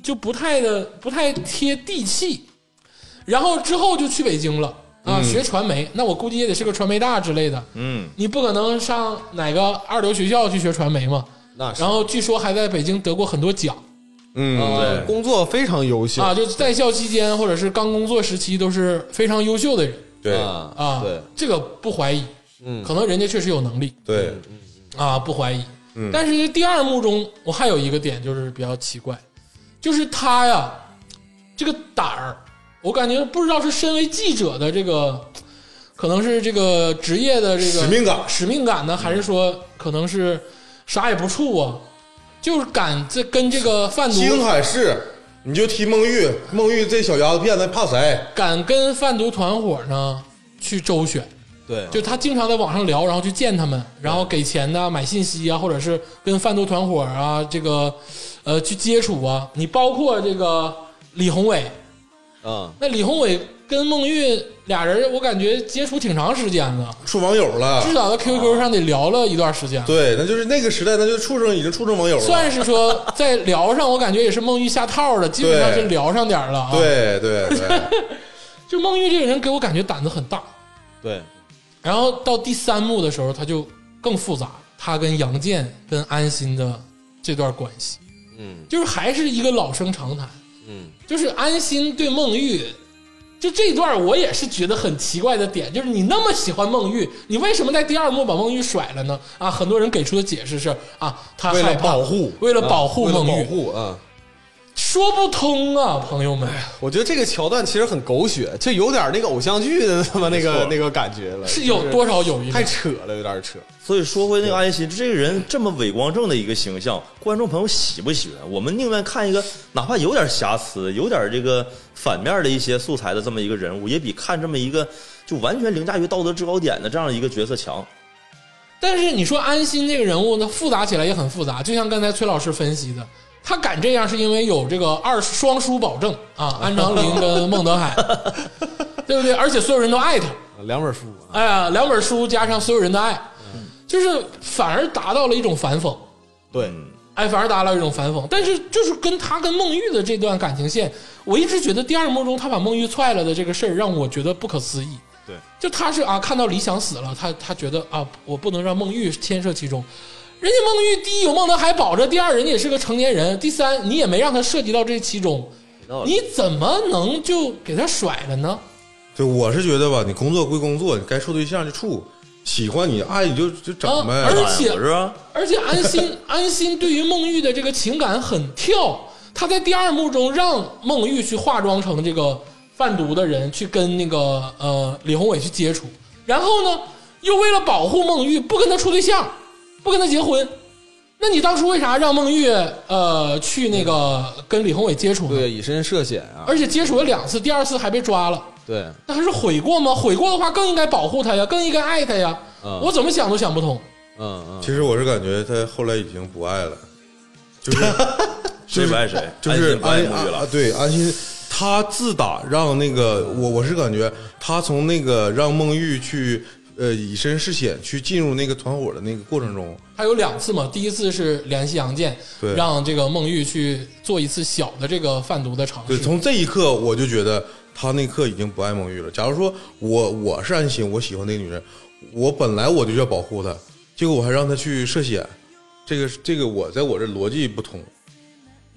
Speaker 1: 就不太的不太贴地气，然后之后就去北京了啊、
Speaker 2: 嗯
Speaker 1: 学传媒。那我估计也得是个传媒大之类的，
Speaker 4: 嗯，
Speaker 1: 你不可能上哪个二流学校去学传媒嘛。
Speaker 2: 啊
Speaker 3: 那是
Speaker 1: 然后据说还在北京得过很多奖
Speaker 2: 嗯，
Speaker 3: 呃
Speaker 4: 对
Speaker 3: 工作非常优秀
Speaker 1: 啊，就在校期间或者是刚工作时期都是非常优秀的人。
Speaker 2: 对
Speaker 3: 嗯
Speaker 1: 啊，
Speaker 3: 对，
Speaker 1: 这个不怀疑，嗯，可能人家确实有能力
Speaker 2: 对，
Speaker 1: 啊，不怀疑。
Speaker 2: 嗯
Speaker 1: 但是第二幕中，我还有一个点就是比较奇怪，就是他呀，这个胆儿，我感觉不知道是身为记者的这个，可能是这个职业的这个
Speaker 2: 使命感
Speaker 1: 使命感呢，还是说可能是啥也不怵啊，就是敢这跟这个贩毒
Speaker 2: 青海市，你就提孟玉，孟玉这小丫头片子怕谁？
Speaker 1: 敢跟贩毒团伙呢去周旋，
Speaker 3: 对
Speaker 1: 就他经常在网上聊，然后去见他们，然后给钱呐、买信息啊，或者是跟贩毒团伙啊，这个呃去接触啊。你包括这个李宏伟，
Speaker 3: 嗯，
Speaker 1: 那李宏伟跟孟玉俩人，我感觉接触挺长时间了，
Speaker 2: 处网友了
Speaker 1: 至。少在 QQ 上得聊了一段时间。
Speaker 2: 对，那就是那个时代，那就处上已经处上网友了。
Speaker 1: 算是说在聊上，我感觉也是孟玉下套的，基本上是聊上点儿了啊。，
Speaker 2: 对对对，
Speaker 1: 就孟玉这个人给我感觉胆子很大，
Speaker 3: 对，
Speaker 1: 然后到第三幕的时候，他就更复杂了，他跟杨建、跟安心的这段关系，
Speaker 3: 嗯
Speaker 1: 就是还是一个老生常谈，
Speaker 3: 嗯
Speaker 1: 就是安心对孟玉，就这段我也是觉得很奇怪的点，就是你那么喜欢孟玉，你为什么在第二幕把孟玉甩了呢？啊，很多人给出的解释是啊，他
Speaker 3: 为了
Speaker 1: 害怕
Speaker 3: 保护嗯
Speaker 1: 为了保护
Speaker 3: 为了
Speaker 1: 孟
Speaker 3: 保
Speaker 1: 玉，
Speaker 3: 护啊。
Speaker 1: 说不通啊，朋友们，
Speaker 3: 我觉得这个桥段其实很狗血，就有点那个偶像剧的他妈那
Speaker 4: 没
Speaker 3: 个
Speaker 4: 错
Speaker 3: 那个感觉了，
Speaker 1: 是有多少有一
Speaker 3: 太
Speaker 1: 点。
Speaker 3: 扯了，有点扯。
Speaker 4: 所以说回那个安心，这个人这么伪光正的一个形象，观众朋友喜不喜欢？我们宁愿看一个哪怕有点瑕疵、有点这个反面的一些素材的这么一个人物，也比看这么一个就完全凌驾于道德制高点的这样一个角色强。
Speaker 1: 但是你说安心这个人物呢，复杂起来也很复杂，就像刚才崔老师分析的。他敢这样，是因为有这个二双输保证啊，安长林跟孟德海，对不对？而且所有人都爱他，
Speaker 3: 两本书啊，
Speaker 1: 哎呀，两本书加上所有人的爱，就是反而达到了一种反讽，
Speaker 3: 对，
Speaker 4: 嗯
Speaker 1: 哎，反而达到了一种反讽。但是就是跟他跟孟玉的这段感情线，我一直觉得第二幕中他把孟玉踹了的这个事儿，让我觉得不可思议。
Speaker 3: 对，
Speaker 1: 就他是啊，看到李想死了，他他觉得啊，我不能让孟玉牵涉其中。人家孟玉第一有孟德海保着，第二人家也是个成年人，第三你也没让他涉及到这其中，你怎么能就给他甩了呢？
Speaker 2: 对，我是觉得吧，你工作归工作，你该处对象就处，喜欢你爱你就就整呗。
Speaker 1: 啊而且
Speaker 4: 是吧？
Speaker 1: 而且安 心安心对于孟玉的这个情感很跳，他在第二幕中让孟玉去化妆成这个贩毒的人，去跟那个呃李宏伟去接触，然后呢，又为了保护孟玉，不跟他处对象，不跟他结婚。那你当初为啥让孟玉呃去那个跟李宏伟接触呢？
Speaker 3: 对，以身涉险啊，
Speaker 1: 而且接触了两次，第二次还被抓了。
Speaker 3: 对，
Speaker 1: 那还是悔过吗？悔过的话，更应该保护他呀，更应该爱他呀。
Speaker 3: 嗯
Speaker 1: 我怎么想都想不通。
Speaker 3: 嗯嗯，
Speaker 2: 其实我是感觉他后来已经不爱了，就是
Speaker 4: 谁不爱谁
Speaker 2: 就是安
Speaker 4: 安心不爱沐浴了
Speaker 2: 啊对安心。他自打让那个我我是感觉他从那个让孟玉去呃以身试险去进入那个团伙的那个过程中，
Speaker 1: 他有两次嘛，第一次是联系杨建，
Speaker 2: 对
Speaker 1: 让这个孟玉去做一次小的这个贩毒的尝
Speaker 2: 对，
Speaker 1: 试。
Speaker 2: 从这一刻我就觉得他那刻已经不爱孟玉了。假如说我我是安心，我喜欢那个女人，我本来我就要保护她，结果我还让她去涉险，这个这个我在我这逻辑不通。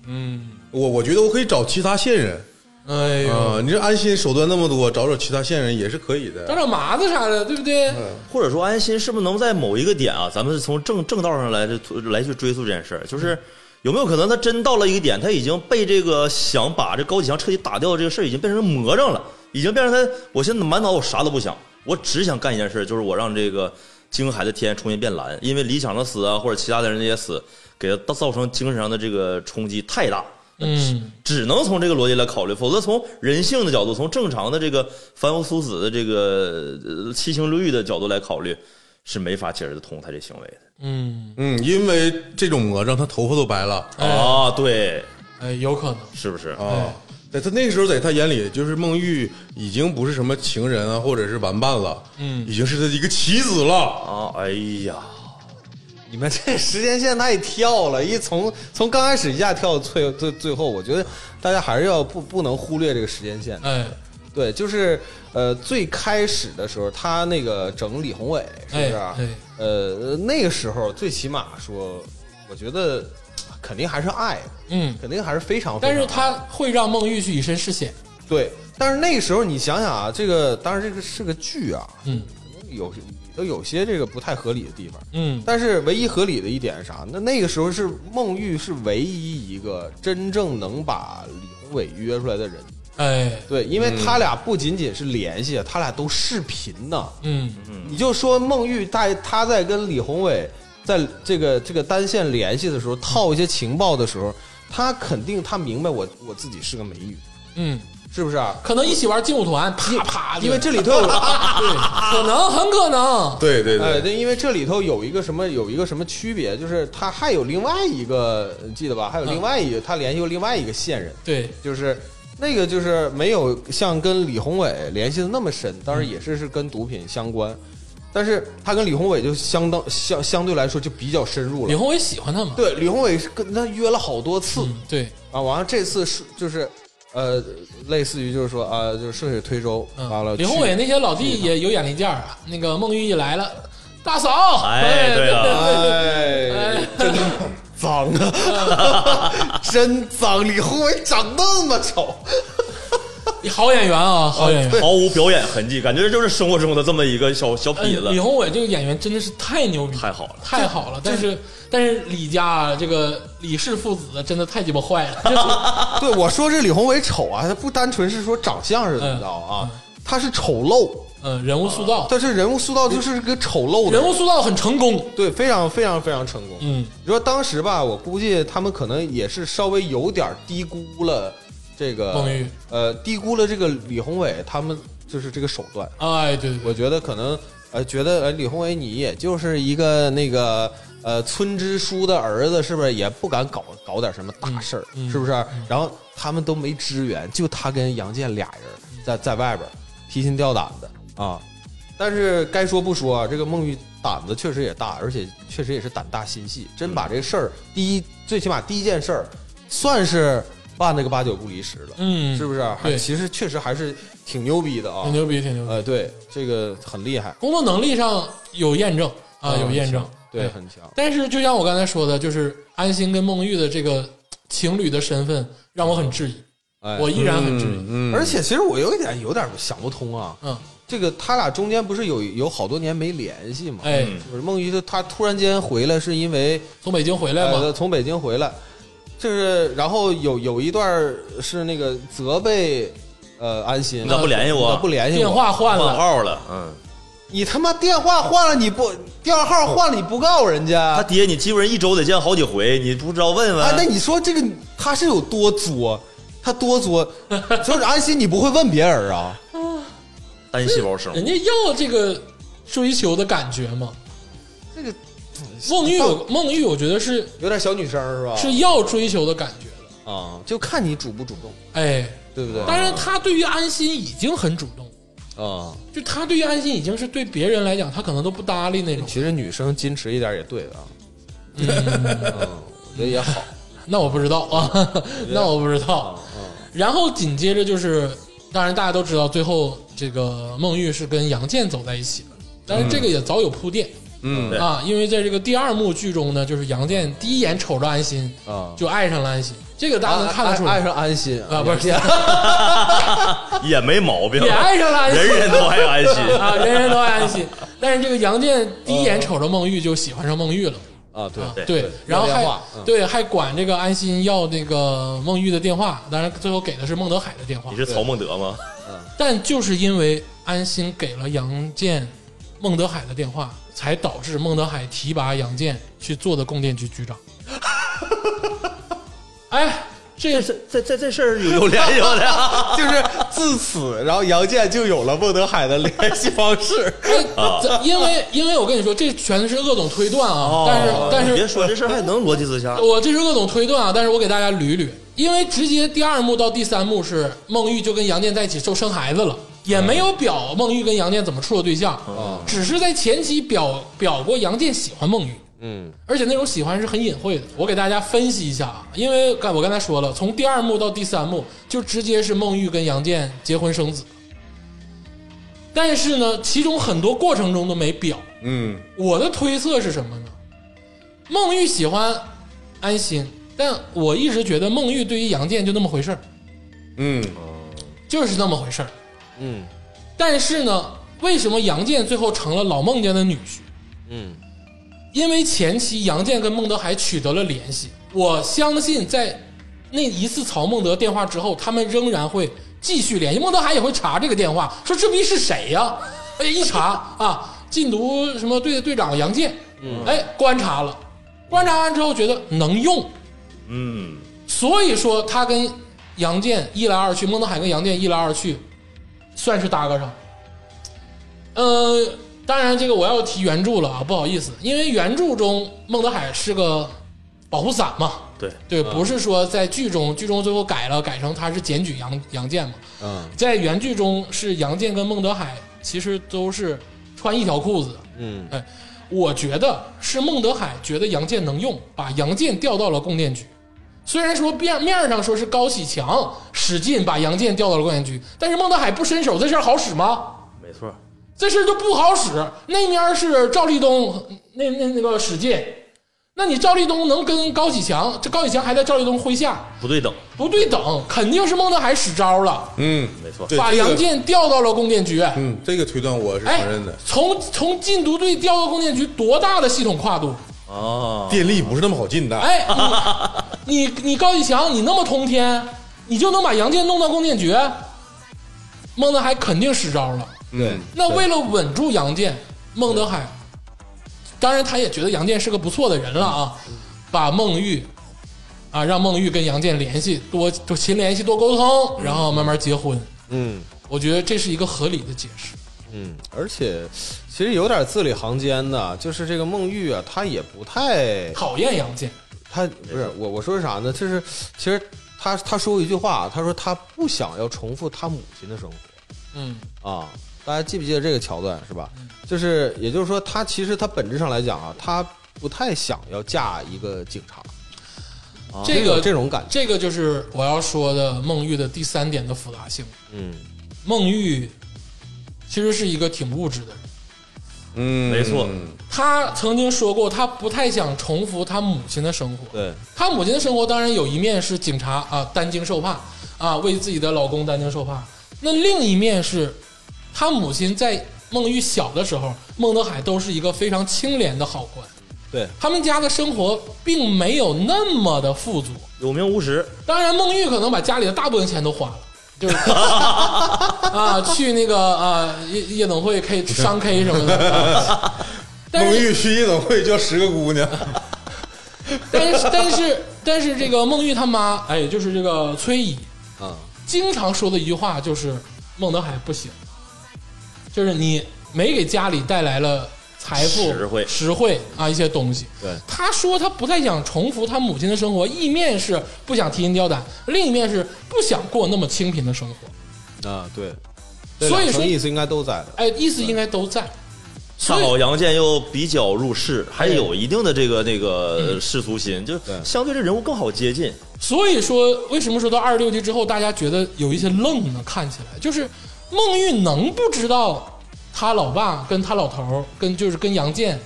Speaker 2: 嗯，我我觉得我可以找其他线人
Speaker 1: 哎
Speaker 4: 嗯
Speaker 1: 呦，
Speaker 2: 啊、你这安心手段那么多，找找其他线人也是可以
Speaker 1: 找
Speaker 2: 的。
Speaker 1: 找麻子啥的，对不对？
Speaker 4: 或者说安心是不是能在某一个点啊，咱们从正正道上来这来去追溯这件事儿，就是有没有可能他真到了一个点，他已经被这个想把这高启强彻底打掉的这个事儿已经变成魔怔了，已经变成他，我现在满脑我啥都不想，我只想干一件事，就是我让这个京海的天重新变蓝，因为理想的死啊，或者其他的人的也死，给他造成精神上的这个冲击太大。
Speaker 1: 嗯，
Speaker 4: 只能从这个逻辑来考虑，否则从人性的角度，从正常的这个凡夫俗子的这个呃七情六欲的角度来考虑，是没法解释得通他这行为的。
Speaker 1: 嗯，
Speaker 2: 嗯，因为这种魔怔，他头发都白了
Speaker 1: 哎
Speaker 4: 啊，对，
Speaker 1: 哎，有可能。
Speaker 4: 是不是？
Speaker 2: 啊。在他那个时候，在他眼里，就是孟玉已经不是什么情人啊，或者是玩伴了，嗯，已经是他的一个棋子了。
Speaker 4: 啊，哎呀，
Speaker 3: 你们这时间线太跳了，一从 从刚开始一下跳到最最最后，我觉得大家还是要不不能忽略这个时间线。
Speaker 1: 哎，
Speaker 3: 对，就是呃，最开始的时候，他那个整李宏伟是不是啊？
Speaker 1: 哎哎
Speaker 3: 呃，那个时候最起码说，我觉得呃肯定还是爱，
Speaker 1: 嗯，
Speaker 3: 肯定还是非常非常
Speaker 1: 但
Speaker 3: 爱。
Speaker 1: 是他会让孟玉去以身试险。
Speaker 3: 对，但是那个时候你想想啊，这个当然这个是个剧啊，
Speaker 1: 嗯
Speaker 3: 有都有些这个不太合理的地方。
Speaker 1: 嗯，
Speaker 3: 但是唯一合理的一点是啥？那那个时候是孟玉是唯一一个真正能把李宏伟约出来的人，
Speaker 1: 哎，
Speaker 3: 对，因为他俩不仅仅是联系，他俩都视频呢。
Speaker 1: 嗯
Speaker 3: 你就说孟玉在他在跟李宏伟在这个这个单线联系的时候，套一些情报的时候，他肯定他明白我我自己是个美女，
Speaker 1: 嗯，
Speaker 3: 是不是啊？
Speaker 1: 可能一起玩劲舞团，啪啪，
Speaker 3: 因为这里头 有，
Speaker 1: 可能很可能。
Speaker 2: 对对对，
Speaker 3: 哎，对，因为这里头有一个什么有一个什么区别，就是他还有另外一个，你记得吧？还
Speaker 1: 嗯
Speaker 3: 有另外一个，他联系过另外一个线人，
Speaker 1: 对，
Speaker 3: 就是那个就是没有像跟李宏伟联系的那么深，当
Speaker 1: 嗯
Speaker 3: 然也是是跟毒品相关，但是他跟李宏伟就相当相相对来说就比较深入
Speaker 1: 李
Speaker 3: 了。
Speaker 1: 宏伟喜欢他嘛？
Speaker 3: 对，李宏伟是跟他约了好多次、
Speaker 1: 嗯，对，
Speaker 3: 啊，完了这次是就是呃，类似于就是说啊，就是顺水推舟，完了
Speaker 1: 嗯，李宏伟
Speaker 3: 去
Speaker 1: 那些老弟也有眼力见儿啊。那个孟玉一来了，大嫂，
Speaker 4: 哎对啊
Speaker 3: 哎，真脏啊！真脏！李宏伟长那么丑，
Speaker 1: 对，好演员啊，好演员。
Speaker 4: 毫无表演痕迹，感觉就是生活中的这么一个小小痞
Speaker 1: 哎李
Speaker 4: 子，
Speaker 1: 宏伟这个演员真的是太牛逼，
Speaker 4: 太好了。
Speaker 1: 太好了。但是但是李家啊这个李氏父子真的太鸡巴坏了，
Speaker 3: 对我说这李宏伟丑啊，他不单纯是说长相是怎么着啊，他是丑陋，
Speaker 1: 嗯，人物塑造，
Speaker 3: 但是人物塑造就是个丑陋的
Speaker 1: 人物塑造很成功，
Speaker 3: 对，非常非常非常成功。
Speaker 1: 嗯，
Speaker 3: 你说当时吧，我估计他们可能也是稍微有点低估了这个
Speaker 1: 孟玉
Speaker 3: 呃，低估了这个李宏伟他们就是这个手段。
Speaker 1: 哎，对对对，
Speaker 3: 我觉得可能呃，觉得呃，李宏伟你也就是一个那个呃村支书的儿子，是不是也不敢搞搞点什么大事儿，
Speaker 1: 嗯嗯
Speaker 3: 是不是？然后他们都没支援，就他跟杨健俩人在在外边儿提心吊胆的啊。但是该说不说啊，这个孟玉胆子确实也大，而且确实也是胆大心细，真把这事儿第一，最起码第一件事儿，算是办了个八九不离十了，
Speaker 1: 嗯，
Speaker 3: 是不是？还
Speaker 1: 对
Speaker 3: 其实确实还是挺牛逼的啊，
Speaker 1: 挺牛逼，挺牛逼。
Speaker 3: 呃，对，这个很厉害
Speaker 1: 工作能力上有验证啊，
Speaker 3: 嗯
Speaker 1: 有验证，
Speaker 3: 对，很强。
Speaker 1: 但是就像我刚才说的，就是安心跟孟玉的这个情侣的身份让我很质疑，
Speaker 3: 哎，
Speaker 1: 我依然很质疑。
Speaker 2: 嗯，
Speaker 3: 而且其实我有一点有点想不通啊，
Speaker 1: 嗯，
Speaker 3: 这个他俩中间不是有有好多年没联系吗？
Speaker 1: 哎，
Speaker 4: 嗯
Speaker 3: 就是孟玉他突然间回来是因为
Speaker 1: 从北京回来
Speaker 3: 呃
Speaker 1: 嘛，
Speaker 3: 从北京回来，就是然后有有一段是那个责备呃安心
Speaker 4: 你咋不联系
Speaker 3: 你咋
Speaker 4: 我？
Speaker 3: 不联系我
Speaker 1: 电话换
Speaker 4: 换
Speaker 1: 了，
Speaker 4: 号了，嗯，
Speaker 3: 你他妈电话换了你不电话号换了你不告人家
Speaker 4: 他爹你基本上一周得见好几回，你不知道问问？
Speaker 3: 啊？那你说这个他是有多作？他 多作，就是安心，你不会问别人啊？
Speaker 4: 单细胞生物
Speaker 1: 人家要这个追求的感觉嘛。
Speaker 3: 这个
Speaker 1: 孟玉有孟玉，我觉得是
Speaker 3: 有点小女生是吧？
Speaker 1: 是要追求的感觉的，
Speaker 3: 啊，就看你主不主动，
Speaker 1: 哎，
Speaker 3: 对不对？
Speaker 1: 当然他对于安心已经很主动了。
Speaker 3: 啊，
Speaker 1: 就他对于安心已经是对别人来讲，他可能都不搭理那种。
Speaker 3: 其实女生矜持一点也对啊，嗯，我觉得也好。
Speaker 1: 那我不知道啊， 那我不知道。
Speaker 3: 嗯
Speaker 1: 然后紧接着就是，当然大家都知道，最后这个孟玉是跟杨健走在一起的，但是这个也早有铺垫、
Speaker 2: 嗯
Speaker 4: 对
Speaker 1: 啊，因为在这个第二幕剧中呢，就是杨健第一眼瞅着安心
Speaker 3: 啊
Speaker 1: 就爱上了安心，这个大家能看得出
Speaker 3: 爱爱
Speaker 1: 来。
Speaker 3: 上安心
Speaker 1: 啊不是
Speaker 3: 也
Speaker 4: 也没毛病，
Speaker 1: 也爱上了安
Speaker 4: 人
Speaker 1: 心
Speaker 4: 人都爱安心。
Speaker 1: 啊，人人都爱安心。但是这个杨健第一眼瞅着孟玉就喜欢上孟玉了。
Speaker 3: 啊，对，
Speaker 1: 啊
Speaker 4: 对
Speaker 1: 对
Speaker 3: 对，
Speaker 1: 然后
Speaker 3: 要
Speaker 1: 还
Speaker 3: 电话嗯
Speaker 1: 对还管这个安心要那个孟玉的电话，当然最后给的是孟德海的电话
Speaker 4: 你。是曹孟德吗？
Speaker 1: 但就是因为安心给了杨健孟德海的电话，才导致孟德海提拔杨健去做的供电局局长。哎，这是
Speaker 4: 这这这事儿有 有联系吗？
Speaker 3: 就是自此，然后杨健就有了孟德海 的联系方式。
Speaker 1: 哎，这因为因为我跟你说，这全是鄂总推断啊，
Speaker 4: 哦
Speaker 1: 但是但
Speaker 4: 你别
Speaker 1: 是
Speaker 4: 说这事儿还能逻辑自洽，
Speaker 1: 我这是各种推断啊，但是我给大家捋一捋，因为直接第二幕到第三幕是孟玉就跟杨健在一起就生孩子了，也没有表孟玉跟杨健怎么处的对象，只是在前期表表过杨健喜欢孟玉，
Speaker 3: 嗯，
Speaker 1: 而且那种喜欢是很隐晦的。我给大家分析一下啊，因为刚我刚才说了，从第二幕到第三幕就直接是孟玉跟杨健结婚生子，但是呢，其中很多过程中都没表，
Speaker 2: 嗯
Speaker 1: 我的推测是什么呢？孟玉喜欢安心，但我一直觉得孟玉对于杨健就那么回事儿，
Speaker 2: 嗯，
Speaker 1: 就是那么回事儿。
Speaker 3: 嗯
Speaker 1: 但是呢，为什么杨健最后成了老孟家的女婿？
Speaker 3: 嗯
Speaker 1: 因为前期杨健跟孟德海取得了联系，我相信在那一次曹孟德电话之后，他们仍然会继续联系。孟德海也会查这个电话，说这逼是谁呀、哎，一查 啊，禁毒什么队队长杨健，
Speaker 3: 嗯
Speaker 1: 哎，观察了，观察完之后觉得能用，
Speaker 4: 嗯，
Speaker 1: 所以说他跟杨健一来二去，孟德海跟杨健一来二去，算是搭个上。呃，当然这个我要提原著了啊，不好意思，因为原著中孟德海是个保护伞嘛，
Speaker 4: 对，
Speaker 1: 对，不是说在剧中，剧中最后改了，改成他是检举杨杨健嘛，
Speaker 3: 嗯
Speaker 1: 在原剧中是杨健跟孟德海其实都是穿一条裤子的，
Speaker 3: 嗯
Speaker 1: 哎，我觉得是孟德海觉得杨健能用，把杨健调到了供电局。虽然说面面上说是高启强使劲把杨健调到了供电局，但是孟德海不伸手，这事儿好使吗？
Speaker 4: 没错，
Speaker 1: 这事儿就不好使。那面是赵立东，那那那个史进，那你赵立东能跟高启强，这高启强还在赵立东麾下，
Speaker 4: 不对等，
Speaker 1: 不对等，肯定是孟德海使招了，
Speaker 2: 嗯，
Speaker 4: 没错。
Speaker 2: 对
Speaker 1: 把
Speaker 2: 这个
Speaker 1: 杨健调到了供电局。
Speaker 2: 嗯，这个推断我是
Speaker 1: 哎
Speaker 2: 承认的。，
Speaker 1: 从从禁毒队调到供电局，多大的系统跨度？
Speaker 4: 哦，
Speaker 2: 电力不是那么好进的，
Speaker 1: 哎，你你你高启强，你那么通天，你就能把杨健弄到供电局？孟德海肯定使招了。
Speaker 2: 嗯，
Speaker 1: 那为了稳住杨健，孟德海，当然他也觉得杨健是个不错的人了啊，把孟玉啊让孟玉跟杨健联系，多多勤联系，多沟通，然后慢慢结婚。
Speaker 3: 嗯
Speaker 1: 我觉得这是一个合理的解释。
Speaker 3: 嗯，而且其实有点字里行间的，就是这个孟玉啊，他也不太
Speaker 1: 讨厌杨健，
Speaker 3: 他不是我我说是啥呢？就是其实他他说过一句话，他说他不想要重复他母亲的生活。
Speaker 1: 嗯
Speaker 3: 啊，大家记不记得这个桥段是吧？就是也就是说，他其实他本质上来讲啊，他不太想要嫁一个警察，
Speaker 1: 这
Speaker 3: 有
Speaker 1: 个
Speaker 3: 啊这种感觉，
Speaker 1: 这个就是我要说的孟玉的第三点的复杂性。
Speaker 3: 嗯
Speaker 1: 孟玉其实是一个挺物质的人，
Speaker 2: 嗯，
Speaker 4: 没错
Speaker 1: 他曾经说过，他不太想重复他母亲的生活。
Speaker 3: 对，
Speaker 1: 他母亲的生活当然有一面是警察啊担惊受怕啊，为自己的老公担惊受怕。那另一面是，他母亲在孟玉小的时候，孟德海都是一个非常清廉的好官。
Speaker 3: 对，
Speaker 1: 他们家的生活并没有那么的富足。
Speaker 4: 有名无实，
Speaker 1: 当然，孟玉可能把家里的大部分钱都花了。就是 啊，去那个啊夜夜总会 K 商 K 什么的，啊 但
Speaker 2: 孟
Speaker 1: 是
Speaker 2: 玉去夜总会叫十个姑娘，
Speaker 1: 但是但是但是这个孟玉他妈，哎，就是这个崔姨，
Speaker 3: 啊，
Speaker 1: 经常说的一句话就是孟德海不行，就是你没给家里带来了财富、
Speaker 4: 实惠
Speaker 1: 实惠啊一些东西。
Speaker 3: 对
Speaker 1: 他说他不太想重复他母亲的生活，一面是不想提心吊胆，另一面是不想过那么清贫的生活。
Speaker 3: 啊，对，这
Speaker 1: 所以
Speaker 3: 两层
Speaker 1: 说，
Speaker 3: 意思应该都在的，
Speaker 1: 哎，意思应该都在。
Speaker 4: 恰
Speaker 1: 所以
Speaker 4: 好杨健又比较入世，还
Speaker 1: 哎
Speaker 4: 有一定的这个那个世俗心，就
Speaker 3: 对
Speaker 4: 相对这人物更好接近。
Speaker 1: 所以说，为什么说到二十六集之后，大家觉得有一些愣呢？看起来就是孟玉能不知道他老爸跟他老头儿跟就是跟杨健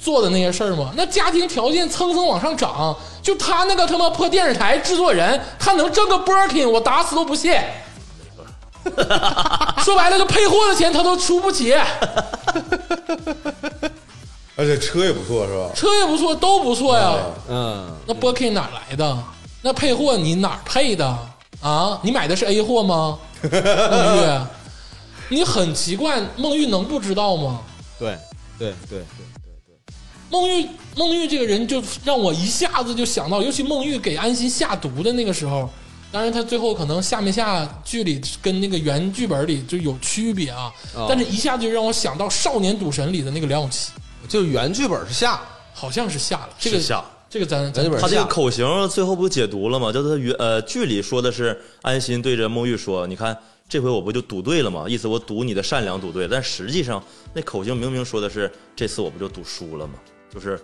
Speaker 1: 做的那些事儿吗？那家庭条件蹭蹭往上涨，就他那个他妈破电视台制作人，他能挣个 Birkin，我打死都不信。说白了，就配货的钱他都出不起，
Speaker 2: 而且车也不错，是 吧？
Speaker 1: 车也不错，都不错呀。
Speaker 3: 嗯，
Speaker 1: 那 Birkin 哪来的？那配货你哪儿配的啊？你买的是 A 货吗？孟玉，你很奇怪，孟玉能不知道吗？
Speaker 3: 对对对
Speaker 1: 孟玉，孟玉这个人就让我一下子就想到，尤其孟玉给安心下毒的那个时候，当然他最后可能下没下剧里跟那个原剧本里就有区别啊，
Speaker 3: 哦
Speaker 1: 但是一下就让我想到《少年赌神》里的那个梁咏琪，
Speaker 3: 对，就是原剧本是下，
Speaker 1: 好像是下了，这个
Speaker 4: 是下
Speaker 1: 这个咱咱
Speaker 3: 原剧本
Speaker 4: 他
Speaker 3: 是
Speaker 4: 这
Speaker 3: 下
Speaker 4: 个，口型最后不解读了吗？就是他原呃剧里说的是安心对着孟玉说：“你看这回我不就赌对了吗？意思我赌你的善良赌对了，但实际上那口型明明说的是这次我不就赌输了吗？就是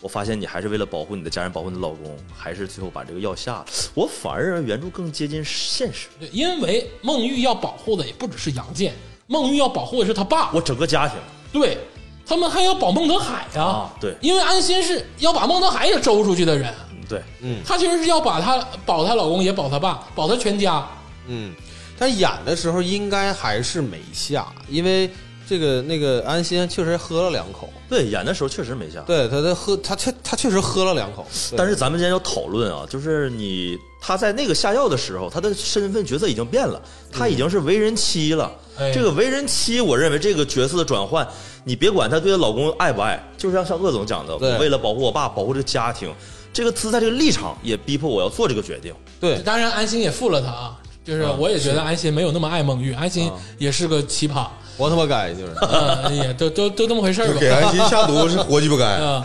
Speaker 4: 我发现你还是为了保护你的家人，保护你的老公，还是最后把这个药下了。我反而原著更接近现实，
Speaker 1: 对因为孟玉要保护的也不只是杨健，孟玉要保护的是他爸，
Speaker 4: 我整个家庭
Speaker 1: 对他们还要保孟德海呀、
Speaker 4: 啊，对，
Speaker 1: 因为安心是要把孟德海也周出去的人，
Speaker 4: 嗯对，
Speaker 1: 她其实是要把她保她老公，也保她爸，保她全家。
Speaker 3: 嗯，但演的时候应该还是没下，因为这个那个安心确实喝了两口，
Speaker 4: 对，演的时候确实没下。
Speaker 3: 对他他喝他确他确实喝了两口，对
Speaker 4: 但是咱们今天要讨论啊，就是你他在那个下药的时候，他的身份角色已经变了，他
Speaker 3: 嗯
Speaker 4: 已经是为人妻了。
Speaker 1: 哎
Speaker 4: 这个为人妻，我认为这个角色的转换，你别管他对老公爱不爱，就是像像鄂总讲的，
Speaker 3: 对
Speaker 4: 我为了保护我爸，保护这个家庭，这个姿态、这个立场也逼迫我要做这个决定。
Speaker 3: 对
Speaker 1: 当然，安心也负了她啊，就是我也觉得安心没有那么爱孟玉，安心也是个奇葩，
Speaker 3: 活他妈该 就是。
Speaker 1: 呃，也都都都这么回事儿
Speaker 2: 就
Speaker 1: 吧
Speaker 2: 给。安心下毒是活鸡巴 该，
Speaker 1: 啊、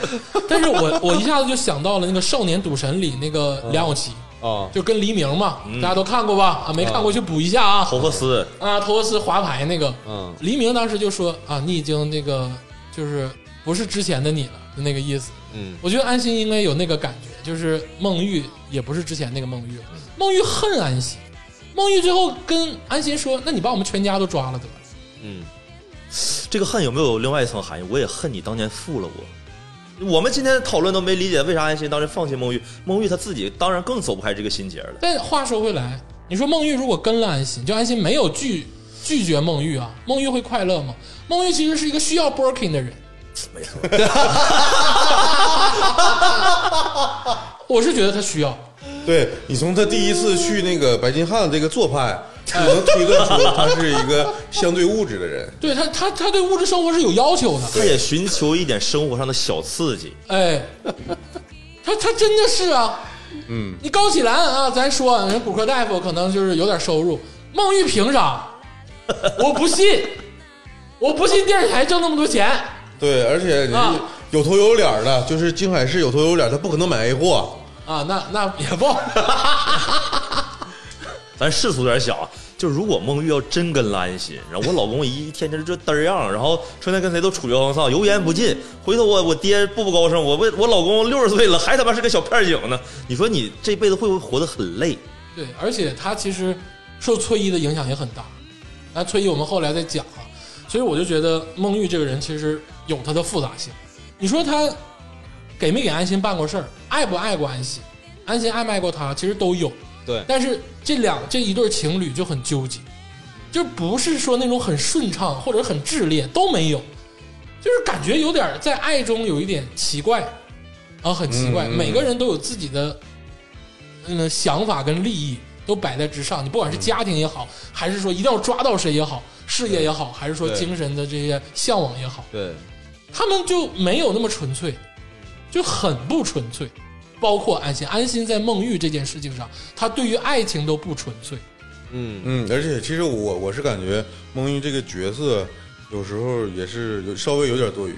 Speaker 1: 但是我我一下子就想到了那个《少年赌神》里那个梁咏琪，
Speaker 3: 啊，
Speaker 1: 就跟黎明嘛，大家都看过吧？啊，没看过去补一下啊。
Speaker 4: 侯克斯
Speaker 1: 啊，托克斯滑牌那个，
Speaker 3: 嗯
Speaker 1: 黎明当时就说啊，你已经那个就是不是之前的你了，就那个意思。
Speaker 3: 嗯，
Speaker 1: 我觉得安心应该有那个感觉，就是孟玉也不是之前那个孟玉了，孟玉恨安心，孟玉最后跟安心说：“那你把我们全家都抓了得了。”
Speaker 3: 嗯，
Speaker 4: 这个恨有没有另外一层含义？我也恨你当年负了我。我们今天讨论都没理解为啥安心当时放弃孟玉，孟玉他自己当然更走不开这个心结了。
Speaker 1: 但话说回来，你说孟玉如果跟了安心，就安心没有拒拒绝孟玉啊，孟玉会快乐吗？孟玉其实是一个需要 working 的人。
Speaker 4: 没错，
Speaker 1: 我是觉得他需要，
Speaker 2: 对你从他第一次去那个白金汉这个做派，就能推论出他是一个相对物质的人。
Speaker 1: 对他，他他对物质生活是有要求的。
Speaker 4: 他也寻求一点生活上的小刺激。
Speaker 1: 哎，他他真的是啊，嗯，你高启兰啊，咱说啊人骨科大夫可能就是有点收入，孟玉凭啥？我不信，我不信电视台挣那么多钱。
Speaker 2: 对，而且你
Speaker 1: 啊
Speaker 2: 有头有脸的，就是金海市有头有脸，他不可能买 A 货。
Speaker 1: 啊，那那也不好，
Speaker 4: 咱世俗点想，就如果孟玉要真跟了安心，然后我老公一一天天就嘚儿样，然后成天跟谁都处决横丧，油盐不进。回头我我爹步步高升，我为我老公六十岁了还他妈是个小片警呢。你说你这辈子会不会活得很累？
Speaker 1: 对，而且他其实受崔一的影响也很大。那崔一我们后来再讲啊，所以我就觉得孟玉这个人其实有他的复杂性。你说他给没给安心办过事儿，爱不爱过安心，安心爱不爱过他，其实都有。
Speaker 3: 对
Speaker 1: 但是这两这一对情侣就很纠结，就不是说那种很顺畅或者很炽烈都没有，就是感觉有点儿在爱中有一点奇怪啊，很奇怪。
Speaker 2: 嗯嗯
Speaker 1: 每个人都有自己的嗯想法跟利益都摆在之上，你不管是家庭也好，还是说一定要抓到谁也好，事业也好，还是说
Speaker 3: 对
Speaker 1: 精神的这些向往也好，
Speaker 3: 对，
Speaker 1: 他们就没有那么纯粹，就很不纯粹。包括安心，安心在孟玉这件事情上，他对于爱情都不纯粹。
Speaker 3: 嗯，
Speaker 2: 嗯，而且其实我我是感觉孟玉这个角色有时候也是有稍微有点多余，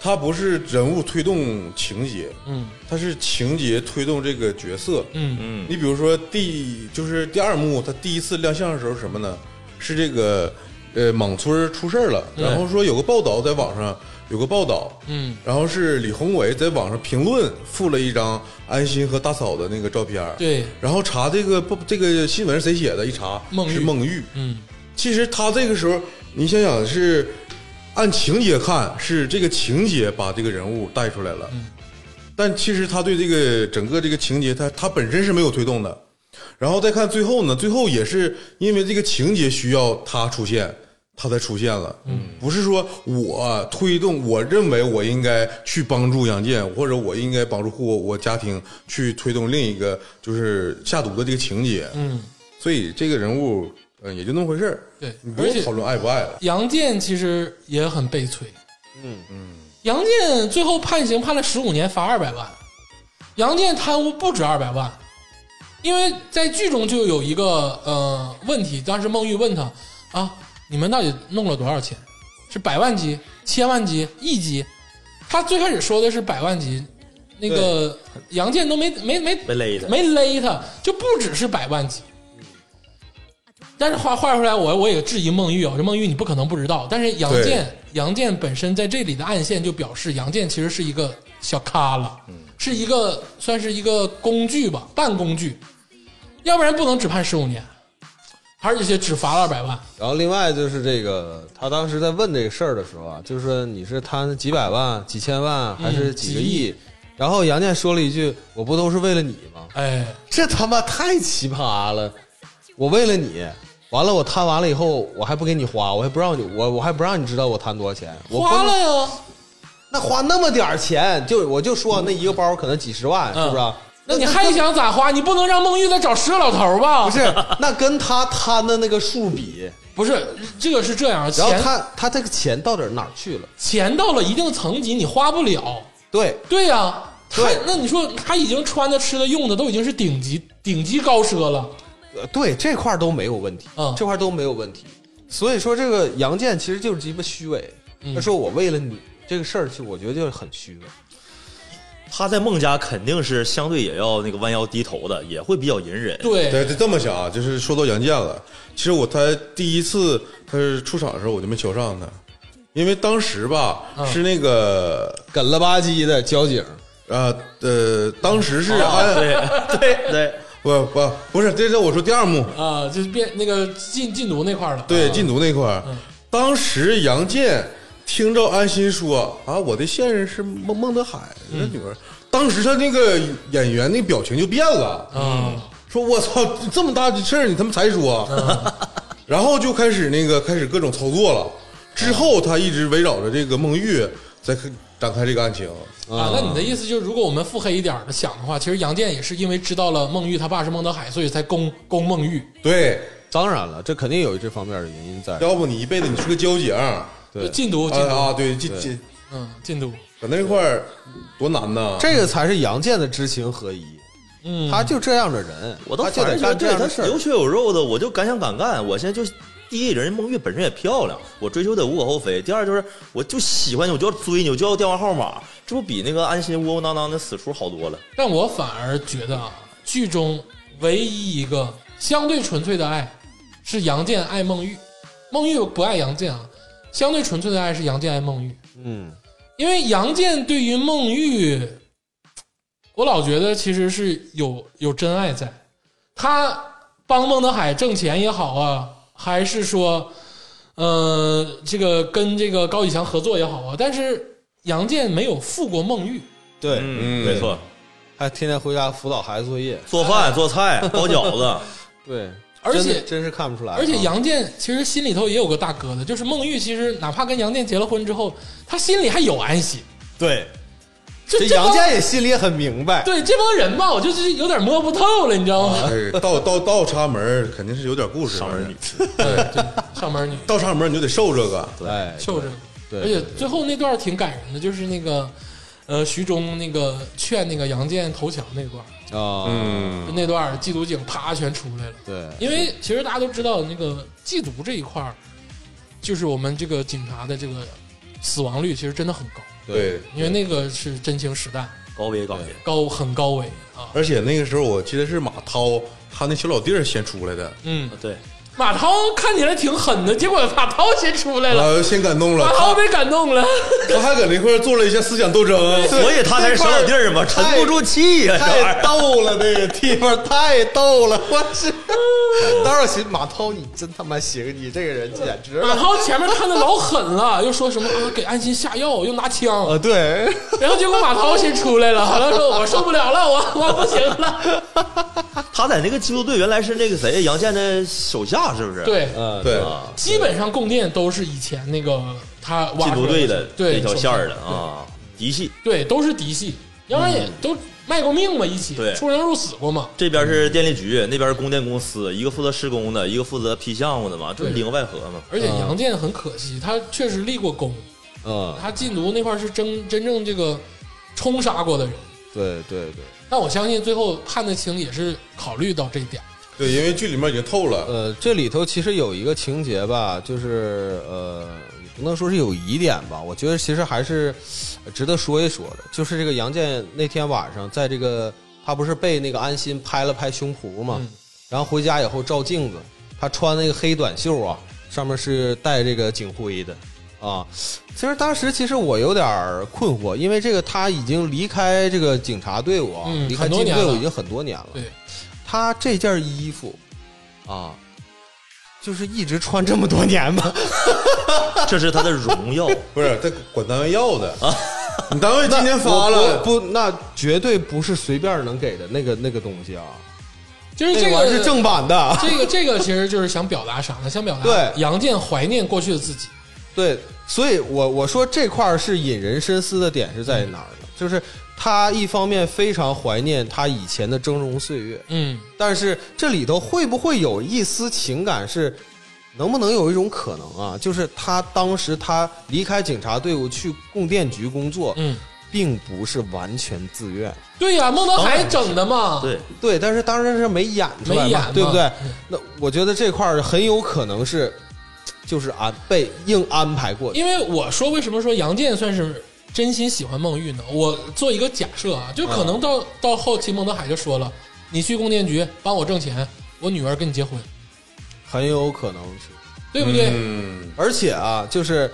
Speaker 2: 他不是人物推动情节，
Speaker 1: 嗯
Speaker 2: 他是情节推动这个角色。
Speaker 1: 嗯
Speaker 4: 嗯，
Speaker 2: 你比如说第就是第二幕，他第一次亮相的时候是什么呢？是这个呃莽村儿出事儿了，然后说有个报道在网上有个报道，
Speaker 1: 嗯，
Speaker 2: 然后是李宏伟在网上评论附了一张安心和大嫂的那个照片儿，
Speaker 1: 对，
Speaker 2: 然后查这个不这个新闻是谁写的，一查
Speaker 1: 孟玉
Speaker 2: 是孟玉。
Speaker 1: 嗯
Speaker 2: 其实他这个时候，你想想是按情节看，是这个情节把这个人物带出来了，
Speaker 1: 嗯
Speaker 2: 但其实他对这个整个这个情节，他他本身是没有推动的。然后再看最后呢，最后也是因为这个情节需要他出现，他才出现了。嗯，不是说我推动，我认为我应该去帮助杨建，或者我应该帮助护我家庭去推动另一个就是下毒的这个情节。
Speaker 1: 嗯，
Speaker 2: 所以这个人物，嗯，也就那么回事儿。
Speaker 1: 对
Speaker 2: 你不
Speaker 1: 而且
Speaker 2: 用讨论爱不爱了。
Speaker 1: 杨建其实也很悲催。嗯嗯，杨建最后判刑判了十五年，罚二百万。杨建贪污不止二百万，因为在剧中就有一个呃问题，当时孟玉问他啊，你们到底弄了多少钱？是百万级、千万级、亿级？他最开始说的是百万级，那个杨建都没没没
Speaker 4: 被勒的。
Speaker 1: 没勒他，就不只是百万级。但是话话说回来，我我也质疑孟玉啊，这孟玉你不可能不知道。但是杨
Speaker 2: 对
Speaker 1: 健，杨健本身在这里的暗线就表示，杨健其实是一个小咖了，
Speaker 3: 嗯
Speaker 1: 是一个算是一个工具吧，半工具，要不然不能只判十五年，而且只罚了二百万。
Speaker 3: 然后另外就是这个，他当时在问这个事儿的时候啊，就是说你是贪几百万、几千万还
Speaker 1: 嗯
Speaker 3: 是几个亿？然后杨建说了一句：“我不都是为了你吗
Speaker 1: 哎，？”
Speaker 3: 这他妈太奇葩了！我为了你，完了我贪完了以后，我还不给你花，我还不让你，我我还不让你知道我贪多少钱，我
Speaker 1: 花
Speaker 3: 不
Speaker 1: 了呀，
Speaker 3: 那花那么点儿钱，就我就说那一个包可能几十万，
Speaker 1: 嗯
Speaker 3: 是不是？
Speaker 1: 那你还想咋花？你不能让孟玉再找十个老头吧？
Speaker 3: 不， 是？那跟他贪的那个数比，
Speaker 1: 不是，这个是这样，
Speaker 3: 然后
Speaker 1: 钱
Speaker 3: 他他这个钱到底哪儿去了？
Speaker 1: 钱到了一定层级，你花不了。
Speaker 3: 对，
Speaker 1: 对呀、他
Speaker 3: 对
Speaker 1: 那你说他已经穿的、吃的、用的都已经是顶级顶级高奢了，
Speaker 3: 呃，对这块儿都没有问题，
Speaker 1: 嗯
Speaker 3: 这块儿都没有问题。所以说，这个杨建其实就是鸡巴虚伪。
Speaker 1: 嗯
Speaker 3: 他说我为了你这个事儿，其实我觉得就是很虚伪。
Speaker 4: 他在孟家肯定是相对也要那个弯腰低头的，也会比较隐忍。
Speaker 1: 对，
Speaker 2: 对，就这么想啊，就是说到杨建了。其实我他第一次他出场的时候，我就没瞧上他，因为当时吧、
Speaker 1: 嗯
Speaker 2: 是那个
Speaker 3: 梗了吧唧的交警，
Speaker 2: 呃呃，当时是
Speaker 1: 啊
Speaker 2: 安、
Speaker 4: 对 对对，
Speaker 2: 不不不是，这是我说第二幕，
Speaker 1: 啊、就是变那个禁禁毒那块儿了，
Speaker 2: 对禁毒那块儿，当时杨健听着安心说啊，我的现任是孟孟德海的
Speaker 1: 嗯
Speaker 2: 女儿，当时他那个演员那表情就变了，
Speaker 1: 嗯，
Speaker 2: 说我操，这么大的事儿你他妈才说，然后就开始那个开始各种操作了。之后他一直围绕着这个孟玉在开展开这个案情，
Speaker 1: 啊，那你的意思就是，如果我们腹黑一点的想的话，其实杨健也是因为知道了孟玉他爸是孟德海，所以才攻攻孟玉。
Speaker 2: 对，
Speaker 3: 当然了，这肯定有这方面的原因在。
Speaker 2: 要不你一辈子你是个交警，
Speaker 1: 就
Speaker 3: 对，
Speaker 1: 禁毒，禁
Speaker 2: 啊
Speaker 1: 毒，
Speaker 2: 啊，对，这这
Speaker 1: 嗯，禁毒，
Speaker 2: 搁那块儿多难呐！
Speaker 3: 这个才是杨健的知行合一。
Speaker 1: 嗯，
Speaker 3: 他就这样的人，
Speaker 4: 我都
Speaker 3: 他就
Speaker 4: 反
Speaker 3: 得
Speaker 4: 正觉
Speaker 3: 干
Speaker 4: 得
Speaker 3: 这
Speaker 4: 对
Speaker 3: 样
Speaker 4: 他
Speaker 3: 的事
Speaker 4: 有
Speaker 3: 儿。
Speaker 4: 血有肉的，我就敢想敢干。我现在就第一，人家孟玉本身也漂亮，我追求的无可厚非；第二就是我就喜欢你，我就要追你，我就要电话号码，这不比那个安心窝窝囊囊的死出好多了？
Speaker 1: 但我反而觉得啊，剧中唯一一个相对纯粹的爱是杨健爱孟玉，孟玉不爱杨健啊。相对纯粹的爱是杨健爱孟玉，
Speaker 3: 嗯，
Speaker 1: 因为杨健对于孟玉，我老觉得其实是有有真爱在。他帮孟德海挣钱也好啊，还是说，呃，这个跟这个高以翔合作也好啊，但是杨健没有负过孟玉。
Speaker 3: 对，
Speaker 4: 嗯，
Speaker 2: 嗯
Speaker 4: 没错，
Speaker 3: 还天天回家辅导孩子作业。
Speaker 4: 做饭、做菜、包饺子，
Speaker 3: 对，
Speaker 1: 而
Speaker 3: 真的
Speaker 1: 且
Speaker 3: 真是看不出来。
Speaker 1: 而且
Speaker 3: 啊
Speaker 1: 杨健其实心里头也有个大疙瘩，就是孟玉其实哪怕跟杨健结了婚之后，他心里还有安心。
Speaker 3: 对，
Speaker 1: 就
Speaker 3: 这
Speaker 1: 帮
Speaker 3: 杨健也心里也很明白。
Speaker 1: 对这帮人吧，我就是有点摸不透了，你知道
Speaker 3: 啊
Speaker 1: 吗？
Speaker 2: 哎，倒倒倒插门儿肯定是有点故事的。
Speaker 4: 上门女
Speaker 1: 上班女
Speaker 2: 倒插门儿你就得受这个。
Speaker 3: 哎，
Speaker 1: 就着，
Speaker 3: 对
Speaker 1: 而且最后那段挺感人的，就是那个呃徐忠那个劝那个杨健投降那段，
Speaker 3: 啊，
Speaker 2: 嗯
Speaker 1: 就那段缉毒警啪全出来了。
Speaker 3: 对，
Speaker 1: 因为其实大家都知道，那个缉毒这一块儿，就是我们这个警察的这个死亡率其实真的很高，
Speaker 2: 对，
Speaker 1: 因为那个是真情实弹，
Speaker 4: 高危高危。
Speaker 1: 高很高危啊。
Speaker 2: 而且那个时候我记得是马涛他那小老弟儿先出来的，
Speaker 1: 嗯，
Speaker 4: 对，
Speaker 1: 马涛看起来挺狠的，结果马涛先出来 了，
Speaker 2: 啊，先感动了
Speaker 1: 马，涛
Speaker 2: 他
Speaker 1: 被感动了。
Speaker 2: 他还搁那块儿做了一下思想斗争，
Speaker 4: 所以他才是小老弟儿嘛，沉不住气呀、这玩
Speaker 3: 太
Speaker 4: 意儿。
Speaker 3: 逗了，那个地方太逗了，我 去！当时我寻思马涛，你真他妈行，你这个人简直
Speaker 1: 马
Speaker 3: 了
Speaker 1: 涛前面看的老狠了，又说什么啊给安心下药，又拿枪，
Speaker 4: 呃
Speaker 3: 啊！ 对，
Speaker 1: 然后结果马涛先出来了，好像说我受不了了，我 我不行 了。
Speaker 4: 他在那个缉毒队原来是那个谁杨健的手下，是不是？
Speaker 1: 对，
Speaker 3: 嗯，
Speaker 2: 对，
Speaker 4: 啊，
Speaker 1: 基本上供电都是以前那个他挖
Speaker 4: 缉
Speaker 1: 出
Speaker 4: 毒
Speaker 1: 来
Speaker 4: 队的
Speaker 1: 对
Speaker 4: 那条线
Speaker 1: 手
Speaker 4: 儿的
Speaker 1: 下
Speaker 4: 啊，嫡系。
Speaker 1: 对，都是嫡系，要不然也都卖过命嘛，一起
Speaker 4: 对
Speaker 1: 出生入死过嘛。
Speaker 4: 这边是电力局，那边是供电公司，一个负责施工的，一个负责批项目的嘛，这不
Speaker 1: 对
Speaker 4: 里应外合嘛。
Speaker 1: 而且杨健很可惜，他确实立过功，
Speaker 3: 嗯，
Speaker 1: 他禁毒那块儿是真真正这个冲杀过的人，
Speaker 3: 对对对，
Speaker 1: 但我相信最后判的轻也是考虑到这一点。
Speaker 2: 对，因为剧里面已经透了，
Speaker 3: 呃，这里头其实有一个情节吧，就是呃，也不能说是有疑点吧，我觉得其实还是呃值得说一说的，就是这个杨健那天晚上在这个他不是被那个安心拍了拍胸脯嘛，
Speaker 1: 嗯
Speaker 3: 然后回家以后照镜子，他穿那个黑短袖啊，上面是带这个警徽的啊。其实当时其实我有点儿困惑，因为这个他已经离开这个警察队伍啊，
Speaker 1: 嗯
Speaker 3: 离开
Speaker 1: 很多
Speaker 3: 缉毒
Speaker 1: 年
Speaker 3: 队伍
Speaker 1: 了
Speaker 3: 已经很多年了。
Speaker 1: 对，
Speaker 3: 他这件衣服啊，就是一直穿这么多年 吧。
Speaker 4: 这是他的荣耀，
Speaker 2: 不是他管单位要的你单位今天发了，
Speaker 3: 不不，那绝对不是随便能给的那个那个东西啊，
Speaker 1: 就是
Speaker 3: 那
Speaker 1: 这
Speaker 3: 玩意
Speaker 1: 个
Speaker 3: 儿是正版的。
Speaker 1: 这个这个其实就是想表达啥呢？想表达
Speaker 3: 对
Speaker 1: 杨健怀念过去的自己。
Speaker 3: 对，所以我我说这块儿是引人深思的点是在哪儿
Speaker 1: 嗯
Speaker 3: 呢？就是他一方面非常怀念他以前的峥嵘岁月，
Speaker 1: 嗯，
Speaker 3: 但是这里头会不会有一丝情感是？能不能有一种可能啊，就是他当时他离开警察队伍去供电局工作，
Speaker 1: 嗯，
Speaker 3: 并不是完全自愿，
Speaker 1: 对呀、孟德海整的嘛。
Speaker 4: 对，
Speaker 3: 对，但是当时是没演出来
Speaker 1: 没演
Speaker 3: 嘛
Speaker 1: 嘛，
Speaker 3: 对不对
Speaker 1: 嗯？
Speaker 3: 那我觉得这块儿很有可能是，就是安被硬安排过去，
Speaker 1: 因为我说为什么说杨健算是真心喜欢孟玉呢？我做一个假设啊，就可能到、到后期孟德海就说了，你去供电局帮我挣钱，我女儿跟你结婚，
Speaker 3: 很有可能是。
Speaker 1: 对不对？
Speaker 2: 嗯，
Speaker 3: 而且啊，就是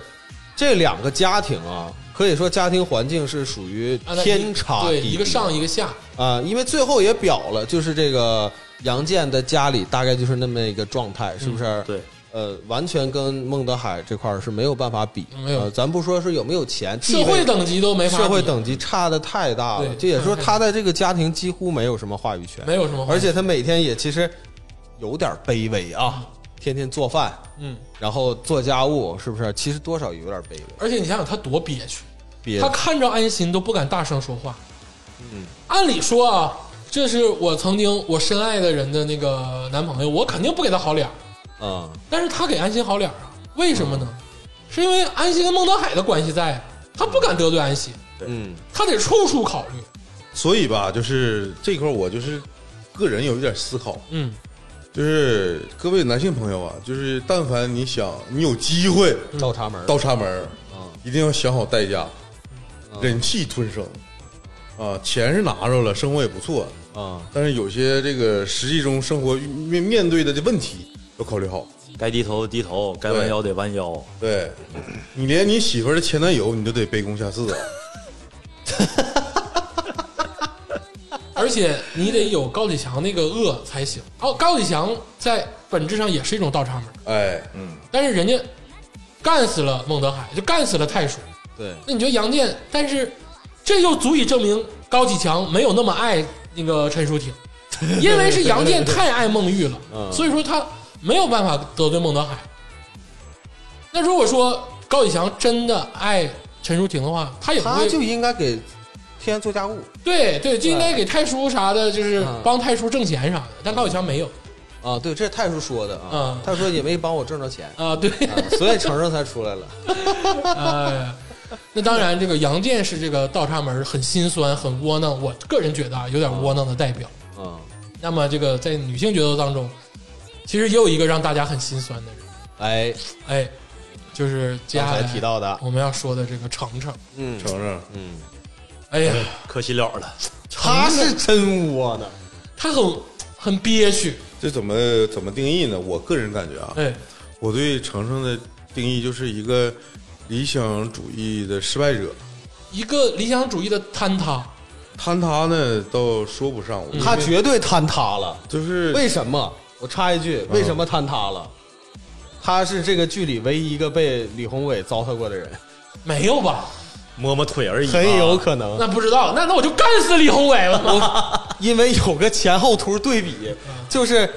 Speaker 3: 这两个家庭啊，可以说家庭环境是属于
Speaker 1: 啊那
Speaker 3: 天差
Speaker 1: 对
Speaker 3: 地别，
Speaker 1: 一个上一个下，
Speaker 3: 啊，因为最后也
Speaker 1: 嗯
Speaker 3: 表了，就是这个杨健的家里大概就是那么一个状态，是不是？
Speaker 4: 对，
Speaker 3: 呃，完全跟孟德海这块儿是没有办法比。
Speaker 1: 没有
Speaker 3: 呃，咱不说是有没有钱，地
Speaker 1: 社
Speaker 3: 位
Speaker 1: 会等级都没法比，
Speaker 3: 社会等级差的太大了
Speaker 1: 对，
Speaker 3: 这也就是说他在这个家庭几乎没有什么话语权，
Speaker 1: 没有什么话语权
Speaker 3: 而且他每天也其实有点卑微啊，天天做饭，
Speaker 1: 嗯，
Speaker 3: 然后做家务，是不是？其实多少有点卑微。
Speaker 1: 而且你想想他多憋屈，
Speaker 3: 憋
Speaker 1: 他看着安心都不敢大声说话。嗯，按理说啊，这是我曾经我深爱的人的那个男朋友，我肯定不给他好脸儿，
Speaker 3: 嗯，
Speaker 1: 但是他给安心好脸儿啊，为什么呢？是因为安心跟孟德海的关系在啊，他不敢得罪安心，
Speaker 3: 嗯，
Speaker 1: 他得处处考虑。
Speaker 2: 所以吧，就是这块儿我就是个人有一点思考，
Speaker 1: 嗯
Speaker 2: 就是各位男性朋友啊，就是但凡你想你有机会
Speaker 3: 倒插门儿，
Speaker 2: 倒插门儿，
Speaker 3: 嗯
Speaker 2: 一定要想好代价，忍气吞声啊，钱是拿着了，生活也不错，
Speaker 3: 嗯，
Speaker 2: 但是有些这个实际中生活面面对的这问题要考虑好。
Speaker 4: 该低头低头，该弯腰得弯腰。
Speaker 2: 对，你连你媳妇儿的前男友你都得卑躬下四啊，
Speaker 3: 嗯
Speaker 1: 而且你得有高启强那个恶才行。哦，高启强在本质上也是一种倒插门，
Speaker 2: 哎，
Speaker 3: 嗯
Speaker 1: 但是人家干死了孟德海，就干死了太叔。
Speaker 3: 对，
Speaker 1: 那你觉得杨健？但是这又足以证明高启强没有那么爱那个陈 淑婷，因为是杨健太爱孟玉了，
Speaker 3: 嗯
Speaker 1: 所以说他没有办法得罪孟德海。那如果说高启强真的爱陈淑婷的话，他也不
Speaker 3: 他
Speaker 1: 会
Speaker 3: 就应该给天天做家务
Speaker 1: 对对，就应该给太叔啥的，就是
Speaker 3: 嗯
Speaker 1: 帮太叔挣钱啥的。但高启强没有
Speaker 3: 啊。对，这是太叔说的啊
Speaker 1: 嗯，，
Speaker 3: 他说也没帮我挣着钱
Speaker 1: 啊，对，
Speaker 3: 啊所以程程才出来了。
Speaker 1: 哎，那当然，这个杨健是这个倒插门很心酸、很窝囊，我个人觉得啊，有点窝囊的代表。
Speaker 3: 嗯，
Speaker 1: 那么这个在女性角斗当中，其实也有一个让大家很心酸的人，
Speaker 3: 哎，
Speaker 1: 哎，就是接
Speaker 3: 刚
Speaker 1: 下
Speaker 3: 才
Speaker 1: 来
Speaker 3: 提到的，
Speaker 1: 我们要说的这个程程，
Speaker 3: 嗯
Speaker 2: 程程，
Speaker 3: 嗯，
Speaker 1: 哎呀，
Speaker 4: 可惜了了，
Speaker 3: 他是真窝囊。
Speaker 1: 他很很憋屈，
Speaker 2: 这怎么怎么定义呢？我个人感觉啊，
Speaker 1: 哎，
Speaker 2: 我对程程的定义就是一个理想主义的失败者，
Speaker 1: 一个理想主义的坍塌，
Speaker 2: 坍塌呢倒说不上，我觉得
Speaker 3: 他绝对坍塌了。
Speaker 2: 就是
Speaker 3: 嗯为什么？我插一句，为什么坍塌了？他是这个剧里唯一一个被李宏伟糟蹋过的人，
Speaker 1: 没有吧？
Speaker 4: 摸摸腿而已。
Speaker 3: 很有，可能，
Speaker 1: 那不知道，那那我就干死李宏伟了。
Speaker 3: 因为有个前后图对比，就是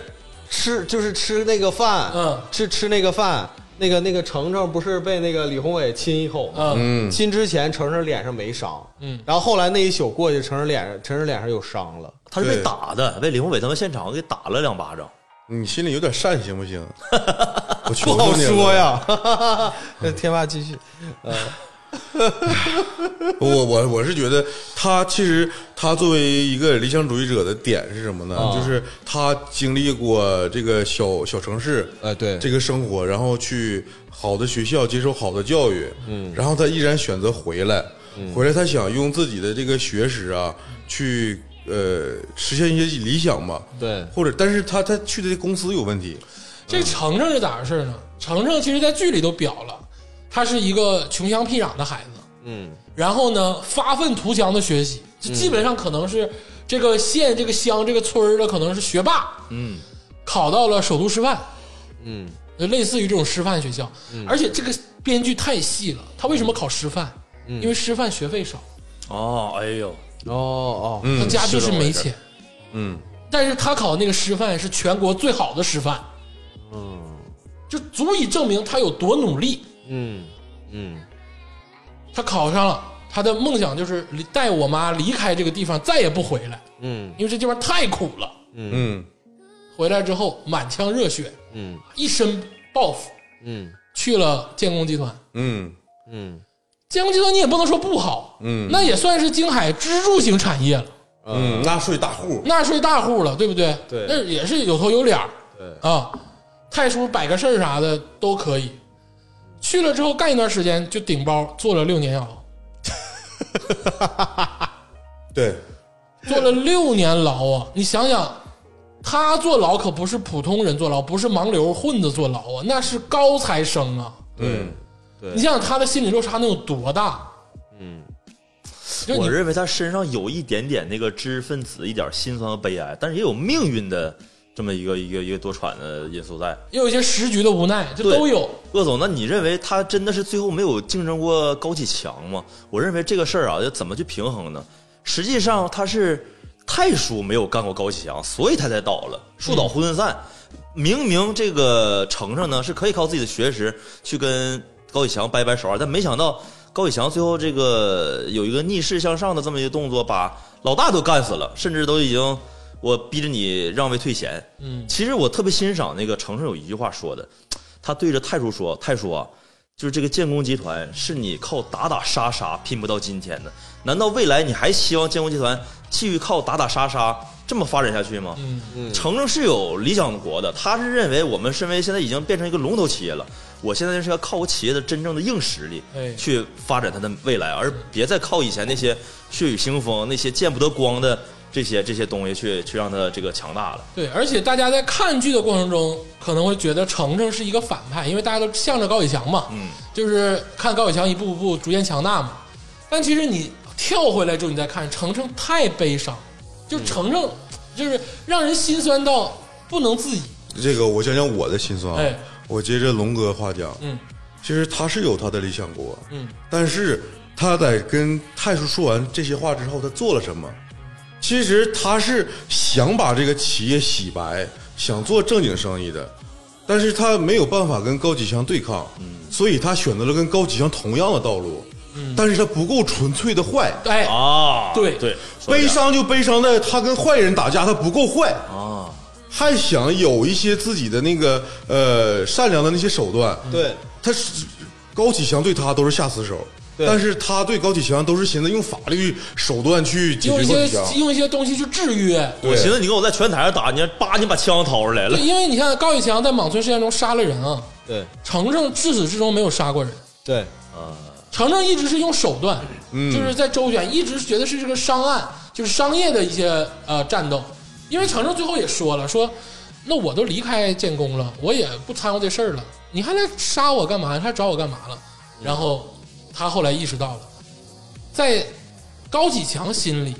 Speaker 3: 吃就是吃那个饭，
Speaker 1: 嗯
Speaker 3: 吃吃那个饭，那个那个程程不是被那个李宏伟亲一口吗？
Speaker 1: 嗯，
Speaker 2: 嗯，
Speaker 3: 亲之前程程脸上没伤，
Speaker 1: 嗯
Speaker 3: 然后后来那一宿过去，程程脸上程程脸上有伤了，
Speaker 4: 他是被
Speaker 2: 对
Speaker 4: 打的，被李宏伟他们现场给打了两巴掌。
Speaker 2: 你心里有点善行不 行？我求
Speaker 3: 不好
Speaker 2: 求你了
Speaker 3: 说。呀。 那天霸继续，
Speaker 2: 我我我是觉得他其实他作为一个理想主义者的点是什么呢？
Speaker 3: 啊
Speaker 2: 就是他经历过这个小小城市，
Speaker 3: 呃，对
Speaker 2: 这个生活，然后去好的学校接受好的教育，嗯，然后他依然选择回来，回来他想用自己的这个学识啊，去呃实现一些理想吧，
Speaker 3: 对
Speaker 2: 或者但是他他去的公司有问题，
Speaker 1: 这程程是咋回事呢？程程其实在剧里都表了，他是一个穷乡僻壤的孩子，
Speaker 3: 嗯。
Speaker 1: 然后呢，发愤图强的学习，就基本上可能是这个县、这个乡、这个村儿的可能是学霸，嗯，考到了首都师范，
Speaker 3: 嗯，
Speaker 1: 就类似于这种师范学校。而且这个编剧太细了，他为什么考师范？
Speaker 3: 嗯
Speaker 1: 因为师范学费少，
Speaker 4: 哦，哎呦，
Speaker 3: 哦哦，
Speaker 1: 他家就是没
Speaker 4: 是这么回
Speaker 1: 钱
Speaker 4: 事。
Speaker 2: 嗯，
Speaker 1: 但是他考那个师范是全国最好的师范，嗯，就足以证明他有多努力。
Speaker 3: 嗯嗯
Speaker 1: 他考上了，他的梦想就是离带我妈离开这个地方，再也不回来，
Speaker 3: 嗯
Speaker 1: 因为这地方太苦了。
Speaker 2: 嗯
Speaker 1: 回来之后满腔热血，
Speaker 3: 嗯
Speaker 1: 一身抱负，
Speaker 3: 嗯
Speaker 1: 去了建工集团。
Speaker 2: 嗯
Speaker 3: 嗯
Speaker 1: 建工集团你也不能说不好，
Speaker 2: 嗯
Speaker 1: 那也算是京海支柱型产业了，
Speaker 2: 嗯，纳税大户，
Speaker 1: 纳税大户了，对不对？
Speaker 3: 对
Speaker 1: 那也是有头有脸儿
Speaker 3: 对，
Speaker 1: 啊。太叔摆个事儿啥的都可以。去了之后干一段时间就顶包，做了六年牢，
Speaker 2: 对，
Speaker 1: 坐了六年牢啊！ 你想想，他坐牢可不是普通人坐牢，不是盲流混子坐牢啊，那是高材生啊！
Speaker 2: 嗯，
Speaker 3: 对
Speaker 1: 你想想他的心理落差能有多大？嗯，就
Speaker 4: 我
Speaker 1: 你
Speaker 4: 认为他身上有一点点那个知识分子一点辛酸和悲哀，但是也有命运的这么一个一个一个多舛的因素在。
Speaker 1: 也有一些时局的无奈，这
Speaker 4: 对
Speaker 1: 都有。
Speaker 4: 鄂总，那你认为他真的是最后没有竞争过高启强吗？我认为这个事儿啊，要怎么去平衡呢？实际上他是太叔没有干过高启强，所以他才倒了，树倒猢狲散。明明这个程程呢是可以靠自己的学识去跟高启强掰掰手腕，但没想到高启强最后这个有一个逆势向上的这么一个动作，把老大都干死了，甚至都已经我逼着你让位退钱。
Speaker 1: 嗯
Speaker 4: 其实我特别欣赏那个程程有一句话说的，他对着太叔说：“太叔啊，就是这个建工集团是你靠打打杀杀拼不到今天的，难道未来你还希望建工集团继续靠打打杀杀这么发展下去吗？”
Speaker 1: 嗯，
Speaker 4: 程程是有理想国的，他是认为我们身为现在已经变成一个龙头企业了，我现在就是要靠我企业的真正的硬实力
Speaker 1: 哎
Speaker 4: 去发展它的未来，而别再靠以前那些血雨腥风、那些见不得光的这些这些东西去去让它这个强大了。
Speaker 1: 对，而且大家在看剧的过程中，可能会觉得程程是一个反派，因为大家都向着高以强嘛，
Speaker 4: 嗯，
Speaker 1: 就是看高以强一步步逐渐强大嘛。但其实你跳回来之后，你再看程程太悲伤，就程程就是让人心酸到不能自已。
Speaker 2: 这个我讲讲我的心酸啊。
Speaker 1: 哎
Speaker 2: 我接着龙哥话讲，
Speaker 1: 嗯，
Speaker 2: 其实他是有他的理想国，
Speaker 1: 嗯，
Speaker 2: 但是他在跟太叔说完这些话之后，他做了什么？其实他是想把这个企业洗白，想做正经生意的，但是他没有办法跟高启强对抗，
Speaker 4: 嗯
Speaker 2: 所以他选择了跟高启强同样的道路，
Speaker 4: 嗯
Speaker 2: 但是他不够纯粹的坏，
Speaker 1: 哎，
Speaker 4: 啊，
Speaker 1: 对
Speaker 4: 对，说得
Speaker 2: 悲
Speaker 4: 对
Speaker 2: 伤就悲伤在他跟坏人打架，他不够坏，
Speaker 4: 啊，
Speaker 2: 还想有一些自己的那个呃善良的那些手段，
Speaker 4: 嗯
Speaker 3: 对，
Speaker 2: 他是高启强对他都是下死手，
Speaker 3: 对
Speaker 2: 但是他对高启强都是寻思用法律手段去解
Speaker 1: 用一
Speaker 2: 决啊高启
Speaker 1: 些
Speaker 2: 强。
Speaker 1: 用一些东西去制约。
Speaker 4: 我寻思你跟我在拳台上打，你叭，你把枪掏出来了
Speaker 1: 对，，因为你看高以强在莽村事件中杀了人啊，
Speaker 3: 对，
Speaker 1: 程程至始至终没有杀过人，
Speaker 3: 对，
Speaker 1: 程程一直是用手段，就是在周旋，一直觉得是这个商案，就是商业的一些呃战斗。因为程程最后也说了，说那我都离开建工了，我也不掺和这事儿了，你还来杀我干嘛？你还找我干嘛了？然后他后来意识到了，在高启强心里，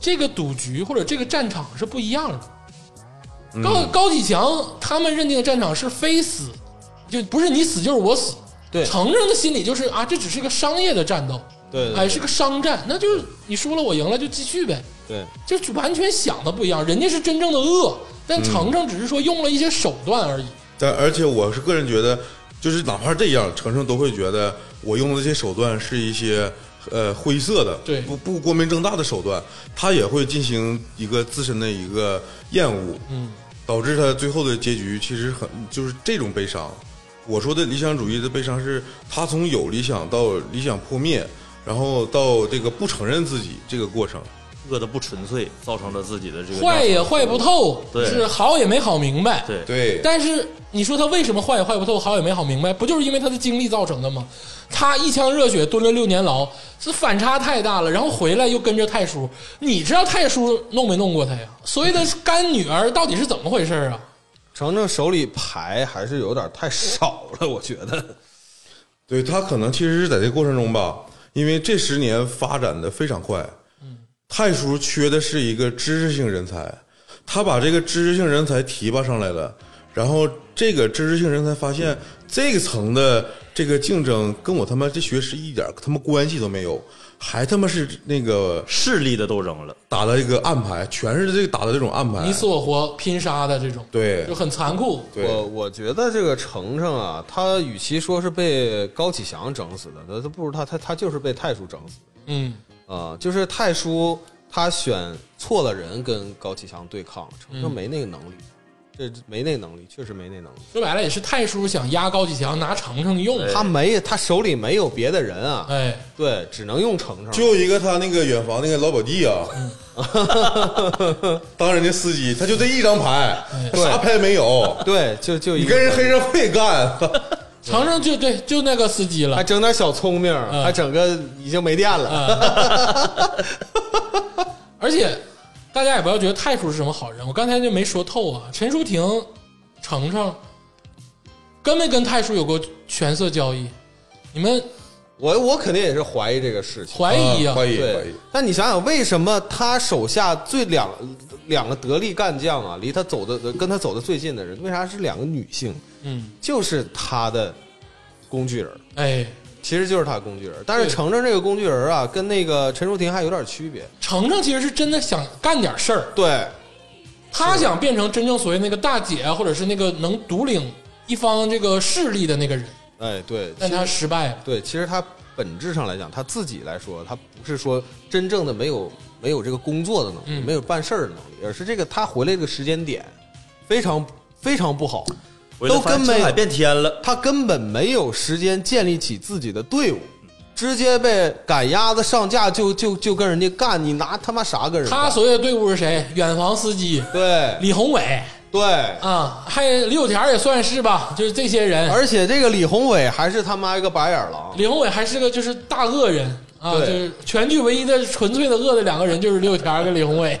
Speaker 1: 这个赌局或者这个战场是不一样的。
Speaker 3: 嗯
Speaker 1: 高高启强他们认定的战场是非死，就不是你死就是我死。
Speaker 3: 对
Speaker 1: 承认的心理就是啊，这只是一个商业的战斗，
Speaker 3: 对，
Speaker 1: 哎，是个商战，那就是你输了我赢了就继续呗，
Speaker 3: 对，
Speaker 1: 就完全想的不一样。人家是真正的恶，
Speaker 3: 嗯
Speaker 1: 但程程只是说用了一些手段而已。
Speaker 2: 但而且我是个人觉得，就是哪怕这样，程程都会觉得我用的这些手段是一些呃灰色的，
Speaker 1: 对
Speaker 2: 不不光明正大的手段，他也会进行一个自身的一个厌恶，
Speaker 1: 嗯，
Speaker 2: 导致他最后的结局其实很就是这种悲伤。我说的理想主义的悲伤是，他从有理想到理想破灭，然后到这个不承认自己这个过程。
Speaker 4: 饿的不纯粹，造成了自己的这个
Speaker 1: 坏也坏不透，
Speaker 4: 对
Speaker 1: 是好也没好明白。
Speaker 4: 对
Speaker 2: 对
Speaker 1: 但是你说他为什么坏也坏不透，好也没好明白，不就是因为他的经历造成的吗？他一腔热血蹲了六年牢，是反差太大了，然后回来又跟着太叔，你知道太叔弄没弄过他呀？所谓的干女儿到底是怎么回事啊？
Speaker 3: 程程手里牌还是有点太少了，我觉得。
Speaker 2: 对他可能其实是在这过程中吧，因为这十年发展的非常快，太叔缺的是一个知识性人才，他把这个知识性人才提拔上来了，然后这个知识性人才发现、这个层的这个竞争跟我他妈这学识一点他妈关系都没有，还他妈是那个
Speaker 4: 势力的斗争了。
Speaker 2: 打的一个暗牌，全是这个打的这种暗牌，
Speaker 1: 你死我活拼杀的这种，
Speaker 2: 对
Speaker 1: 就很残酷。
Speaker 2: 对
Speaker 3: 我我觉得这个程程啊，他与其说是被高启强整死的，那他不如他他他就是被太叔整死的
Speaker 1: 嗯
Speaker 3: 啊、就是太叔他选错了人跟高启强对抗，程
Speaker 2: 嗯
Speaker 3: 程没那个能力，这没那能力，确实没那能力。
Speaker 1: 说白了也是太叔想压高启强拿程程用，
Speaker 3: 他没他手里没有别的人啊，
Speaker 1: 哎，
Speaker 3: 对，只能用程程。
Speaker 2: 就一个他那个远房那个老表弟啊，当人家司机，他就这一张牌，他啥牌也没有。
Speaker 3: 对，就就一
Speaker 2: 你
Speaker 3: 个
Speaker 2: 跟人黑社会干，
Speaker 1: 程程就对就那个司机了
Speaker 3: 还，整点小聪明，
Speaker 1: 嗯
Speaker 3: 还整个已经没电
Speaker 2: 嗯
Speaker 3: 了。
Speaker 1: 而且大家也不要觉得太叔是什么好人，我刚才就没说透啊。陈淑婷、程程跟没跟太叔有过权色交易？你们
Speaker 3: 我我肯定也是怀疑这个事情。
Speaker 1: 怀疑哎呀、
Speaker 2: 啊怀疑怀
Speaker 3: 对
Speaker 2: 疑，，
Speaker 3: 但你想想，为什么他手下最两两个得力干将啊，离他走的跟他走的最近的人，为啥是两个女性？
Speaker 1: 嗯，
Speaker 3: 就是他的工具人，
Speaker 1: 哎，
Speaker 3: 其实就是他的工具人。但是
Speaker 1: 对
Speaker 3: 程程这个工具人啊，跟那个陈淑婷还有点区别。
Speaker 1: 程程其实是真的想干点事儿，
Speaker 3: 对，
Speaker 1: 他想变成真正所谓那个大姐啊，或者是那个能独领一方这个势力的那个人，
Speaker 3: 哎，对，
Speaker 1: 但
Speaker 3: 其
Speaker 1: 他
Speaker 3: 实
Speaker 1: 失败了。
Speaker 3: 对，其实他本质上来讲，他自己来说，他不是说真正的没有没有这个工作的能力，
Speaker 1: 嗯
Speaker 3: 没有办事儿的能力，而是这个他回来这个时间点非常非常不好，
Speaker 4: 我就
Speaker 3: 都
Speaker 4: 发现
Speaker 3: 跟没
Speaker 4: 青海
Speaker 3: 有
Speaker 4: 变天了，
Speaker 3: 他根本没有时间建立起自己的队伍。直接被赶鸭子上架就就就跟人家干，你拿他妈啥跟人干？
Speaker 1: 他所谓的队伍是谁？远房司机
Speaker 3: 对
Speaker 1: 李宏伟
Speaker 3: 对，
Speaker 1: 啊，还有李有田也算是吧，就是这些人。
Speaker 3: 而且这个李宏伟还是他妈一个白眼狼，
Speaker 1: 李宏伟还是个就是大恶人啊，就
Speaker 3: 对
Speaker 1: 是全剧唯一的纯粹的恶的两个人就是李有田跟李宏伟，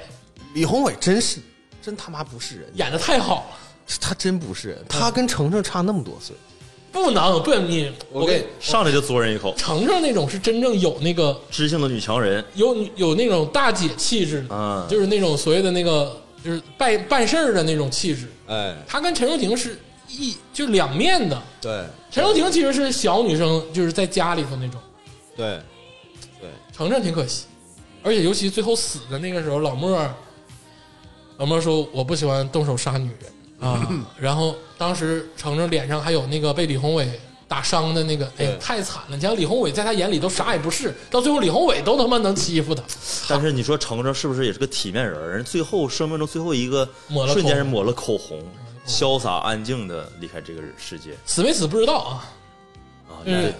Speaker 3: 李宏伟真是真他妈不是人，
Speaker 1: 演的太好了，
Speaker 3: 他真不是人，他跟程程差那么多岁，
Speaker 1: 不能不你
Speaker 3: 我给
Speaker 4: 上来就嘬人一口，
Speaker 1: 程程那种是真正有那个
Speaker 4: 知性的女强人，
Speaker 1: 有有那种大姐气质的，
Speaker 3: 啊
Speaker 4: 嗯
Speaker 1: 就是那种所谓的那个就是办办事儿的那种气质。
Speaker 3: 哎，
Speaker 1: 她跟陈淑婷是一就两面的，
Speaker 3: 对
Speaker 1: 陈淑婷其实是小女生，就是在家里头那种。
Speaker 3: 对对，
Speaker 1: 程程挺可惜，而且尤其最后死的那个时候，老莫，老莫说我不喜欢动手杀女人啊。然后当时程程脸上还有那个被李宏伟打伤的那个，哎呀
Speaker 3: 对
Speaker 1: 太惨了！你想李宏伟在他眼里都啥也不是，到最后李宏伟都他妈能欺负他，
Speaker 4: 但是你说程程是不是也是个体面人儿？人最后生命中最后一个
Speaker 1: 抹了口红
Speaker 4: 瞬间是抹了口红，潇洒安静的离开这个世界
Speaker 1: 死没死不知道啊。
Speaker 4: 啊！
Speaker 1: 嗯，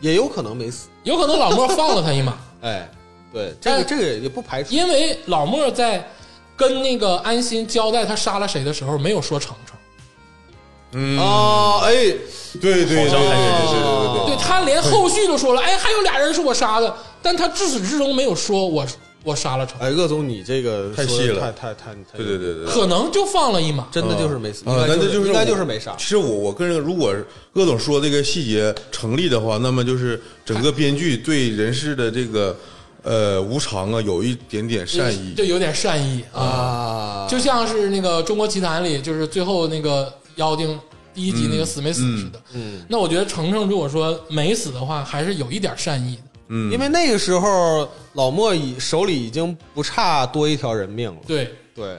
Speaker 3: 也有可能没死，
Speaker 1: 有可能老莫放了他一马，
Speaker 3: 哎，对，这个
Speaker 1: 但
Speaker 3: 这个也不排除，
Speaker 1: 因为老莫在跟那个安心交代他杀了谁的时候，没有说程程。
Speaker 2: 嗯，
Speaker 3: 啊，哎，
Speaker 2: 对对对对对对对哦对
Speaker 1: 对他连后续都说了，哎，还有俩人是我杀的，但他至始至终没有说我我杀了程，
Speaker 3: 哎，鄂总你这个
Speaker 2: 太
Speaker 3: 说得
Speaker 2: 细了
Speaker 3: 太太太，
Speaker 2: 对对对对对。
Speaker 1: 可能就放了一马。
Speaker 3: 真的就是没死，
Speaker 2: 啊，
Speaker 3: 应该
Speaker 2: 那这
Speaker 3: 就是
Speaker 2: 是
Speaker 3: 应该
Speaker 2: 我
Speaker 3: 就是没杀
Speaker 2: 其，实我我个人如果鄂总说这个细节成立的话，那么就是整个编剧对人世的这个呃无常啊，有一点点善意
Speaker 1: 就。有点善意啊，
Speaker 3: 啊
Speaker 1: 就像是那个《中国奇谭》里，就是最后那个妖精第一集那个死没死似的。
Speaker 3: 嗯，
Speaker 1: 那我觉得程程如果说没死的话，还是有一点善意的。
Speaker 2: 嗯，
Speaker 3: 因为那个时候老莫已手里已经不差多一条人命了，
Speaker 1: 对，
Speaker 3: 对。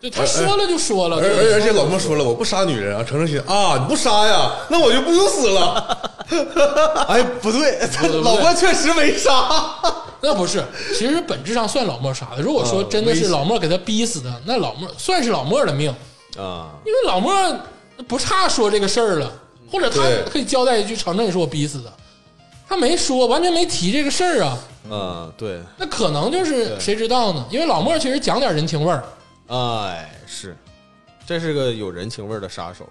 Speaker 1: 对，他说了就说了，哦
Speaker 2: 而
Speaker 1: 对
Speaker 2: 而而且老莫说了，我不杀女人啊，程程心啊，你不杀呀，那我就不用死了。
Speaker 3: 哎，不对
Speaker 1: 不对，
Speaker 3: 老莫确实没杀。
Speaker 1: 那不是，其实本质上算老莫杀的。如果说真的是老莫给他逼死的，那老莫算是老莫的命。
Speaker 3: 啊，
Speaker 1: 因为老莫不差说这个事儿了，或者他
Speaker 2: 对
Speaker 1: 可以交代一句：“长征也是我逼死的。”他没说，完全没提这个事儿啊。
Speaker 3: 嗯，对，
Speaker 1: 那可能就是谁知道呢？因为老莫其实讲点人情味儿，
Speaker 3: 哎，是，这是个有人情味儿的杀手。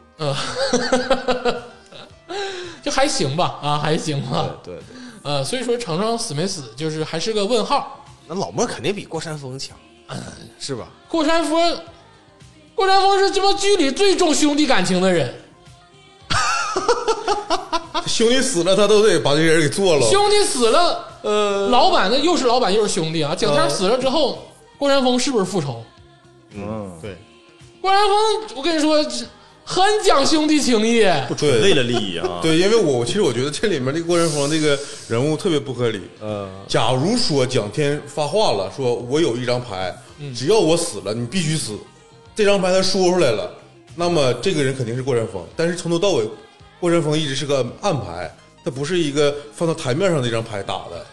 Speaker 1: 就还行吧，啊，还行吧，
Speaker 3: 对对，
Speaker 1: 呃，所以说程程死没死，就是还是个问号。
Speaker 3: 那老莫肯定比过山峰强，嗯是吧？
Speaker 1: 过山峰，过山峰是这帮剧里最重兄弟感情的人，
Speaker 2: 兄弟死了，他都得把这些人给做了。
Speaker 1: 兄弟死了，
Speaker 3: 哦呃，
Speaker 1: 老板那又是老板又是兄弟啊。景天死了之后，过山峰是不是复仇？
Speaker 4: 嗯，
Speaker 3: 对，
Speaker 1: 郭山峰，我跟你说，这很讲兄弟情义。
Speaker 4: 不纯
Speaker 2: 对
Speaker 4: 为了利益啊，
Speaker 2: 对，因为我其实我觉得这里面这个郭仁峰这个人物特别不合理。
Speaker 3: 呃，
Speaker 2: 假如说蒋天发话了，说我有一张牌，只要我死了，你必须死。这张牌他说出来了，那么这个人肯定是郭山峰。但是从头到尾，郭山峰一直是个暗牌，他不是一个放到台面上的一张牌打的。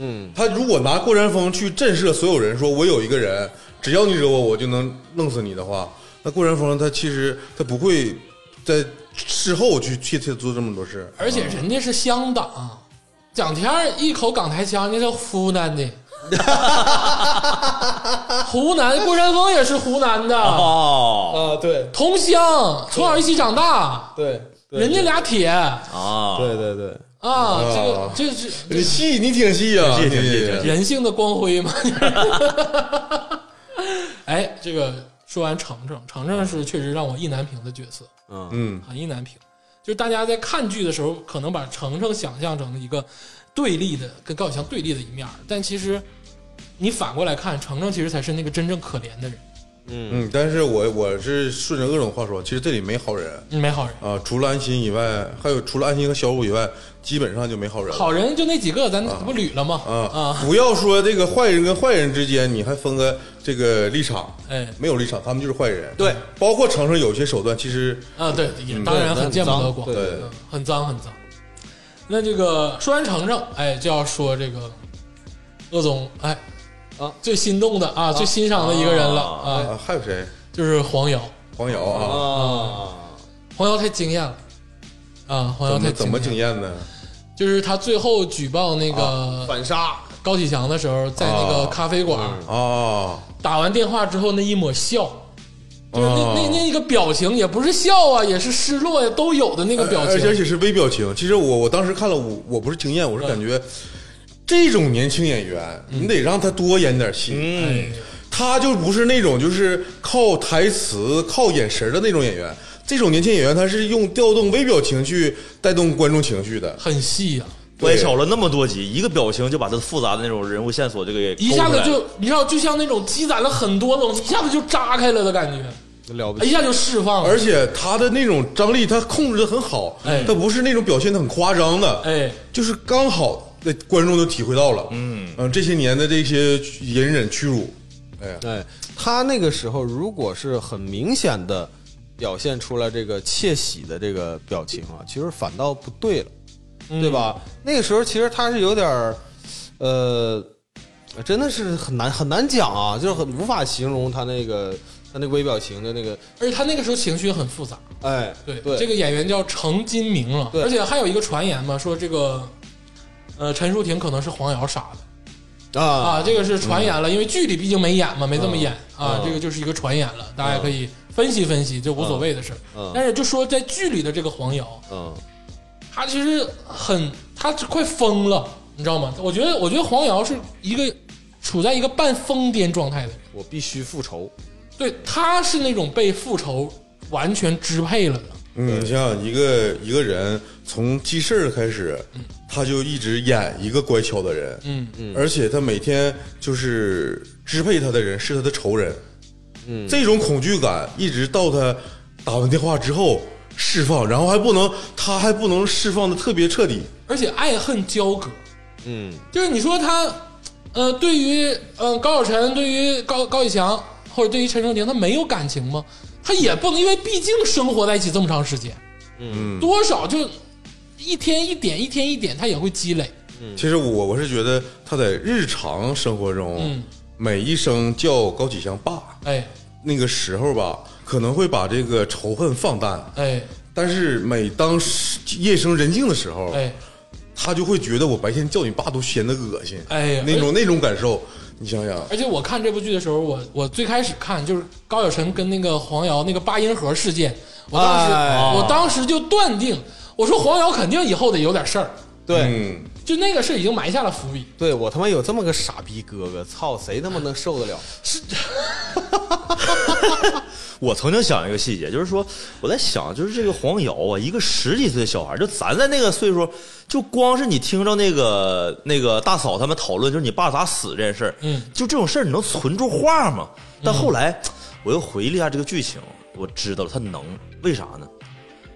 Speaker 3: 嗯，
Speaker 2: 他如果拿郭山峰去震慑所有人，说我有一个人，只要你惹我，我就能弄死你的话，那郭山峰他其实他不会在事后去去去做这么多事。
Speaker 1: 而且人家是乡党，蒋天儿一口港台腔，人家是湖南 的。湖南郭山峰也是湖南的，
Speaker 3: 啊，
Speaker 4: 哦
Speaker 3: 对
Speaker 1: 同乡，从小一起长大，
Speaker 3: 对，啊
Speaker 1: 人家俩铁啊，
Speaker 4: 啊，
Speaker 3: 对对对，
Speaker 1: 这个这是
Speaker 2: 你细，你挺细啊，
Speaker 4: 挺细挺细
Speaker 2: 你
Speaker 4: 挺细
Speaker 1: 人性的光辉嘛。 哎，这个说完程程，程程是确实让我意难平的角色。
Speaker 3: 嗯
Speaker 2: 嗯，
Speaker 1: 很意难平。就是大家在看剧的时候，可能把程程想象成一个对立的跟高晓强对立的一面儿，但其实你反过来看，程程其实才是那个真正可怜的人，
Speaker 2: 嗯，但是我我是顺着鄂总话说，其实这里没好人
Speaker 1: 没好人。
Speaker 2: 啊，除了安心以外，还有除了安心和小五以外，基本上就没好人了。
Speaker 1: 好人就那几个，咱不捋了吗？
Speaker 2: 啊，不要说这个坏人跟坏人之间，你还分个这个立场，
Speaker 1: 哎
Speaker 2: 没有立场，他们就是坏人。
Speaker 3: 对，
Speaker 2: 包括程程有些手段，其实
Speaker 1: 啊，对，也当然很见不得光，
Speaker 3: 对
Speaker 2: 对
Speaker 1: 嗯很脏很脏。那这个说完程程，哎，就要说这个鄂总，哎，
Speaker 3: 啊
Speaker 1: 最心动的啊，最欣赏的一个人了
Speaker 4: 啊
Speaker 1: 啊，
Speaker 2: 啊，还有谁？
Speaker 1: 就是黄瑶，
Speaker 2: 黄瑶啊，
Speaker 3: 啊，
Speaker 1: 黄瑶太惊艳了啊，黄瑶
Speaker 2: 怎
Speaker 1: 太
Speaker 2: 么怎么惊
Speaker 1: 艳
Speaker 2: 艳呢？
Speaker 1: 了，就是他最后举报那个
Speaker 3: 反杀，
Speaker 1: 高启强的时候，在那个
Speaker 2: 啊
Speaker 1: 咖啡馆
Speaker 2: 啊，
Speaker 1: 打完电话之后那一抹笑。就是那那那个表情也不是笑啊，也是失落呀、都有的那个表
Speaker 2: 而且而
Speaker 1: 情。
Speaker 2: 且是微表情。其实我我当时看了，我我不是惊艳，我是感觉
Speaker 1: 嗯
Speaker 2: 这种年轻演员，你得让他多演点戏。
Speaker 1: 哎
Speaker 2: 他就不是那种就是靠台词、靠眼神的那种演员。这种年轻演员，他是用调动微表情去带动观众情绪的。
Speaker 1: 很细啊呀、
Speaker 4: 我也瞅了那么多集，一个表情就把他复杂的那种人物线索就给
Speaker 1: 一下
Speaker 4: 勾
Speaker 1: 子
Speaker 4: 出来
Speaker 1: 就你知道，就像那种积攒了很多东西，一下子就扎开了的感觉，哎
Speaker 3: 了不起，
Speaker 1: 一下就释放了。
Speaker 2: 而且他的那种张力，他控制的很好，
Speaker 1: 哎
Speaker 2: 他不是那种表现的很夸张的，
Speaker 1: 哎，
Speaker 2: 就是刚好那观众都体会到了，嗯嗯，这些年的这些隐忍屈辱，哎呀，
Speaker 3: 对他那个时候，如果是很明显的表现出了这个窃喜的这个表情啊，其实反倒不对了，
Speaker 1: 嗯
Speaker 3: 对吧？那个时候其实他是有点儿，呃，真的是很难很难讲啊，就是很无法形容他那个他那个微表情的那个，
Speaker 1: 而且他那个时候情绪很复杂。
Speaker 3: 哎，
Speaker 1: 对，
Speaker 3: 对，
Speaker 1: 这个演员叫程金明了，
Speaker 3: 对
Speaker 1: 而且还有一个传言嘛，说这个呃陈淑婷可能是黄瑶杀的
Speaker 3: 个啊，嗯
Speaker 1: 啊，这个是传言了，因为剧里毕竟没演嘛，没这么演啊，这个就是一个传言了，大家可以分析分析，这无所谓的事儿。
Speaker 3: 嗯
Speaker 1: 但是就说在剧里的这个黄瑶，
Speaker 3: 嗯，
Speaker 1: 他其实很，他是快疯了，你知道吗？我觉得，我觉得黄瑶是一个处在一个半疯癫状态的人，
Speaker 3: 我必须复仇，
Speaker 1: 对，他是那种被复仇完全支配了的，
Speaker 2: 嗯，你像一个一个人从记事儿开始，他就一直演一个乖巧的人，
Speaker 1: 嗯
Speaker 2: 嗯，而且他每天就是支配他的人是他的仇人，嗯，这种恐惧感一直到他打完电话之后释放，然后还不能，他还不能释放的特别彻底，
Speaker 1: 而且爱恨交隔，
Speaker 3: 嗯，
Speaker 1: 就是你说他，呃，对于呃高晓晨，对于高高以翔，或者对于陈胜婷，他没有感情吗？他也不能，因为毕竟生活在一起这么长时间，嗯，多少就一天一点，一天一点，他也会积累，
Speaker 2: 其实我我是觉得他在日常生活中，
Speaker 1: 嗯
Speaker 2: 每一声叫高启强爸
Speaker 1: 哎
Speaker 2: 那个时候吧，可能会把这个仇恨放大，
Speaker 1: 哎
Speaker 2: 但是每当夜深人静的时候，
Speaker 1: 哎
Speaker 2: 他就会觉得我白天叫你爸都显得恶心，
Speaker 1: 哎呀
Speaker 2: 那种那种感受，你想想，
Speaker 1: 而且我看这部剧的时候，我我最开始看就是高晓晨跟那个黄瑶那个八音盒事件，我当时、
Speaker 3: 哎
Speaker 1: 我当时就断定，我说黄瑶肯定以后得有点事儿，
Speaker 3: 对。
Speaker 2: 嗯，
Speaker 1: 就那个事儿已经埋下了伏笔。
Speaker 3: 对我他妈有这么个傻逼哥哥，操，谁他妈能受得了？
Speaker 4: 我曾经想一个细节，就是说我在想，就是这个黄瑶啊，一个十几岁的小孩，就咱在那个岁数，就光是你听着那个那个大嫂他们讨论，就是你爸咋死这件事儿，
Speaker 1: 嗯
Speaker 4: 就这种事儿你能存住话吗？但后来我又回忆了一下这个剧情，我知道了他能，为啥呢？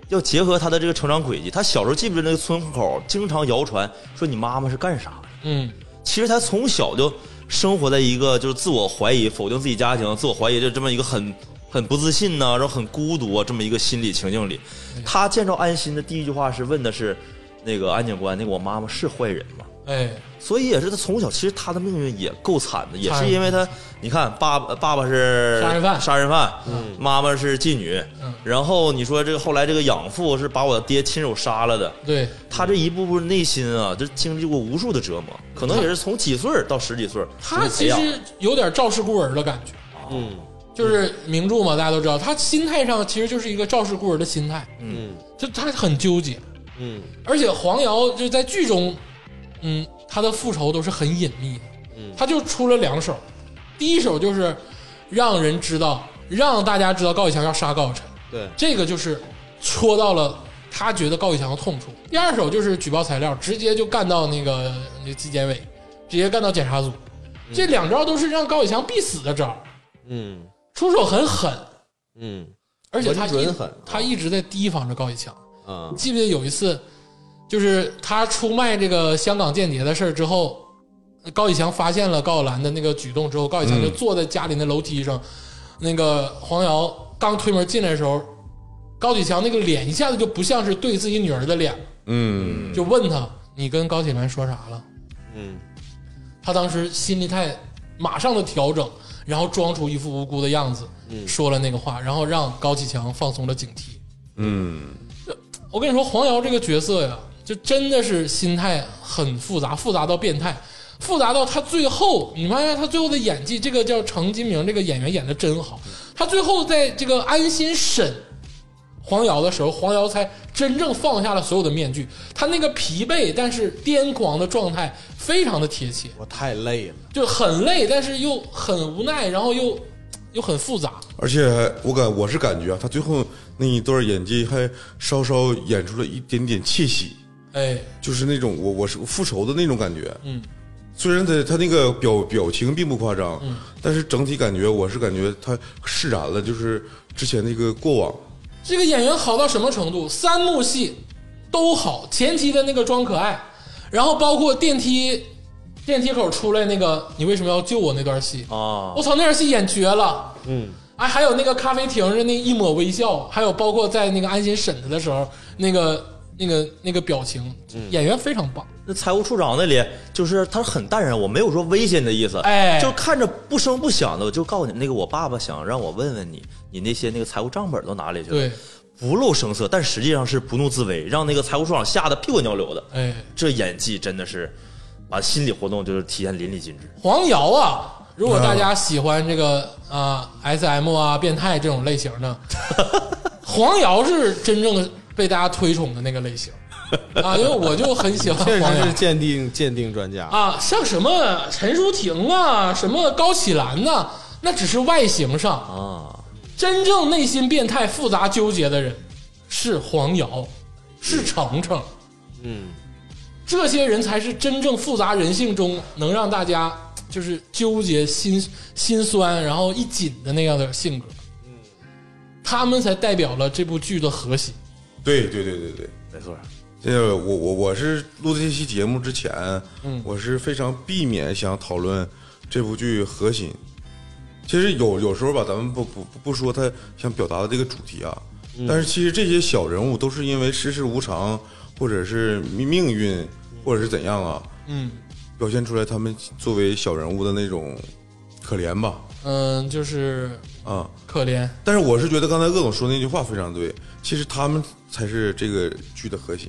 Speaker 4: 要结合他的这个成长轨迹，他小时候记不记得那个村口经常谣传说你妈妈是干啥的？
Speaker 1: 嗯，
Speaker 4: 其实他从小就生活在一个就是自我怀疑、否定自己家庭、自我怀疑就这么一个很很不自信呐、然后很孤独啊这么一个心理情境里。
Speaker 1: 哎
Speaker 4: 他见着安心的第一句话是问的是那个安警官，那个我妈妈是坏人吗？
Speaker 1: 哎，
Speaker 4: 所以也是他从小，其实他的命运也够惨的，也
Speaker 1: 惨
Speaker 4: 是因为他，你看爸爸爸爸是
Speaker 1: 杀人犯
Speaker 4: 杀人犯，妈妈是妓女，
Speaker 1: 嗯
Speaker 4: 然后你说这个后来这个养父是把我爹亲手杀了的，
Speaker 1: 对，
Speaker 4: 他这一步步内心啊，就经历过无数的折磨，可能也是从几岁儿到十几岁儿，
Speaker 1: 他
Speaker 4: 培
Speaker 1: 其
Speaker 4: 养
Speaker 1: 实有点赵氏孤儿的感觉，
Speaker 3: 嗯
Speaker 1: 就是名著嘛，大家都知道，他心态上其实就是一个赵氏孤儿的心态，
Speaker 3: 嗯
Speaker 1: 就他很纠结，
Speaker 3: 嗯
Speaker 1: 而且黄瑶就在剧中，嗯，她的复仇都是很隐秘的，
Speaker 3: 嗯
Speaker 1: 她就出了两手，第一手就是让人知道，让大家知道高以翔要杀高晓晨，
Speaker 3: 对，
Speaker 1: 这个就是戳到了他觉得高以翔的痛处；第二手就是举报材料，直接就干到那个那纪检委，直接干到检察组。这两招都是让高以翔必死的招儿，
Speaker 3: 嗯
Speaker 1: 出手很狠，
Speaker 3: 嗯
Speaker 1: 而且他
Speaker 3: 稳
Speaker 1: 一
Speaker 3: 准狠
Speaker 1: 他一直在提防着高以翔。
Speaker 3: 啊
Speaker 1: 记不记得有一次，就是他出卖这个香港间谍的事儿之后，高以翔发现了高晓兰的那个举动之后，高以翔就坐在家里那楼梯上，那个黄瑶刚推门进来的时候，高以翔那个脸一下子就不像是对自己女儿的脸了，
Speaker 2: 嗯，
Speaker 1: 就问他：“你跟高启兰说啥了
Speaker 3: 嗯？”
Speaker 1: 他当时心理态马上的调整，然后装出一副无辜的样子，说了那个话，然后让高启强放松了警惕。
Speaker 2: 嗯，
Speaker 1: 我跟你说，黄瑶这个角色呀，就真的是心态很复杂，复杂到变态，复杂到他最后，你发现他最后的演技，这个叫程金明这个演员演的真好。他最后在这个安心审黄瑶的时候，黄瑶才真正放下了所有的面具，他那个疲惫但是癫狂的状态非常的贴切，
Speaker 3: 我太累了，
Speaker 1: 就很累，但是又很无奈，然后又又很复杂。
Speaker 2: 而且我感我是感觉啊，他最后那一段演技还稍稍演出了一点点窃喜，
Speaker 1: 哎，
Speaker 2: 就是那种我我是复仇的那种感觉。
Speaker 1: 嗯，
Speaker 2: 虽然他他那个表表情并不夸张，
Speaker 1: 嗯
Speaker 2: 但是整体感觉我是感觉他释然了，就是之前那个过往。
Speaker 1: 这个演员好到什么程度？三幕戏都好，前期的那个装可爱，然后包括电梯电梯口出来那个你为什么要救我那段戏，
Speaker 4: 啊
Speaker 1: 我，操，那段戏演绝了。
Speaker 3: 嗯
Speaker 1: 哎，还有那个咖啡厅的那一抹微笑，还有包括在那个安心审他的时候，那个那个那个表情，演员非常棒。
Speaker 4: 那财务处长那里就是他很淡然，我没有说危险的意思，
Speaker 1: 哎
Speaker 4: 就看着不声不响的，我就告诉你，那个我爸爸想让我问问你，你那些那个财务账本都哪里去了？
Speaker 1: 对，
Speaker 4: 不露声色，但实际上是不怒自威，让那个财务处长吓得屁滚尿流的。
Speaker 1: 哎，
Speaker 4: 这演技真的是把心理活动就是体现淋漓尽致。
Speaker 1: 黄瑶啊，如果大家喜欢这个啊、S M 啊变态这种类型的，黄瑶是真正被大家推崇的那个类型啊，因为我就很喜欢
Speaker 3: 确
Speaker 1: 黄
Speaker 3: 实
Speaker 1: 瑶
Speaker 3: 是鉴定鉴定专家。
Speaker 1: 啊，像什么陈淑婷啊，什么高启兰呐、那只是外形上，
Speaker 4: 啊，
Speaker 1: 真正内心变态、复杂纠结的人是黄瑶，是程程。
Speaker 3: 嗯
Speaker 1: 这些人才是真正复杂人性中能让大家就是纠结心心酸，然后一紧的那样的性格。他们才代表了这部剧的核心。
Speaker 2: 对对对对对，
Speaker 4: 没错，
Speaker 2: 这个我我我是录这期节目之前，我是非常避免想讨论这部剧核心。其实有有时候吧，咱们不不不不说他想表达的这个主题啊，但是其实这些小人物都是因为世事无常，或者是命命运，或者是怎样啊，
Speaker 1: 嗯
Speaker 2: 表现出来他们作为小人物的那种可怜吧，
Speaker 1: 嗯，就是
Speaker 2: 啊。
Speaker 1: 可怜。
Speaker 2: 但是我是觉得刚才鄂总说那句话非常对，其实他们才是这个剧的核心。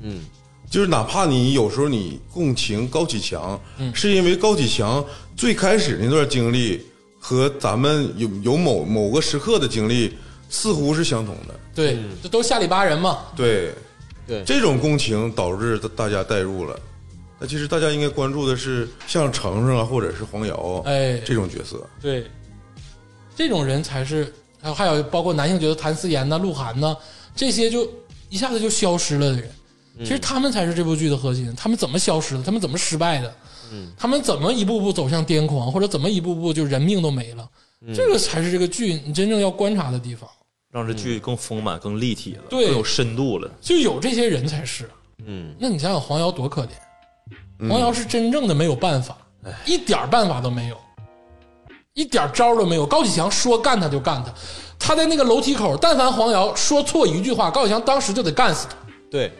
Speaker 3: 嗯，
Speaker 2: 就是哪怕你有时候你共情高启强，
Speaker 1: 嗯
Speaker 2: 是因为高启强最开始那段经历和咱们有有某某个时刻的经历似乎是相同的。
Speaker 1: 对，这都下里巴人嘛。
Speaker 2: 对，
Speaker 3: 对
Speaker 2: 这种共情导致大大家代入了。那其实大家应该关注的是像程程啊，或者是黄瑶，
Speaker 1: 哎
Speaker 2: 这种角色。
Speaker 1: 对，这种人才是，还有还有包括男性角色谭思妍呐、鹿晗呐，这些就一下子就消失了的人，其实他们才是这部剧的核心。他们怎么消失的？他们怎么失败的？他们怎么一步步走向癫狂，或者怎么一步步就人命都没了？这个才是这个剧你真正要观察的地方，
Speaker 4: 让这剧更丰满、更立体了，
Speaker 1: 嗯对
Speaker 4: 更有深度了。
Speaker 1: 就有这些人才是。
Speaker 3: 嗯，
Speaker 1: 那你想想黄瑶多可怜，黄瑶是真正的没有办法，一点儿办法都没有，一点儿招儿都没有。高启强说干他就干他，他在那个楼梯口，但凡黄瑶说错一句话，高启强当时就得干死他。
Speaker 3: 对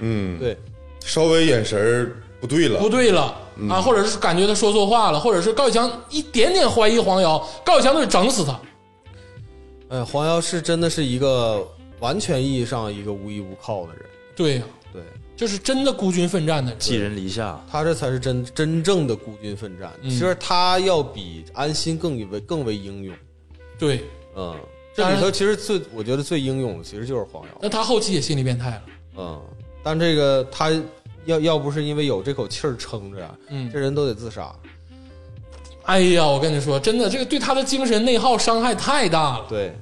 Speaker 2: 嗯，
Speaker 3: 对，
Speaker 2: 稍微眼神儿不对了，
Speaker 1: 不对了啊，或者是感觉他说错话了，或者是高启强一点点怀疑黄瑶，高启强就得整死他。
Speaker 3: 哎，黄瑶是真的是一个完全意义上一个无依无靠的人，
Speaker 1: 对呀、
Speaker 3: 对
Speaker 1: 就是真的孤军奋战的人。
Speaker 4: 寄人篱下，
Speaker 3: 他这才是真真正的孤军奋战。其实他要比安心更为更为英勇，
Speaker 1: 对，
Speaker 3: 嗯，这里头其实最我觉得最英勇的其实就是黄瑶，
Speaker 1: 那他后期也心理变态了。
Speaker 3: 嗯，但这个他要要不是因为有这口气儿撑着啊，
Speaker 1: 嗯
Speaker 3: 这人都得自杀。
Speaker 1: 哎呀，我跟你说，真的，这个对他的精神内耗伤害太大了。
Speaker 3: 对，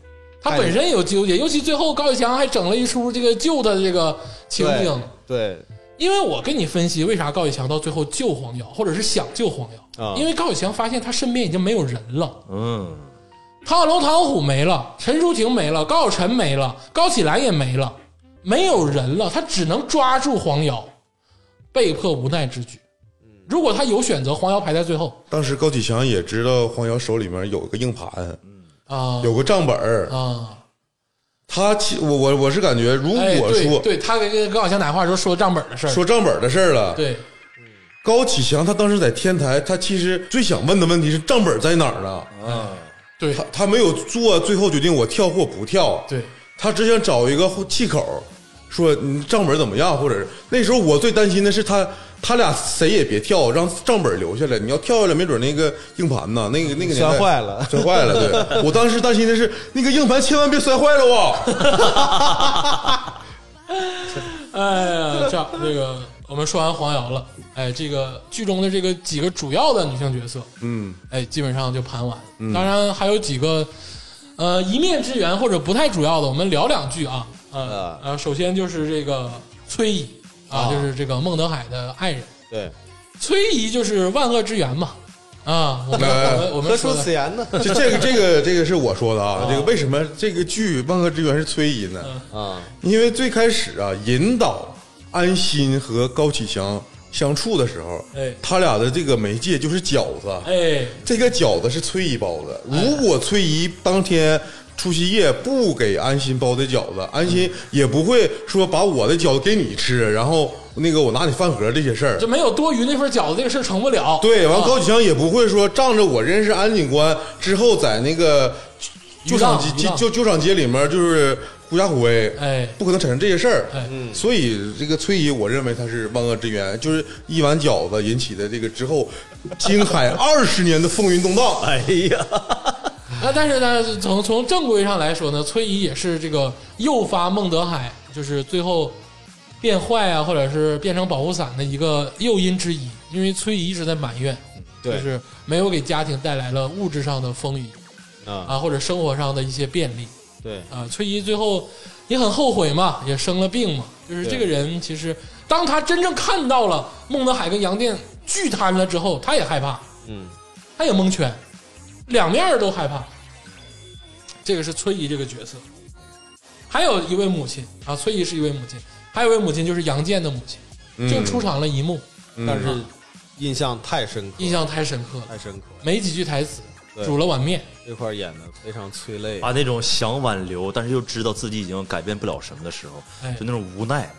Speaker 1: 他本身也有纠结，尤其最后高以翔还整了一出这个救他的这个情景。
Speaker 3: 对，
Speaker 1: 因为我跟你分析，为啥高以翔到最后救黄瑶，或者是想救黄瑶，
Speaker 3: 啊
Speaker 1: 因为高以翔发现他身边已经没有人了，
Speaker 4: 嗯，
Speaker 1: 汤龙、汤虎没了，陈淑婷没了，高晓晨没了，高启兰也没了，没有人了，他只能抓住黄瑶，被迫无奈之举。如果他有选择，黄瑶排在最后
Speaker 2: 当时高启强也知道黄瑶手里面有个硬盘，
Speaker 1: 啊
Speaker 2: 有个账本儿
Speaker 1: 啊，
Speaker 2: 他其我我我是感觉，如
Speaker 1: 哎，
Speaker 2: 果
Speaker 1: 对
Speaker 2: 说、
Speaker 1: 对，他跟高晓翔打电话说说账本的事儿，
Speaker 2: 说账本的事儿了，
Speaker 1: 对
Speaker 2: 高启强他当时在天台，他其实最想问的问题是账本在哪儿
Speaker 1: 啊
Speaker 2: 呢？
Speaker 1: 对
Speaker 2: 他他没有做最后决定，我跳或不跳，
Speaker 1: 对，
Speaker 2: 他只想找一个气口，说你账本怎么样，或者是那时候我最担心的是他他俩谁也别跳，让账本留下来。你要跳下来，没准那个硬盘呢，那个那个年代
Speaker 3: 摔坏了
Speaker 2: 摔坏了。 对，我当时担心的是那个硬盘千万别摔坏了哇！
Speaker 1: 哎呀，这样这个我们说完黄瑶了，哎，这个剧中的这个几个主要的女性角色，
Speaker 2: 嗯，
Speaker 1: 哎，基本上就盘完。当然还有几个，呃，一面之缘或者不太主要的，我们聊两句啊。呃
Speaker 3: 啊
Speaker 1: 呃，首先就是这个崔姨啊，
Speaker 3: 啊
Speaker 1: 就是这个孟德海的爱人，
Speaker 3: 对，
Speaker 1: 崔姨就是万恶之源嘛。啊，我们
Speaker 2: 哎
Speaker 1: 我们我
Speaker 3: 何
Speaker 1: 们
Speaker 3: 出
Speaker 1: 说的
Speaker 3: 此言 呢？
Speaker 2: 这这个这个这个是我说的啊
Speaker 1: 啊，
Speaker 2: 这个为什么这个剧《万恶之源》是崔姨呢？
Speaker 1: 嗯
Speaker 3: 啊，
Speaker 2: 因为最开始啊，引导安心和高启强相处的时候，
Speaker 1: 哎
Speaker 2: 他俩的这个媒介就是饺子。
Speaker 1: 哎，
Speaker 2: 这个饺子是崔姨包的。如果崔姨当天除夕夜不给安心包的饺子，安心也不会说把我的饺子给你吃，然后那个我拿你饭盒这些事儿
Speaker 1: 就。没有多余那份饺子，这个事儿成不了。
Speaker 2: 对，完
Speaker 1: 啊
Speaker 2: 高启强也不会说仗着我认识安警官之后，在那个旧
Speaker 1: 鱼
Speaker 2: 厂
Speaker 1: 档
Speaker 2: 街
Speaker 1: 鱼档
Speaker 2: 旧旧厂街里面就是狐假虎威，
Speaker 1: 哎
Speaker 2: 不可能产生这些事儿。
Speaker 1: 哎嗯
Speaker 2: 所以这个崔姨，我认为她是万恶之源，就是一碗饺子引起的这个之后，京海二十年的风云动荡。
Speaker 4: 哎呀，
Speaker 1: 那但是呢，从从正规上来说呢，崔姨也是这个诱发孟德海就是最后变坏啊，或者是变成保护伞的一个诱因之一。因为崔姨一直在埋怨，就
Speaker 3: 对
Speaker 1: 是没有给家庭带来了物质上的丰裕
Speaker 3: 啊，
Speaker 1: 啊，或者生活上的一些便利
Speaker 3: 对
Speaker 1: 啊。崔姨最后也很后悔嘛，也生了病嘛。就是这个人，其实当他真正看到了孟德海跟杨电巨贪了之后，他也害怕。
Speaker 3: 嗯，
Speaker 1: 他也蒙圈，两面儿都害怕。这个是崔姨这个角色，还有一位母亲啊，崔姨是一位母亲，还有一位母亲就是杨建的母亲，
Speaker 3: 嗯
Speaker 1: 就出场了一幕，
Speaker 3: 但是嗯印象太深刻，
Speaker 1: 印象太深刻了，
Speaker 3: 太深刻，
Speaker 1: 没几句台词，
Speaker 3: 哎对
Speaker 1: 煮了碗面，
Speaker 3: 这块儿演的非常催泪
Speaker 4: 把那种想挽留，但是又知道自己已经改变不了什么的时候，
Speaker 1: 哎
Speaker 4: 就那种无奈，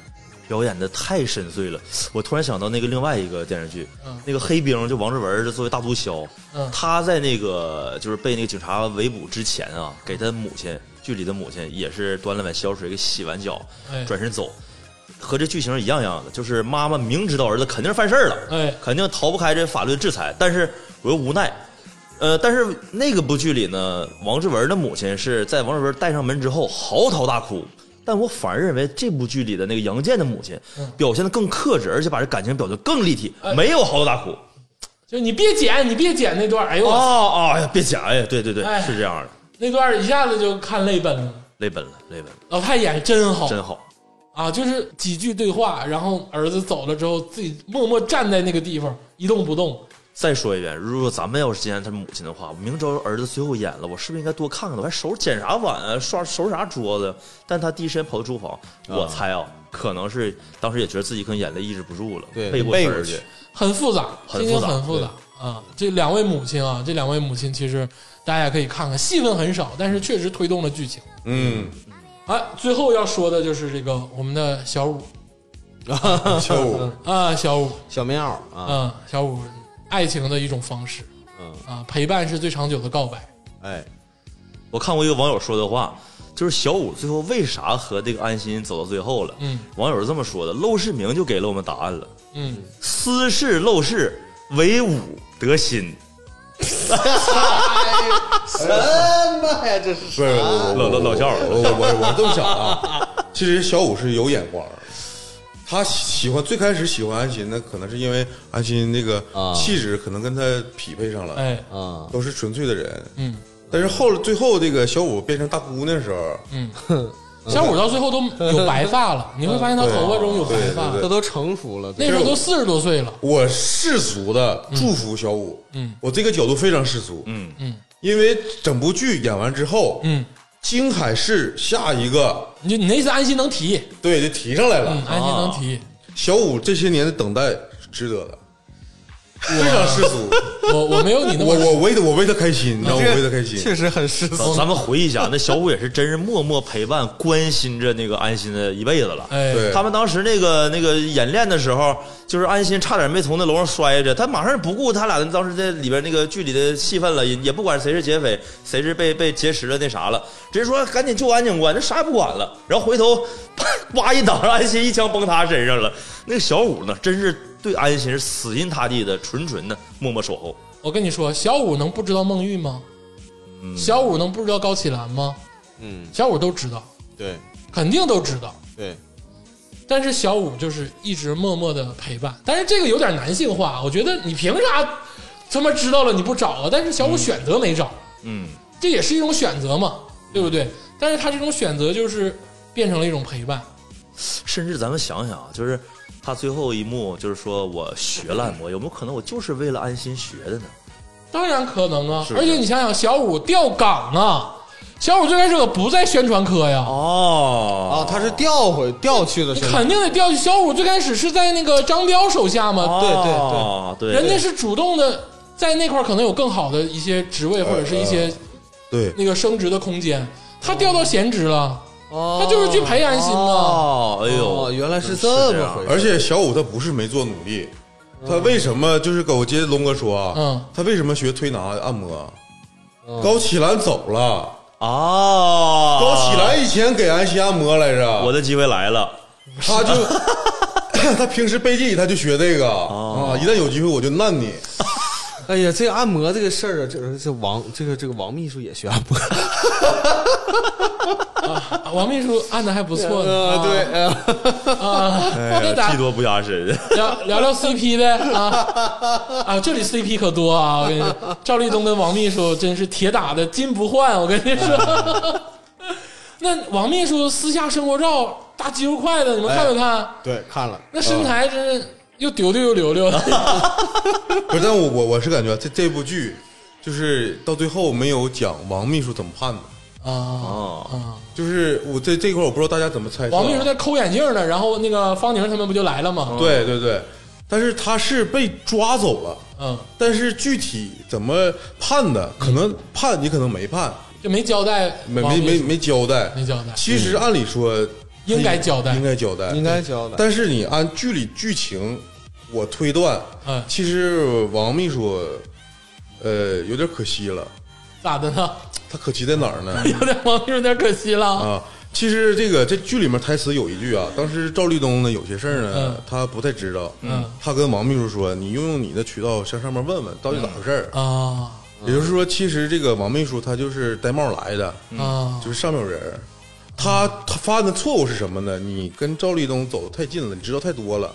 Speaker 4: 表演的太深邃了。我突然想到那个另外一个电视剧，
Speaker 1: 嗯
Speaker 4: 那个黑兵就王志文，就作为大毒枭，
Speaker 1: 嗯
Speaker 4: 他在那个就是被那个警察围捕之前啊，给他母
Speaker 1: 嗯
Speaker 4: 亲剧里的母亲也是端了碗消水给洗完脚，
Speaker 1: 哎
Speaker 4: 转身走，和这剧情一样样的，就是妈妈明知道儿子肯定是犯事儿了，
Speaker 1: 哎
Speaker 4: 肯定逃不开这法律制裁，但是我又无奈。呃，但是那个部剧里呢，王志文的母亲是在王志文带上门之后嚎啕大哭，但我反而认为这部剧里的那个杨建的母亲
Speaker 1: 嗯
Speaker 4: 表现的更克制，而且把这感情表现得更立体，
Speaker 1: 哎
Speaker 4: 没有嚎啕大哭。
Speaker 1: 就你别剪，你别剪那段，哎呦，
Speaker 4: 哦哦，哎呀，别讲，哎呀，对对对，
Speaker 1: 哎
Speaker 4: 是这样的，
Speaker 1: 那段一下子就看泪奔了。
Speaker 4: 泪奔了，泪奔了，
Speaker 1: 老太演真好，
Speaker 4: 真好。
Speaker 1: 啊，就是几句对话，然后儿子走了之后，自己默默站在那个地方一动不动，
Speaker 4: 再说一遍，如果咱们要是今天他母亲的话，我明知道儿子最后演了，我是不是应该多看看他？我还收拾捡啥碗啊，刷收拾啥桌子？但他第一时间跑到厨房，我猜啊，可能是当时也觉得自己可能眼泪抑制不住了，
Speaker 3: 对
Speaker 4: 背过
Speaker 3: 背
Speaker 4: 身
Speaker 3: 过
Speaker 4: 儿
Speaker 3: 去
Speaker 4: 去。
Speaker 1: 很复杂，
Speaker 4: 很
Speaker 1: 心情
Speaker 4: 复杂
Speaker 1: 很复杂啊。这两位母亲啊，这两位母亲其实大家也可以看看，戏份很少，但是确实推动了剧情。
Speaker 2: 嗯，
Speaker 1: 哎，最后要说的就是这个我们的小五
Speaker 2: 跳舞，
Speaker 1: 啊，小五，
Speaker 3: 小棉袄啊，
Speaker 1: 嗯，小五，爱情的一种方式
Speaker 3: 嗯，
Speaker 1: 啊，陪伴是最长久的告白。
Speaker 3: 哎，
Speaker 4: 我看过一个网友说的话，就是小五最后为啥和这个安心走到最后了？
Speaker 1: 嗯，
Speaker 4: 网友是这么说的，陋室铭就给了我们答案了。
Speaker 1: 嗯，
Speaker 4: 私事陋室，唯吾德馨。
Speaker 3: 什么呀？这是
Speaker 2: 不是
Speaker 1: 啊
Speaker 2: 我我
Speaker 4: 老老老笑话
Speaker 2: 我我我我这么想啊，其实小五是有眼光的，他喜喜欢最开始喜欢安心呢，可能是因为安心那个
Speaker 3: 啊
Speaker 2: 气质可能跟他匹配上了，
Speaker 1: 哎，
Speaker 3: 啊，
Speaker 2: 都是纯粹的人。
Speaker 1: 嗯，
Speaker 2: 但是后最后这个小五变成大姑娘的时候，
Speaker 1: 小五到最后都有白发了，你会发现他头发中有白发，
Speaker 2: 对
Speaker 3: 这都成熟了，
Speaker 1: 那时候都四十多岁了。
Speaker 2: 我世俗的祝福小五，嗯，我这个角度非常世俗，
Speaker 4: 嗯
Speaker 1: 嗯，
Speaker 2: 因为整部剧演完之后，
Speaker 1: 嗯，
Speaker 2: 金海市下一个
Speaker 1: 你就你那意思，安心能提，
Speaker 2: 对就提上来了，
Speaker 1: 嗯，安心能提。
Speaker 2: 小五这些年的等待是值得的，非常世俗，
Speaker 1: 我我没有你那么
Speaker 2: 哦我我为他我为他开心，你知道吗我为他开心，
Speaker 3: 确实很世俗。
Speaker 4: 咱咱们回忆一下，那小五也是真是默默陪伴、关心着那个安心的一辈子 了。
Speaker 1: 哎，
Speaker 2: 对
Speaker 4: 他们当时那个那个演练的时候，就是安心差点没从那楼上摔着，他马上不顾他俩当时在里边那个剧里的戏份了，也也不管谁是劫匪，谁是被被劫持了那啥了，直接说赶紧救安警官，这啥也不管了。然后回头啪哇一挡，安心一枪崩他身上了。那个小五呢，真是对安心是死心塌地的，纯纯的默默守候。
Speaker 1: 我跟你说，小五能不知道孟玉吗？小五能不知道高启兰吗？
Speaker 3: 嗯，
Speaker 1: 小五都知道，
Speaker 3: 对
Speaker 1: 肯定都知道。
Speaker 3: 对，
Speaker 1: 但是小五就是一直默默的陪伴，但是这个有点男性化，我觉得你凭啥他妈知道了你不找啊？但是小五选择没找，
Speaker 4: 嗯，
Speaker 1: 这也是一种选择嘛，对不对？但是他这种选择就是变成了一种陪伴，
Speaker 4: 甚至咱们想想啊，就是他最后一幕，就是说我学了按摩，有没有可能我就是为了安心学的呢？
Speaker 1: 当然可能啊。
Speaker 4: 是的
Speaker 1: 而且你想想，小五调岗啊，小五最开始可不在宣传科呀，
Speaker 4: 哦
Speaker 3: 啊，他是调回调去的
Speaker 1: 你
Speaker 3: 身份，
Speaker 1: 肯定得调去。小五最开始是在那个张彪手下嘛，
Speaker 4: 哦对对对，
Speaker 1: 人家是主动的，在那块儿可能有更好的一些职位或者是一
Speaker 4: 哦
Speaker 1: 些
Speaker 2: 对，
Speaker 1: 那个升职的空间。他调到闲职了，
Speaker 3: 哦
Speaker 1: 他就是去培养心的。
Speaker 4: 哦，哎呦，
Speaker 3: 哦原来是
Speaker 4: 真
Speaker 3: 这
Speaker 4: 这
Speaker 3: 么
Speaker 4: 样
Speaker 3: 回事
Speaker 2: 而且小五他不是没做努力，他为什么就是跟我接龙哥说啊，
Speaker 1: 嗯，
Speaker 2: 他为什么学推拿按摩？啊高启兰走了，
Speaker 4: 哦，
Speaker 2: 高启，兰以前给安心按摩来着，
Speaker 4: 我的机会来了，
Speaker 2: 他就 他平时背地里他就学这个啊，一旦有机会我就难你。
Speaker 3: 哎呀，这个按摩这个事儿啊，这这王这个这个王秘书也学按摩，
Speaker 1: 啊王秘书按的还不错呢。
Speaker 3: 呃，对，呃
Speaker 1: 啊，那
Speaker 4: 哎呀技
Speaker 1: 咱
Speaker 4: 多不压 身，
Speaker 1: 聊聊聊 CP 呗啊啊！这里 CP 可多啊！我跟你说，赵立东跟王秘书真是铁打的金不换。我跟你
Speaker 2: 哎
Speaker 1: 说， 那王秘书私下生活照大肌肉块的，你们看没
Speaker 2: 哎
Speaker 1: 看？
Speaker 3: 对，看了，
Speaker 1: 那身材真是又丢丢又流流的。
Speaker 2: 不是，但我我我是感觉这这部剧就是到最后没有讲王秘书怎么判的，
Speaker 1: 啊
Speaker 4: 哦，
Speaker 1: 啊！
Speaker 2: 就是我这这块儿我不知道大家怎么猜测。啊
Speaker 1: 王秘书在抠眼镜呢，然后那个方宁他们不就来了吗？
Speaker 2: 对对对，但是他是被抓走了，
Speaker 1: 嗯，
Speaker 2: 但是具体怎么判的，可能判你可能没判，
Speaker 1: 就没交代
Speaker 2: 没
Speaker 1: 王
Speaker 2: 没
Speaker 1: 秘
Speaker 2: 没
Speaker 1: 书
Speaker 2: 没交代。
Speaker 1: 没交代
Speaker 2: 其实按理说
Speaker 1: 应该交代
Speaker 2: 应该交代，
Speaker 3: 应该交代。
Speaker 2: 但是你按剧里剧情，我推断，
Speaker 1: 嗯
Speaker 2: 其实王秘书，呃，有点可惜了。
Speaker 1: 咋的呢？
Speaker 2: 他可惜在哪儿呢？
Speaker 1: 有点王秘书有点可惜了。
Speaker 2: 啊，其实这个这剧里面台词有一句啊，当时赵立东呢有些事儿呢，
Speaker 1: 嗯
Speaker 2: 他不太知道，
Speaker 1: 嗯
Speaker 2: 他跟王秘书说，你用用你的渠道向上面问问到底咋回事儿。
Speaker 1: 啊
Speaker 2: 也就是说，其实这个王秘书他就是戴帽来的，
Speaker 1: 啊
Speaker 2: 就是上面有人儿。他他犯的错误是什么呢？你跟赵立东走得太近了，你知道太多了。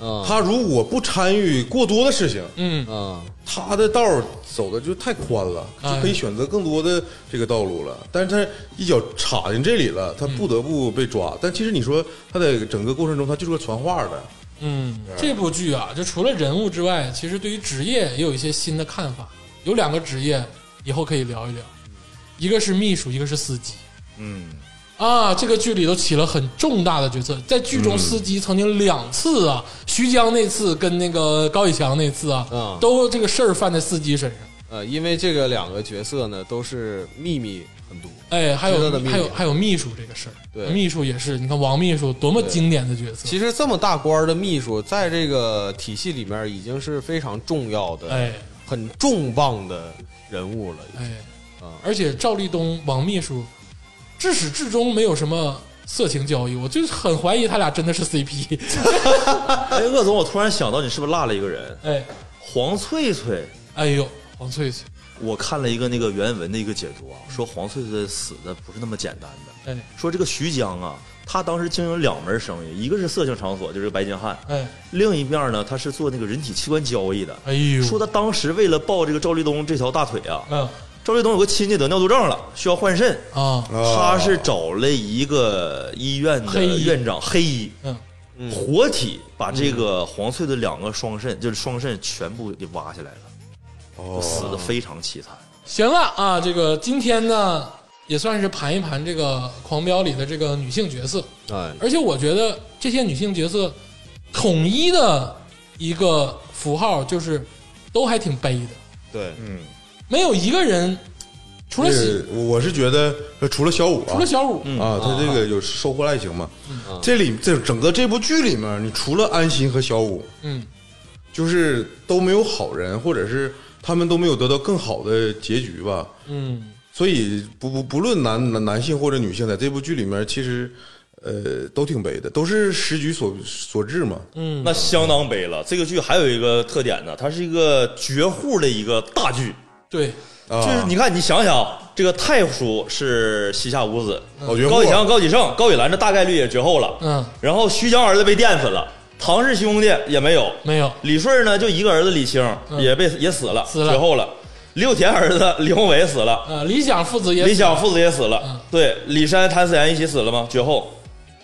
Speaker 3: 嗯
Speaker 2: 他如果不参与过多的事情，
Speaker 1: 嗯
Speaker 3: 嗯，
Speaker 2: 他的道儿走的就太宽了，
Speaker 1: 哎
Speaker 2: 就可以选择更多的这个道路了。但是他一脚插进这里了，他不得不被抓。但其实你说他在整个过程中，他就是个传话的，
Speaker 1: 嗯，这部剧啊，就除了人物之外，其实对于职业也有一些新的看法。有两个职业以后可以聊一聊，一个是秘书，一个是司机。
Speaker 4: 嗯，
Speaker 1: 啊，这个剧里头起了很重大的角色。在剧中，司机曾经两次啊，徐江那次跟那个高以翔那次啊，
Speaker 3: 嗯
Speaker 1: 都这个事儿犯在司机身上。
Speaker 3: 呃，因为这个两个角色呢，都是秘密很多，
Speaker 1: 哎，还
Speaker 3: 知道
Speaker 1: 有
Speaker 3: 的秘密
Speaker 1: 还有还有秘书这个事儿，
Speaker 3: 对
Speaker 1: 秘书也是，你看王秘书多么经典的角色，
Speaker 3: 其实这么大官儿的秘书，在这个体系里面已经是非常重要的、
Speaker 1: 哎
Speaker 3: 很重磅的人物了。
Speaker 1: 哎
Speaker 3: 啊，
Speaker 1: 而且赵立东王秘书至始至终没有什么色情交易，我就是很怀疑他俩真的是 CP。
Speaker 4: 哎，鄂总，我突然想到，你是不是落了一个人？
Speaker 1: 哎，
Speaker 4: 黄翠翠，
Speaker 1: 哎呦，黄翠翠，
Speaker 4: 我看了一个那个原文的一个解读啊，说黄翠翠死的不是那么简单的，
Speaker 1: 哎
Speaker 4: 说这个徐江啊，他当时经营两门生意，一个是色情场所，就是白金汉，
Speaker 1: 哎
Speaker 4: 另一面呢，他是做那个人体器官交易的。
Speaker 1: 哎呦，
Speaker 4: 说他当时为了抱这个赵立东这条大腿啊，
Speaker 1: 嗯
Speaker 4: 赵立东有个亲戚得尿毒症了，需要换肾，
Speaker 1: 啊，
Speaker 4: 他是找了一个医院的
Speaker 1: 黑医
Speaker 4: 院长黑医，
Speaker 1: 嗯，
Speaker 4: 活体把这
Speaker 2: 嗯
Speaker 4: 个黄翠的两个双肾，就是双肾全部给挖下来了，
Speaker 2: 哦
Speaker 4: 死的非常凄惨。
Speaker 1: 行了啊，这个今天呢也算是盘一盘这个《狂飙》里的这个女性角色，
Speaker 3: 哎，
Speaker 1: 而且我觉得这些女性角色统一的一个符号就是都还挺悲的，
Speaker 3: 对，
Speaker 1: 嗯没有一个人除了喜
Speaker 2: 这我是觉得，呃除了小五啊，
Speaker 1: 除了小五，嗯
Speaker 2: 啊，他这个有收获爱情嘛？这里这整个这部剧里面，你除了安心和小五，
Speaker 1: 嗯，
Speaker 2: 就是都没有好人，或者是他们都没有得到更好的结局吧。
Speaker 1: 嗯，
Speaker 2: 所以不不不论男男男性或者女性，在这部剧里面，其实呃都挺悲的，都是时局所所致嘛。
Speaker 4: 那相当悲了。这个剧还有一个特点呢，它是一个绝户的一个大剧，
Speaker 1: 对，
Speaker 2: 啊，
Speaker 4: 就是你看，你想想啊，这个太叔是膝下无子，
Speaker 2: 老哦绝户啊
Speaker 4: 高启强、高启盛、高启兰这大概率也绝后了，
Speaker 1: 嗯，
Speaker 4: 然后徐江儿子被电死了，唐氏兄弟也没有，
Speaker 1: 没有，
Speaker 4: 李顺呢就一个儿子李青
Speaker 1: 嗯
Speaker 4: 也被也死了，
Speaker 1: 死了
Speaker 4: 绝后了，李有田儿子 李宏伟死了，
Speaker 1: 呃，理想父子也
Speaker 4: 李想父子也死了，
Speaker 1: 嗯
Speaker 4: 对，李山、谭思妍一起死了吗？绝后。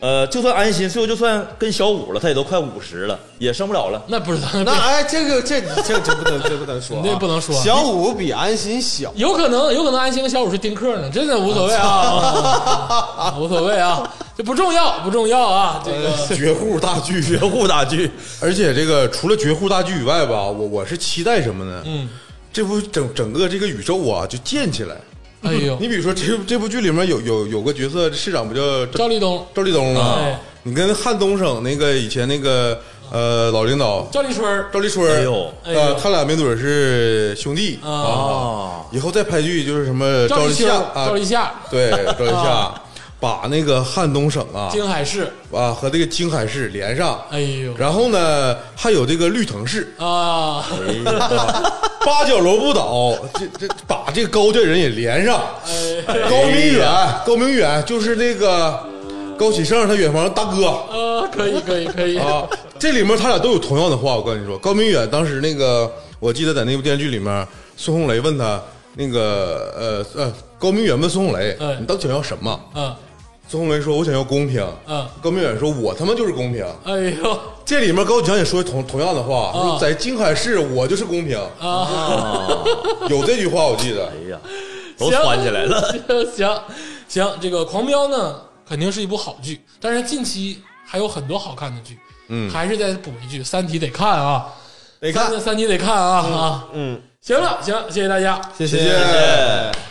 Speaker 4: 呃，就算安心，最后就算跟小五了，他也都快五十了，也生不了了。
Speaker 1: 那不知道，
Speaker 3: 那哎，这个这这这不能这不能说啊，
Speaker 1: 你这不能说
Speaker 3: 小五比安心小，
Speaker 1: 有可能，有可能安心跟小五是丁克呢，真的无所谓啊，啊无所谓啊，这不重要，不重要啊，这个
Speaker 2: 绝户大剧，
Speaker 4: 绝户大剧，
Speaker 2: 而且这个除了绝户大剧以外吧，我我是期待什么呢？
Speaker 1: 嗯，
Speaker 2: 这部整整个这个宇宙啊，就建起来。
Speaker 1: 哎呦，
Speaker 2: 你比如说这这部剧里面有有有个角色，市长不叫
Speaker 1: 赵立东、
Speaker 2: 赵立东
Speaker 1: 哎
Speaker 2: 啊，你跟汉东省那个以前那个呃老领导
Speaker 1: 赵立春儿，
Speaker 2: 赵立春，
Speaker 4: 哎呦
Speaker 1: 哎呦
Speaker 2: 呃，他俩没准是兄弟
Speaker 1: 啊
Speaker 4: 哦
Speaker 2: 啊。以后再拍剧就是什么
Speaker 1: 赵
Speaker 2: 立
Speaker 1: 立
Speaker 2: 夏
Speaker 1: 夏、
Speaker 2: 啊，
Speaker 1: 赵立夏、
Speaker 2: 对赵立 夏，把那个汉东省啊
Speaker 1: 京海市，
Speaker 2: 啊和这个京海市连上，
Speaker 1: 哎呦
Speaker 2: 然后呢还有这个绿藤市，
Speaker 1: 啊，
Speaker 2: 八角楼不倒，这这把这个高家人也连上。
Speaker 1: 哎
Speaker 2: 高明远，高明远就是那个高启盛他远房大 哥
Speaker 1: 呃，可以，可以，可以，
Speaker 2: 啊。这里面他俩都有同样的话，我跟你说，高明远当时那个，我记得在那部电视剧里面，孙红雷问他那个呃呃，高明远问孙红雷
Speaker 1: 哎，
Speaker 2: 你到底想要什么？
Speaker 1: 嗯，
Speaker 2: 孙红雷说，我想要公平。
Speaker 1: 嗯
Speaker 2: 高明远说，我他妈就是公平。
Speaker 1: 哎呦，
Speaker 2: 这里面高启强也说同同样的话，
Speaker 1: 嗯
Speaker 2: 说在京海市我就是公平，
Speaker 1: 啊，
Speaker 2: 有这句话我记得
Speaker 4: 哎。呀，都窜起来了。
Speaker 1: 行 行行，这个《狂飙》呢，肯定是一部好剧，但是近期还有很多好看的剧，嗯，还是再补一句，《三体》得看啊，
Speaker 3: 得看
Speaker 1: 三三体》得看啊啊，
Speaker 3: 嗯，
Speaker 1: 行了，行，谢谢大家，
Speaker 3: 谢
Speaker 2: 谢谢